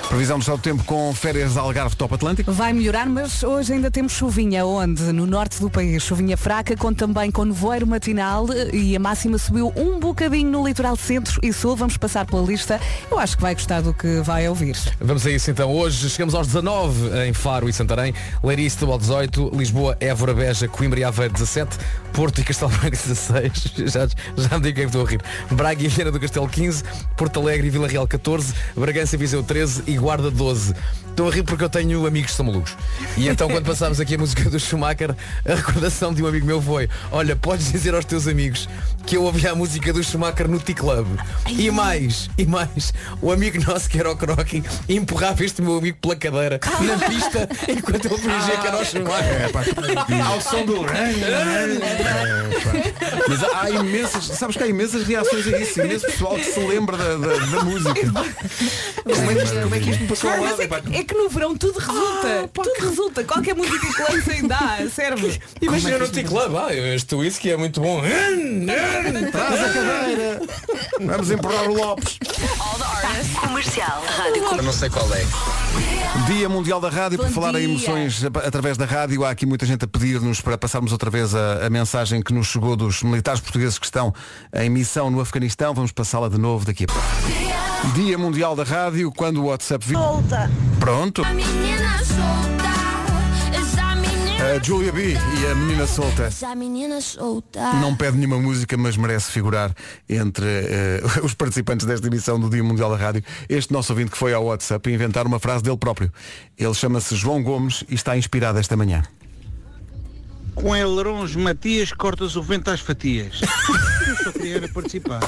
Speaker 2: Previsão do estado do tempo com férias de Algarve Top Atlântico.
Speaker 6: Vai melhorar, mas hoje ainda temos chuvinha. Onde? No norte do país. Chuvinha fraca, com também com nevoeiro matinal eh, e a máxima subiu um bocadinho no litoral centro e sul. Vamos passar pela lista. Eu acho que vai gostar do que vai ouvir.
Speaker 9: Vamos a isso então. Hoje chegamos aos 19 em Faro e Santarém, Leiria e Setúbal 18, Lisboa, Évora, Beja, Coimbra e Aveiro 17, Porto e Castelo Branco 16, já, já me digo quem é estou a rir, Braga e Viana do Castelo 15, Porto Alegre e Vila Real 14, Bragança e Viseu 13 e Guarda 12. Estou a rir porque eu tenho amigos que são malucos. E então quando passámos aqui a música do Schumacher, a recordação de um amigo meu foi, olha, podes dizer aos teus amigos que eu ouvi a música do Schumacher no T-Club. E mais, e mais, o amigo nosso que era o Croqui empurrava este meu amigo pela cadeira
Speaker 7: Ah.
Speaker 9: na pista enquanto ele fingia que era o Schumacher.
Speaker 7: é
Speaker 2: Ao som do... é, Mas há imensas, sabes que há imensas reações a isso, imenso pessoal que se lembra da, da- da música. Como é que isto, como é que isto me passou ao
Speaker 6: Mas
Speaker 2: lado?
Speaker 6: é, Ah, que- é que no verão tudo resulta. tudo resulta. Qualquer música que lancem dá, serve.
Speaker 2: Como é
Speaker 9: Imagina no T-Club, ah, este whisky é muito bom.
Speaker 2: Traz a cadeira. Vamos empurrar o Lopes.
Speaker 19: Comercial. Rádio
Speaker 9: Eu não sei qual é.
Speaker 2: Dia Mundial da Rádio, por
Speaker 19: Bom
Speaker 2: falar em
Speaker 19: dia.
Speaker 2: emoções ap- através da rádio, há aqui muita gente a pedir-nos para passarmos outra vez a, a mensagem que nos chegou dos militares portugueses que estão em missão no Afeganistão. Vamos passá-la de novo daqui a pouco. Dia Mundial da Rádio, quando o WhatsApp vi... Pronto.
Speaker 11: menina solta, a menina,
Speaker 2: A Julia B e a menina solta.
Speaker 11: a menina solta.
Speaker 2: Não pede nenhuma música, mas merece figurar entre eh, os participantes desta emissão do Dia Mundial da Rádio. Este nosso ouvinte que foi ao WhatsApp inventar uma frase dele próprio. Ele chama-se João Gomes e está inspirado esta manhã.
Speaker 4: Com ailerons Matias cortas o vento às fatias. Eu só queria era participar.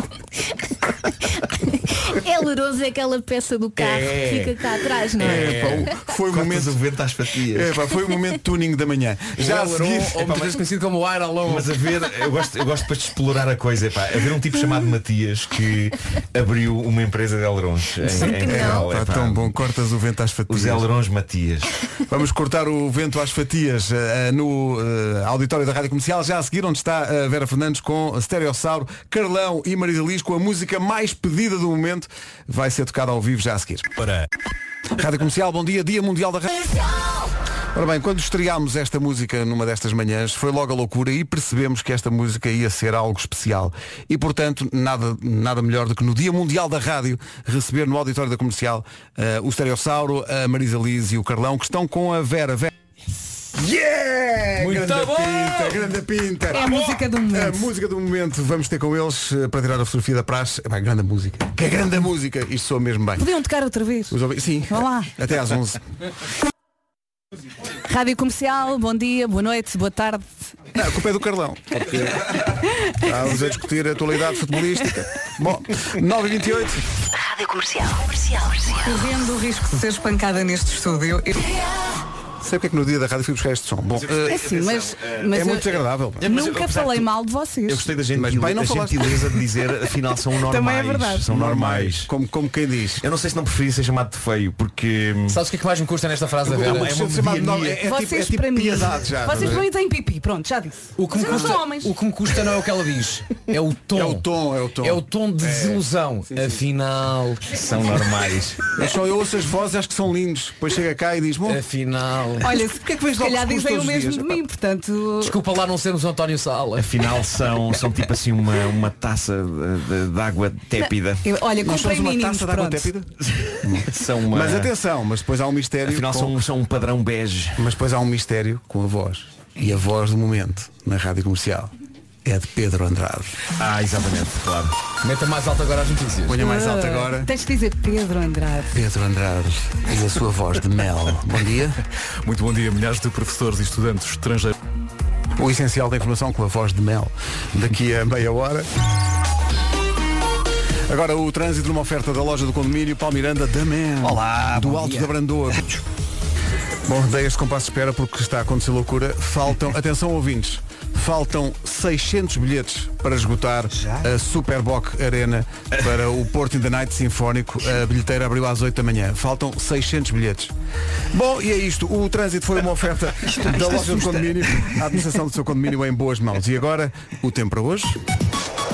Speaker 5: É louroso é aquela peça do carro
Speaker 2: É.
Speaker 5: que fica cá atrás, não é?
Speaker 2: É, pá, foi o momento o vento às fatias. foi o momento tuning da manhã. Já a seguir,
Speaker 17: ou muitas vezes
Speaker 9: conhecido Assim como Air Alone.
Speaker 17: É, Mas a ver, eu gosto, eu gosto depois de explorar a coisa. Epá. Haver um tipo chamado Matias que abriu uma empresa de ailerons em, em Portugal.
Speaker 2: Está Tá
Speaker 17: epá.
Speaker 2: tão bom, cortas o vento às fatias.
Speaker 17: Os ailerons Matias.
Speaker 2: Vamos cortar o vento às fatias eh, no eh, auditório da Rádio Comercial, já a seguir onde está a Vera Fernandes com Stereossauro, Carlão e Marisa Liz com a música mais pedida do momento. Vai ser tocada ao vivo já a seguir.
Speaker 14: Para.
Speaker 2: Rádio Comercial, bom dia, Dia Mundial da Rádio. Ora bem, quando estreámos esta música numa destas manhãs, foi logo a loucura e percebemos que esta música ia ser algo especial. E, portanto, nada, nada melhor do que no Dia Mundial da Rádio receber no auditório da comercial eh, o Stereossauro, a Marisa Liz e o Carlão, que estão com a Vera. Vera... Yeah!
Speaker 11: Muito
Speaker 2: É grande
Speaker 11: bom!
Speaker 2: pinta, grande pinta.
Speaker 6: É a música do momento.
Speaker 2: A música do momento. Vamos ter com eles eh, para tirar a fotografia da praxe. Epá, grande música. Que grande música. Isto soa mesmo bem.
Speaker 6: Podiam tocar outra vez.
Speaker 2: Os ouvi- Sim.
Speaker 6: Vá lá.
Speaker 2: Até às 11.
Speaker 6: Rádio Comercial, bom dia, boa noite, boa tarde.
Speaker 2: Não, a culpa é do Carlão. Estávamos a discutir a atualidade futebolística. Bom, 9 e 28
Speaker 19: Rádio Comercial. Comercial.
Speaker 6: Correndo o risco de ser espancada neste estúdio. Eu-
Speaker 2: Sei porque é que no dia da rádio fui buscar este som. Bom, eh,
Speaker 6: É sim, mas,
Speaker 2: eh,
Speaker 6: mas
Speaker 2: é
Speaker 6: eu-
Speaker 2: muito desagradável. pá.
Speaker 6: Nunca falei mal de vocês.
Speaker 17: Eu gostei da, gentil,
Speaker 2: Mas bem, não
Speaker 17: da
Speaker 2: falaste.
Speaker 6: tipo
Speaker 17: gentileza de dizer afinal são normais.
Speaker 6: Também é verdade.
Speaker 17: São normais.
Speaker 2: Como, como quem diz.
Speaker 17: Eu não sei se não preferia ser chamado de feio, porque. hum,
Speaker 9: Sabes o que é que mais me custa nesta frase da
Speaker 17: É
Speaker 9: Vera?
Speaker 17: uma- é uma
Speaker 2: tipo,
Speaker 17: mediania.
Speaker 2: é
Speaker 6: vocês para mim. vocês para mim têm pipi, pronto, já disse.
Speaker 9: O que, me
Speaker 6: Vocês não
Speaker 9: custa,
Speaker 6: são homens.
Speaker 9: o que me custa não é o que ela diz, é o tom. É o
Speaker 2: tom, é o tom.
Speaker 9: É o tom de desilusão. Afinal.
Speaker 17: São normais.
Speaker 2: É só eu ouço as vozes, acho que são lindos. Depois chega cá e diz, bom.
Speaker 9: Afinal.
Speaker 6: Olha, se porque é que
Speaker 2: vais
Speaker 6: se calhar dizem o mesmo de mim, portanto.
Speaker 9: Desculpa lá não sermos o António Sala.
Speaker 17: Afinal são, são tipo assim uma, uma taça de, de- de água tépida.
Speaker 6: Eu- olha,
Speaker 2: Nós
Speaker 6: comprei
Speaker 2: somos uma
Speaker 6: mínimos,
Speaker 2: taça de água
Speaker 6: pronto.
Speaker 2: tépida?
Speaker 17: São uma-
Speaker 2: Mas atenção, mas depois há um mistério.
Speaker 17: Afinal, são- um padrão bege.
Speaker 2: Mas depois há um mistério com a voz. E a voz do momento na rádio comercial é de Pedro Andrade.
Speaker 17: Ah, exatamente, claro.
Speaker 9: Meta mais alta agora as notícias.
Speaker 2: Ponha mais alto
Speaker 6: Ah,
Speaker 2: agora.
Speaker 6: Tens de dizer Pedro Andrade.
Speaker 2: Pedro Andrade e a sua voz de mel. Bom dia.
Speaker 1: Muito bom dia, milhares de professores e estudantes estrangeiros.
Speaker 2: O essencial da informação com a voz de mel. Daqui a meia hora. Agora o trânsito numa oferta da loja do condomínio Palmiranda da Mel. Olá. Do Alto da Brandoa. Bom, dei este compasso de espera porque está a acontecer loucura. Faltam, atenção ouvintes, faltam 600 bilhetes para esgotar a Superboc Arena para o Porto in the Night Sinfónico. A bilheteira abriu às 8 da manhã. Faltam 600 bilhetes. Bom, e é isto. O trânsito foi uma oferta da loja do condomínio. A administração do seu condomínio é em boas mãos. E agora, o tempo para hoje?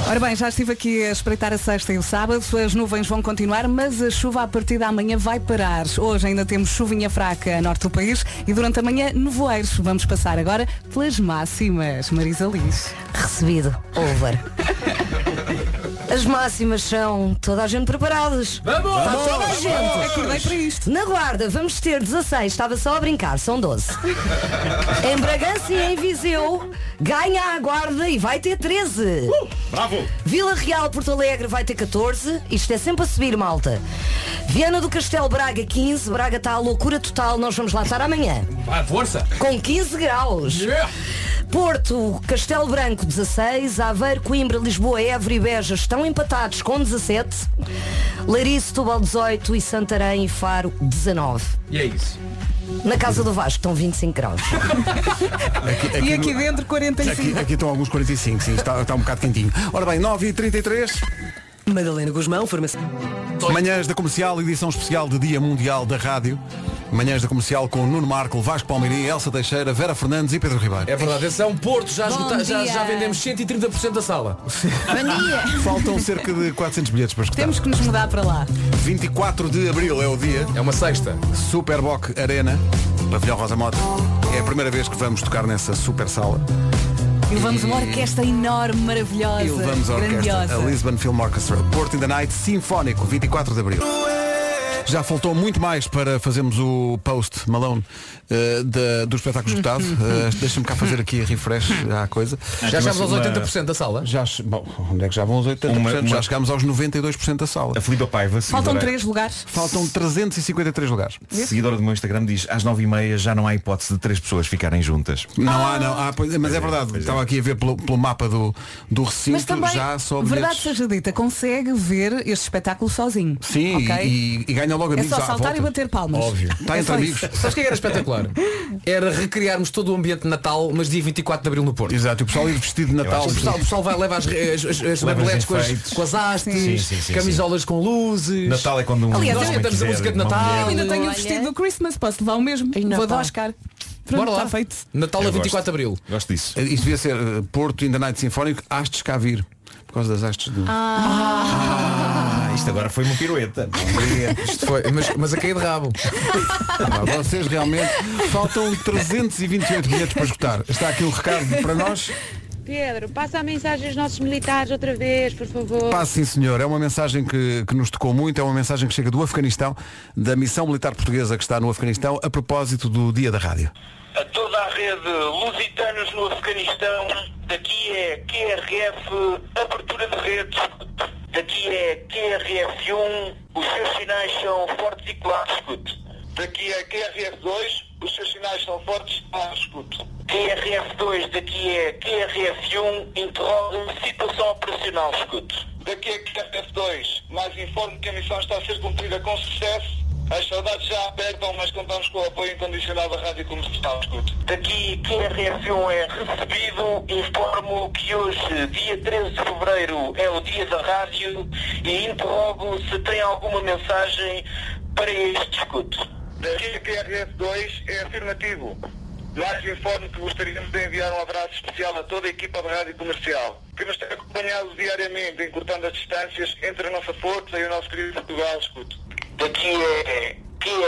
Speaker 6: Ora bem, já estive aqui a espreitar a sexta e o sábado, as nuvens vão continuar, mas a chuva a partir da manhã vai parar. Hoje ainda temos chuvinha fraca a norte do país e durante a manhã nevoeiros. Vamos passar agora pelas máximas. Marisa Liz.
Speaker 21: Recebido. Over. As máximas são toda a gente preparados.
Speaker 6: Vamos!
Speaker 21: Está toda a
Speaker 6: Vamos!
Speaker 21: gente.
Speaker 6: Acordei para isto.
Speaker 21: Na guarda vamos ter 16, estava só a brincar, são 12. em Bragança e em Viseu ganha a guarda e vai ter 13.
Speaker 17: Bravo!
Speaker 21: Vila Real, Porto Alegre vai ter 14. Isto é sempre a subir, malta. Viana do Castelo, Braga 15. Braga está à loucura total. Nós vamos lá estar amanhã.
Speaker 9: Vai, força!
Speaker 21: Com 15 graus. Porto, Castelo Branco 16, Aveiro, Coimbra, Lisboa, Évora e Beja estão empatados com 17, Larice, Tubal 18 e Santarém e Faro 19.
Speaker 9: E é isso.
Speaker 21: Na casa do Vasco estão 25 graus.
Speaker 6: e aqui dentro 45.
Speaker 2: Aqui, aqui estão alguns 45, sim. Está, está um bocado quentinho. Ora bem, 9h33.
Speaker 21: Madalena Guzmão, farmácia.
Speaker 2: Manhãs da Comercial, edição especial de Dia Mundial da Rádio. Manhãs da Comercial com Nuno Marco, Vasco Palmeirim, Elsa Teixeira, Vera Fernandes e Pedro Ribeiro.
Speaker 9: É verdade, atenção, Porto, já,
Speaker 2: Bom
Speaker 9: esgota- já,
Speaker 2: dia.
Speaker 9: já vendemos 130% da sala.
Speaker 2: Faltam cerca de 400 bilhetes para escutar.
Speaker 6: Temos que nos mudar para lá.
Speaker 2: 24 de Abril é o dia.
Speaker 9: É uma sexta.
Speaker 2: Superboc Arena, Pavilhão Rosa Mota. É a primeira vez que vamos tocar nessa super sala.
Speaker 6: E levamos uma orquestra enorme, maravilhosa,
Speaker 2: E levamos a orquestra,
Speaker 6: grandiosa.
Speaker 2: a Lisbon Film Orchestra, Porto in the Night Sinfónico, 24 de Abril. Já faltou muito mais para fazermos o post Malone eh, da- do espetáculo esgotado. Eh, Deixa-me cá fazer aqui a refresh à coisa.
Speaker 9: Já chegámos aos 80% da sala?
Speaker 2: Já, che- bom, onde é que já vão os 80%?
Speaker 17: Uma- uma-
Speaker 2: Já chegámos aos 92% da sala.
Speaker 17: A Filipe Paiva,
Speaker 6: Faltam
Speaker 17: seguidora-
Speaker 6: três lugares.
Speaker 2: Faltam 353 lugares.
Speaker 17: Seguidora do meu Instagram diz às 9h30 já não há hipótese de três pessoas ficarem juntas.
Speaker 2: Não há, não. há, pois- mas é verdade. Estava aqui a ver pelo, pelo mapa do, do recinto
Speaker 6: Mas também,
Speaker 2: já só
Speaker 6: verdade
Speaker 2: bilhetes.
Speaker 6: seja dita, consegue ver este espetáculo sozinho.
Speaker 2: Sim,
Speaker 6: ok?
Speaker 2: e, e ganha logo
Speaker 6: É
Speaker 2: amigos
Speaker 6: só
Speaker 2: à
Speaker 6: saltar e
Speaker 2: volta.
Speaker 6: bater palmas.
Speaker 2: Está
Speaker 6: É
Speaker 2: entre
Speaker 6: só
Speaker 2: amigos.
Speaker 6: isso.
Speaker 9: Sabes o que é que era espetacular? Era recriarmos todo o ambiente de Natal, mas dia 24 de Abril no Porto.
Speaker 2: Exato, o pessoal ir vestido de Natal.
Speaker 9: O pessoal, o pessoal vai levar as, as, as, as
Speaker 17: Leva os
Speaker 9: bamboletes com as,
Speaker 17: enfeites.
Speaker 9: com as hastes,
Speaker 17: Sim, sim, sim,
Speaker 9: camisolas com luzes.
Speaker 17: Natal é quando um
Speaker 9: Aliás,
Speaker 17: homem
Speaker 9: nós cantamos a
Speaker 17: quiser
Speaker 9: música de
Speaker 17: uma
Speaker 9: Natal.
Speaker 6: Eu ainda tenho o vestido do Christmas, posso levar o mesmo. Vou de Oscar. Pronto,
Speaker 9: Bora lá.
Speaker 6: está feito.
Speaker 9: Natal é a
Speaker 2: Eu
Speaker 9: 24
Speaker 2: gosto.
Speaker 9: de Abril.
Speaker 17: Gosto disso.
Speaker 2: Isto devia ser eh, Porto in the Night Sinfónico, hastes cá a vir. Por causa das hastes do.
Speaker 17: Ah, isto agora foi uma pirueta.
Speaker 9: Isto foi, mas, mas a cair de rabo.
Speaker 2: Pá, Vocês realmente faltam 328 bilhetes para escutar. Está aqui um recado para nós.
Speaker 22: Pedro, passa a mensagem aos nossos militares outra vez, por favor.
Speaker 2: Pá, sim senhor, é uma mensagem que, que nos tocou muito, é uma mensagem que chega do Afeganistão, da missão militar portuguesa que está no Afeganistão, a propósito do Dia da Rádio.
Speaker 7: a toda a rede Lusitanos no Afeganistão. Daqui é QRF, abertura de redes. Daqui é QRF1, os seus sinais são fortes e claros, escute. Daqui é QRF2, os seus sinais são fortes e claros, escute. QRF2, daqui é QRF1, interroga um, situação operacional, escute. Daqui é QRF2, mas informo que a missão está a ser cumprida com sucesso. As saudades já apertam, mas contamos com o apoio incondicional da Rádio Comercial. Escute. Daqui QRF1 é recebido. Informo que hoje, dia 13 de fevereiro, é o dia da rádio e interrogo se tem alguma mensagem para este escuto. Daqui QRF2 é afirmativo. Lá se informo que gostaríamos de enviar um abraço especial a toda a equipa da Rádio Comercial, que nos tem acompanhado diariamente, encurtando as distâncias entre a nossa Porto e o nosso querido Portugal, escuto. Daqui é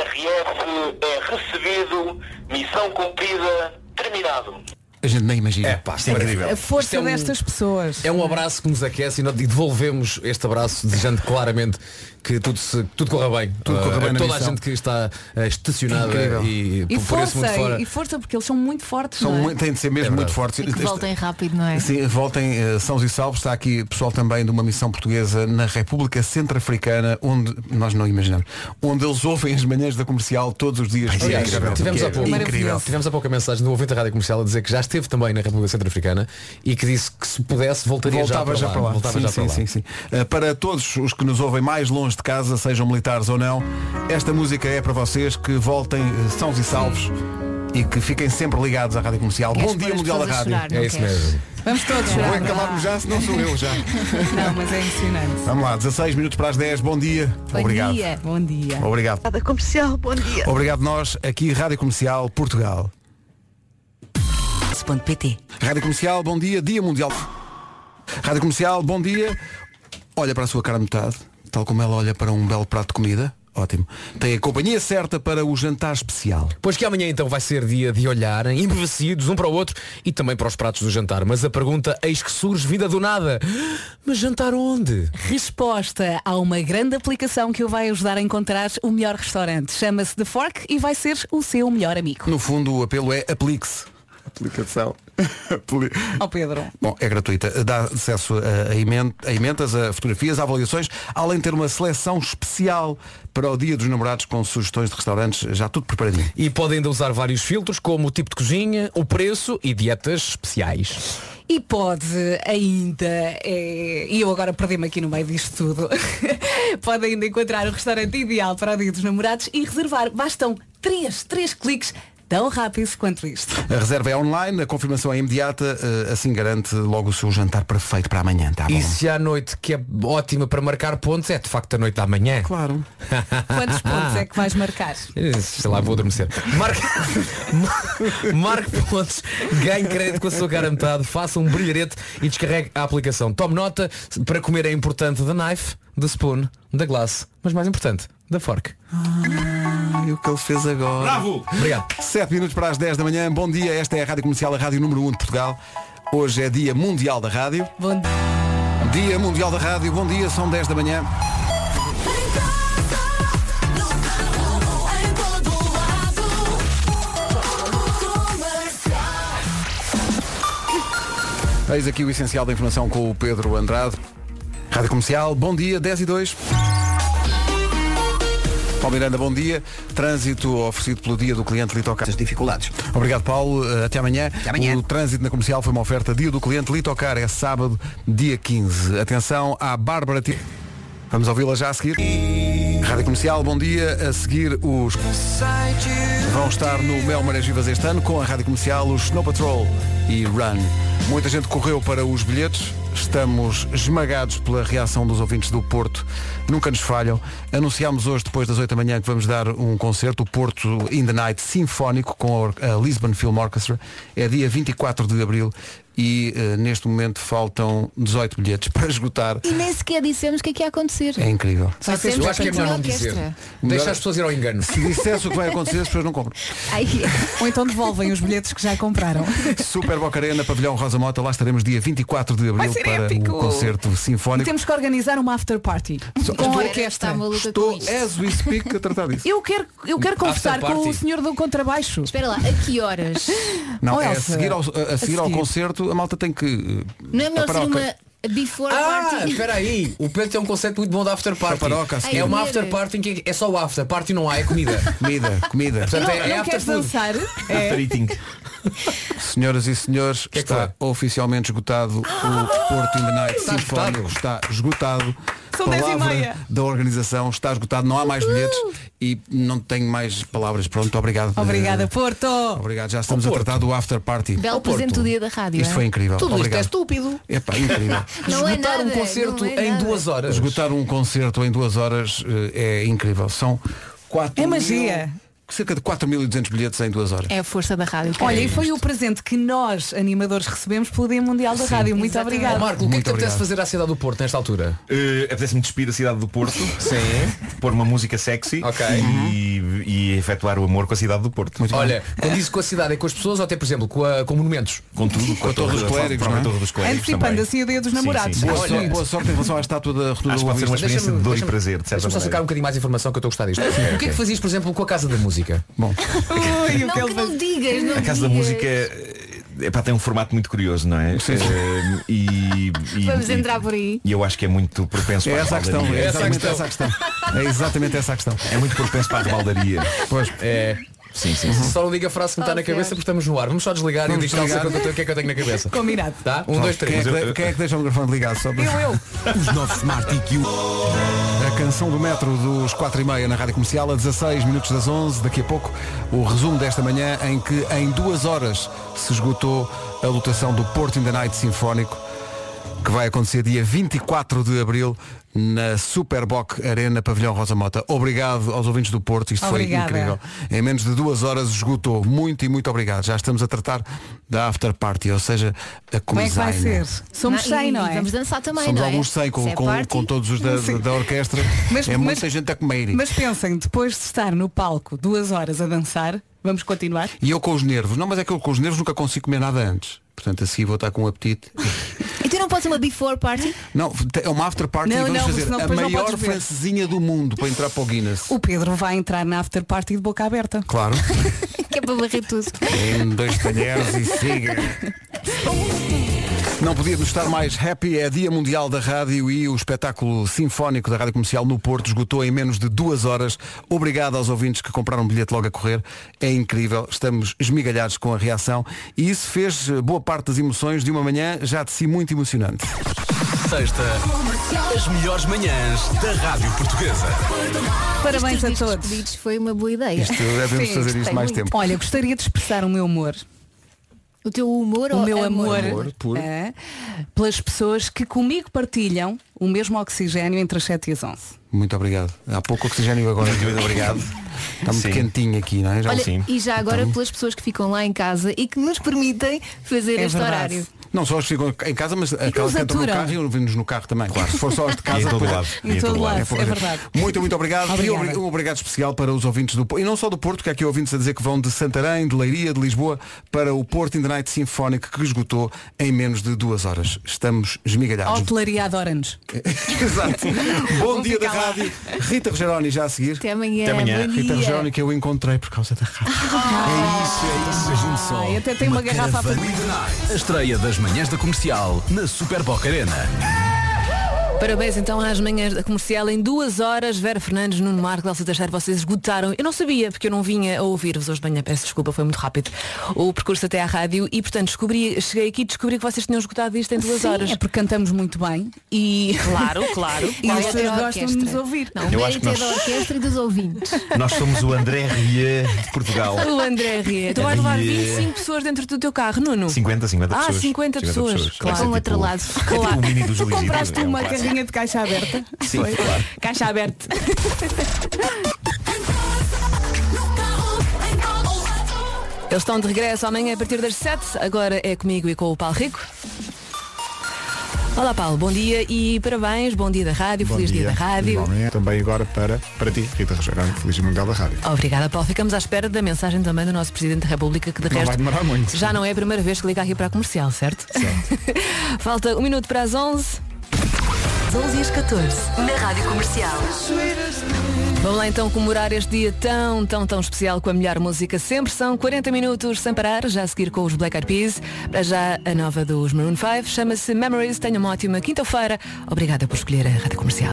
Speaker 7: QRF, é recebido, missão cumprida, terminado.
Speaker 2: A gente nem imagina.
Speaker 9: É pá,
Speaker 2: é incrível.
Speaker 6: A
Speaker 9: Isto
Speaker 6: força
Speaker 9: é um-
Speaker 6: destas pessoas.
Speaker 9: É um abraço que nos aquece e nós- e devolvemos este abraço desejando claramente que tudo, se, tudo corra bem.
Speaker 2: Tudo corra
Speaker 9: Eh,
Speaker 2: bem na
Speaker 9: toda a
Speaker 2: missão.
Speaker 9: gente que está eh, estacionada
Speaker 2: Incrível.
Speaker 9: e,
Speaker 6: E
Speaker 9: por, por esse
Speaker 6: força,
Speaker 9: mundo fora.
Speaker 6: e força, porque eles são muito fortes.
Speaker 2: São
Speaker 6: não é?
Speaker 2: muito- têm de ser mesmo muito fortes.
Speaker 5: E que voltem rápido, não é?
Speaker 2: Sim, voltem eh, sãos e salvos. Está aqui pessoal também de uma missão portuguesa na República Centro-Africana, onde nós não imaginamos, onde eles ouvem as manhãs da comercial todos os dias.
Speaker 6: é,
Speaker 9: Aliás, tivemos, há pouco,
Speaker 2: Incrível.
Speaker 9: tivemos há pouco a mensagem do ouvinte da Rádio Comercial a dizer que já esteve também na República Centro-Africana e que disse que se pudesse voltaria
Speaker 2: Voltava já para lá.
Speaker 9: Voltava
Speaker 2: Sim,
Speaker 9: já
Speaker 2: sim,
Speaker 9: para lá.
Speaker 2: sim, sim. Eh, Para todos os que nos ouvem mais longe de casa, sejam militares ou não, esta música é para vocês que voltem eh, sãos e salvos e que fiquem sempre ligados à Rádio Comercial.
Speaker 6: Queres
Speaker 2: Bom
Speaker 6: pôr
Speaker 2: dia,
Speaker 6: as
Speaker 2: Mundial da
Speaker 6: pessoas a
Speaker 2: Rádio.
Speaker 6: chorar, não É isso queres? mesmo. Vamos todos
Speaker 2: Vou
Speaker 6: chorar.
Speaker 2: acabar-me já, senão sou eu já.
Speaker 6: Não, mas é impressionante.
Speaker 2: Vamos lá, 16 minutos para as 10. Bom dia. Obrigado.
Speaker 6: dia. Bom dia.
Speaker 2: Obrigado.
Speaker 15: Rádio Comercial, bom dia.
Speaker 2: Obrigado nós, aqui Rádio Comercial Portugal. Rádio Comercial, bom dia, Dia Mundial. Rádio Comercial, bom dia. Olha para a sua cara metade, tal como ela olha para um belo prato de comida. Ótimo. Tem a companhia certa para o jantar especial.
Speaker 9: Pois que amanhã então vai ser dia de olharem embevecidos um para o outro e também para os pratos do jantar. Mas a pergunta eis que surge vida do nada. Mas jantar onde?
Speaker 6: Resposta a uma grande aplicação que o vai ajudar a encontrar o melhor restaurante. Chama-se The Fork e vai ser o seu melhor amigo.
Speaker 2: No fundo, o apelo é aplique-se. Aplicação. Apli-
Speaker 6: Ó Pedro.
Speaker 2: Bom, é gratuita. Dá acesso a, a emen- a emendas, a fotografias, a avaliações, além de ter uma seleção especial para o Dia dos Namorados com sugestões de restaurantes, já tudo preparadinho.
Speaker 9: E podem ainda usar vários filtros, como o tipo de cozinha, o preço e dietas especiais.
Speaker 6: E pode ainda, eh, e eu agora perdi-me aqui no meio disto tudo, pode ainda encontrar o restaurante ideal para o Dia dos Namorados e reservar. Bastam três, três cliques, tão rápido quanto isto.
Speaker 2: A reserva é online, a confirmação é imediata, eh, assim garante logo o seu jantar perfeito para amanhã, tá bom?
Speaker 9: E se há noite que é ótima para marcar pontos, é de facto a noite da manhã.
Speaker 2: Claro.
Speaker 6: Quantos pontos é que vais marcar?
Speaker 9: Eh, Sei lá, vou adormecer. Marque, Mar- marque pontos, ganhe crédito com a sua cara a metade, faça um brilharete e descarregue a aplicação. Tome nota, para comer é importante da knife, da spoon, da glass, mas mais importante, da fork.
Speaker 2: E o que ele fez agora?
Speaker 9: Bravo! Obrigado.
Speaker 2: 7 minutos para as 10 da manhã. Bom dia, esta é a Rádio Comercial, a Rádio número 1 de Portugal. Hoje é Dia Mundial da Rádio.
Speaker 6: Bom dia.
Speaker 2: Dia Mundial da Rádio. Bom dia, são 10 da manhã. Eis aqui o essencial da informação com o Pedro Andrade. Rádio Comercial, bom dia, 10 e 2. Paulo Miranda, bom dia. Trânsito oferecido pelo dia do cliente Litocar. As
Speaker 3: dificuldades.
Speaker 2: Obrigado, Paulo. Eh, Até amanhã.
Speaker 3: amanhã.
Speaker 2: O trânsito na comercial foi uma oferta dia do cliente Litocar. É sábado, dia 15. Atenção à Bárbara. Ti- Vamos ouvi-la já a seguir. Rádio Comercial, bom dia. A seguir os... Vão estar no Mel Marés Vivas este ano com a Rádio Comercial, o Snow Patrol e Run. Muita gente correu para os bilhetes. Estamos esmagados pela reação dos ouvintes do Porto. Nunca nos falham. Anunciámos hoje, depois das 8 da manhã, que vamos dar um concerto, o Porto in the Night Sinfónico, com a or- a Lisbon Film Orchestra. É dia 24 de abril e eh, neste momento faltam 18 bilhetes para esgotar.
Speaker 5: E nem sequer dissemos o que é que ia acontecer.
Speaker 2: É incrível.
Speaker 5: Só dissemos
Speaker 9: Eu acho que é melhor não
Speaker 5: orquestra.
Speaker 9: dizer. Deixa as pessoas ir ao engano.
Speaker 2: Se dissesse o que vai acontecer, as pessoas não compram.
Speaker 5: Ai,
Speaker 6: Ou então devolvem os bilhetes que já compraram.
Speaker 2: Super Boca Arena, Pavilhão Rosa Mota, lá estaremos dia 24 de
Speaker 6: Vai
Speaker 2: abril
Speaker 6: ser
Speaker 2: para
Speaker 6: épico.
Speaker 2: o concerto
Speaker 6: E
Speaker 2: sinfónico.
Speaker 6: temos que organizar uma after party com a orquestra.
Speaker 2: Estou, as we speak, a tratar disso.
Speaker 6: Eu quero, eu quero
Speaker 2: After
Speaker 6: conversar com
Speaker 2: party.
Speaker 6: o senhor do contrabaixo.
Speaker 5: Espera lá, a que horas?
Speaker 2: Não,
Speaker 6: Oh,
Speaker 2: é a
Speaker 6: Elsa.
Speaker 2: seguir, ao, a- a seguir ao concerto, a malta tem que. eh,
Speaker 5: Não é melhor
Speaker 2: a
Speaker 5: ser
Speaker 2: paróquia.
Speaker 5: uma before
Speaker 9: Ah,
Speaker 5: party?
Speaker 9: espera aí. O Pedro tem um conceito muito bom da after party.
Speaker 2: Paparoca, sim.
Speaker 9: é uma
Speaker 5: Ai,
Speaker 9: after
Speaker 5: comer.
Speaker 9: party em que é só o after party, não há, é comida.
Speaker 2: Comida, comida.
Speaker 9: Portanto,
Speaker 6: não
Speaker 9: é, é
Speaker 6: não
Speaker 9: after
Speaker 6: queres
Speaker 9: food.
Speaker 6: dançar?
Speaker 2: After
Speaker 6: É.
Speaker 2: eating. Senhoras e senhores, está oficialmente esgotado o Porto in the Night
Speaker 6: Está
Speaker 2: Sinfónico. Está esgotado.
Speaker 6: São dez e meia.
Speaker 2: Palavra da organização está esgotado, não há mais bilhetes e não tenho mais palavras. Pronto, obrigado.
Speaker 6: Obrigada,
Speaker 2: Eh,
Speaker 6: Porto.
Speaker 2: Obrigado, já estamos a tratar do after party.
Speaker 5: Belo presente do dia da rádio.
Speaker 2: Isto
Speaker 5: é?
Speaker 2: foi incrível.
Speaker 5: Tudo isto
Speaker 2: Obrigado.
Speaker 5: é estúpido.
Speaker 2: Epá, incrível.
Speaker 5: Não é
Speaker 9: Esgotar um
Speaker 5: nada,
Speaker 9: concerto
Speaker 5: não é
Speaker 9: em
Speaker 5: nada.
Speaker 9: duas horas.
Speaker 2: Esgotar um concerto em duas horas eh, é incrível. São quatro
Speaker 6: É magia.
Speaker 2: mil- cerca de 4.200 bilhetes em duas horas.
Speaker 5: É a força da rádio. cara.
Speaker 6: Olha, e foi o presente que nós, animadores, recebemos pelo Dia Mundial da Rádio. Muito
Speaker 5: Exatamente.
Speaker 6: obrigada.
Speaker 9: Marco, o que é que
Speaker 2: Muito
Speaker 9: te apetece
Speaker 2: obrigado.
Speaker 9: fazer à cidade do Porto nesta altura?
Speaker 17: Eh, Apetece-me despir a cidade do Porto,
Speaker 9: Sim.
Speaker 17: pôr uma música sexy
Speaker 9: Ok. Uhum.
Speaker 17: e, e efetuar o amor com a cidade do Porto.
Speaker 9: Olha, quando isso com a cidade é com as pessoas ou até, por exemplo, com, a- com monumentos?
Speaker 17: com tudo, com,
Speaker 2: a Torre dos
Speaker 17: a
Speaker 2: Clérigos,
Speaker 17: própria
Speaker 2: não é?
Speaker 17: Torre dos Clérigos
Speaker 6: Antecipando
Speaker 17: também.
Speaker 6: assim o Dia dos
Speaker 17: Sim,
Speaker 6: Namorados.
Speaker 17: sim, sim.
Speaker 2: Boa,
Speaker 9: Olha,
Speaker 2: sorte, boa sorte em relação à estátua da Reduda
Speaker 17: Acho que pode ser uma experiência de dor e prazer, de certa
Speaker 9: Deixa-me só sacar um
Speaker 17: maneira.
Speaker 9: bocadinho mais de informação que eu estou a gostar disto. O que é
Speaker 17: ok.
Speaker 9: que fazias, por exemplo, com a Casa da Música?
Speaker 2: Bom,
Speaker 6: Ui, o
Speaker 5: Não,
Speaker 6: que ele
Speaker 5: que não digas, não
Speaker 17: A Casa da
Speaker 5: digas.
Speaker 17: Música eh, epá, tem um formato muito curioso, não é? Eh, E, e-
Speaker 5: Vamos
Speaker 17: e-
Speaker 5: entrar por aí.
Speaker 17: E eu acho que é muito propenso
Speaker 2: é
Speaker 17: para
Speaker 2: essa a questão.
Speaker 17: rebaldaria.
Speaker 2: É exatamente essa a questão. É exatamente essa a questão.
Speaker 17: É muito propenso para a rebaldaria.
Speaker 2: Pois,
Speaker 9: É.
Speaker 17: Sim, sim, sim.
Speaker 9: Só não diga a frase que me está na cabeça porque estamos no ar. Vamos só desligar
Speaker 2: Vamos
Speaker 9: e diz calça
Speaker 2: desligar.
Speaker 9: quanto eu tenho- o que é que eu tenho na cabeça.
Speaker 6: Combinado.
Speaker 9: Tá? Um, dois,
Speaker 2: quem, é
Speaker 9: três.
Speaker 2: que, de- quem é que deixa o microfone ligado? Só para-
Speaker 6: Eu, eu.
Speaker 14: Os novos Smart EQ.
Speaker 2: A canção do metro dos 4 e meia na Rádio Comercial, a 16 minutos das 11, daqui a pouco, o resumo desta manhã em que em duas horas se esgotou a lotação do Porto in the Night Sinfónico, que vai acontecer dia 24 de Abril na Superboc Arena Pavilhão Rosa Mota. Obrigado aos ouvintes do Porto, isto
Speaker 6: Obrigada.
Speaker 2: foi incrível. Em menos de duas horas esgotou. Muito e muito obrigado. Já estamos a tratar da after party, ou seja, a
Speaker 6: Como é que vai
Speaker 2: comisaina.
Speaker 6: ser? Somos
Speaker 5: Não, e-
Speaker 6: 100, não
Speaker 5: e
Speaker 6: é?
Speaker 5: Vamos dançar também,
Speaker 2: Somos
Speaker 5: não é?
Speaker 2: alguns 100
Speaker 5: Se
Speaker 2: com,
Speaker 5: é
Speaker 2: com-
Speaker 5: party,
Speaker 2: com todos os da,
Speaker 6: Sim.
Speaker 2: da orquestra.
Speaker 6: Mas-
Speaker 2: é muita
Speaker 6: mas-
Speaker 2: gente a comer.
Speaker 6: Mas pensem, depois de estar no palco duas horas a dançar, vamos continuar?
Speaker 2: E eu com os nervos. Não, mas é que eu com os nervos nunca consigo comer nada antes. Portanto, assim vou estar com um apetite.
Speaker 5: Então não pode ser uma before party?
Speaker 2: Não, é uma after party
Speaker 6: Não,
Speaker 2: e vamos
Speaker 6: não,
Speaker 2: fazer
Speaker 6: senão
Speaker 2: a
Speaker 6: depois não
Speaker 2: maior
Speaker 6: podes ver.
Speaker 2: francesinha do mundo para entrar para o Guinness.
Speaker 6: O Pedro vai entrar na after party de boca aberta.
Speaker 2: Claro.
Speaker 5: Que é para barrer tudo.
Speaker 2: Em dois talheres e siga. Não podíamos estar mais happy. É Dia Mundial da Rádio e o espetáculo sinfónico da Rádio Comercial no Porto esgotou em menos de duas horas. Obrigado aos ouvintes que compraram um bilhete logo a correr. É incrível. Estamos esmigalhados com a reação. E isso fez eh, boa parte das emoções de uma manhã já de si muito emocionante.
Speaker 14: Sexta, as melhores manhãs da Rádio Portuguesa.
Speaker 6: Parabéns a todos.
Speaker 5: Pedidos foi uma boa ideia.
Speaker 2: Isto, é devemos fazer isto
Speaker 5: gostei
Speaker 2: mais
Speaker 5: muito.
Speaker 2: tempo.
Speaker 6: Olha, gostaria de expressar o meu amor.
Speaker 5: O teu humor
Speaker 6: o
Speaker 5: ou
Speaker 6: meu
Speaker 5: amor?
Speaker 6: amor, é, pelas pessoas que comigo partilham o mesmo oxigênio entre as 7 e as 11.
Speaker 2: Muito obrigado. Há pouco oxigênio agora. Muito obrigado. Está muito quentinho aqui, não é?
Speaker 5: Olha,
Speaker 2: sim. Então.
Speaker 5: e já agora pelas pessoas que ficam lá em casa e que nos permitem fazer
Speaker 2: É
Speaker 5: este
Speaker 2: verdade.
Speaker 5: horário.
Speaker 2: Não só os que ficam em casa, mas aquelas
Speaker 5: nos
Speaker 2: que cantam no
Speaker 5: aturam.
Speaker 2: carro e ouvimos no carro também. Claro. Se for só os de
Speaker 5: E em
Speaker 2: casa,
Speaker 5: todo
Speaker 2: depois-
Speaker 5: lado. E em todo lado, é
Speaker 2: pouca gente.
Speaker 5: verdade.
Speaker 2: Muito, muito obrigado. E
Speaker 5: Obrigada.
Speaker 2: obri- um obrigado especial para os ouvintes do Porto. E não só do Porto, que há aqui ouvintes a dizer que vão de Santarém, de Leiria, de Lisboa, para o Porto in the Night Sinfónico, que esgotou em menos de duas horas. Estamos
Speaker 6: A
Speaker 2: esmigalhados.
Speaker 6: hotelaria adora-nos.
Speaker 2: Exato. Bom dia da rádio. Rita Rogeroni já a seguir.
Speaker 5: Até amanhã.
Speaker 2: Até amanhã.
Speaker 5: Bom
Speaker 2: Rita
Speaker 5: dia.
Speaker 2: Rogeroni que eu encontrei por causa da rádio.
Speaker 14: É isso, é isso, ajude só.
Speaker 6: Ai, até tem uma garrafa a
Speaker 14: caravana. A estreia das manhãs da comercial na Super Boca Arena.
Speaker 10: Parabéns então às manhãs da comercial. Em duas horas, Vera Fernandes, Nuno Marco, Elsa Teixeira, vocês esgotaram. Eu não sabia, porque eu não vinha a ouvir-vos hoje de manhã, peço desculpa, foi muito rápido o percurso até à rádio e, portanto, descobri, cheguei aqui e descobri que vocês tinham esgotado isto em duas
Speaker 6: Sim,
Speaker 10: horas.
Speaker 6: É porque cantamos muito bem e.
Speaker 10: Claro, claro.
Speaker 6: e
Speaker 10: Qual
Speaker 6: as
Speaker 10: é
Speaker 6: pessoas
Speaker 10: a
Speaker 6: gostam de nos
Speaker 10: orquestra?
Speaker 6: ouvir.
Speaker 5: Não,
Speaker 17: Eu
Speaker 5: o
Speaker 17: acho que
Speaker 5: mérito é da
Speaker 17: nós-
Speaker 5: orquestra e dos ouvintes.
Speaker 17: Nós somos o André Rie de Portugal.
Speaker 10: O André Ria. Tu vais Então levar
Speaker 17: Ria.
Speaker 10: 25 pessoas dentro do teu carro, Nuno.
Speaker 17: 50, 50
Speaker 10: Ah,
Speaker 17: pessoas.
Speaker 10: 50 pessoas. Claro.
Speaker 17: Vai ser
Speaker 10: Com
Speaker 17: tipo-
Speaker 10: atrelado.
Speaker 17: é tipo
Speaker 10: Claro.
Speaker 17: o mini dos
Speaker 10: Tu
Speaker 17: Lisíadas,
Speaker 10: compraste
Speaker 17: é um
Speaker 10: uma
Speaker 6: Carrinha
Speaker 17: clássico.
Speaker 6: de caixa aberta.
Speaker 17: Sim, claro.
Speaker 6: Caixa aberta.
Speaker 10: Eles estão de regresso amanhã a partir das 7. Agora é comigo e com o Paulo Rico. Olá Paulo, bom dia e parabéns, bom dia da rádio,
Speaker 12: Bom
Speaker 10: feliz dia, da rádio.
Speaker 12: Igualmente. Também agora para, para ti, Rita Rogerano, Feliz Mundial da Rádio.
Speaker 10: Obrigada Paulo, ficamos à espera da mensagem também do nosso Presidente da República, que de
Speaker 12: Não
Speaker 10: resto
Speaker 12: vai demorar muito.
Speaker 10: já não é a primeira vez que liga aqui para a comercial, certo? Falta um minuto para as 11. Às 11 e às 14.
Speaker 19: Na Rádio Comercial.
Speaker 10: Vamos lá então comemorar este dia tão, tão, tão especial com a melhor música sempre. São 40 minutos sem parar, já a seguir com os Black Eyed Peas. Para já a nova dos Maroon 5, chama-se Memories. Tenha uma ótima quinta-feira. Obrigada por escolher a Rádio Comercial.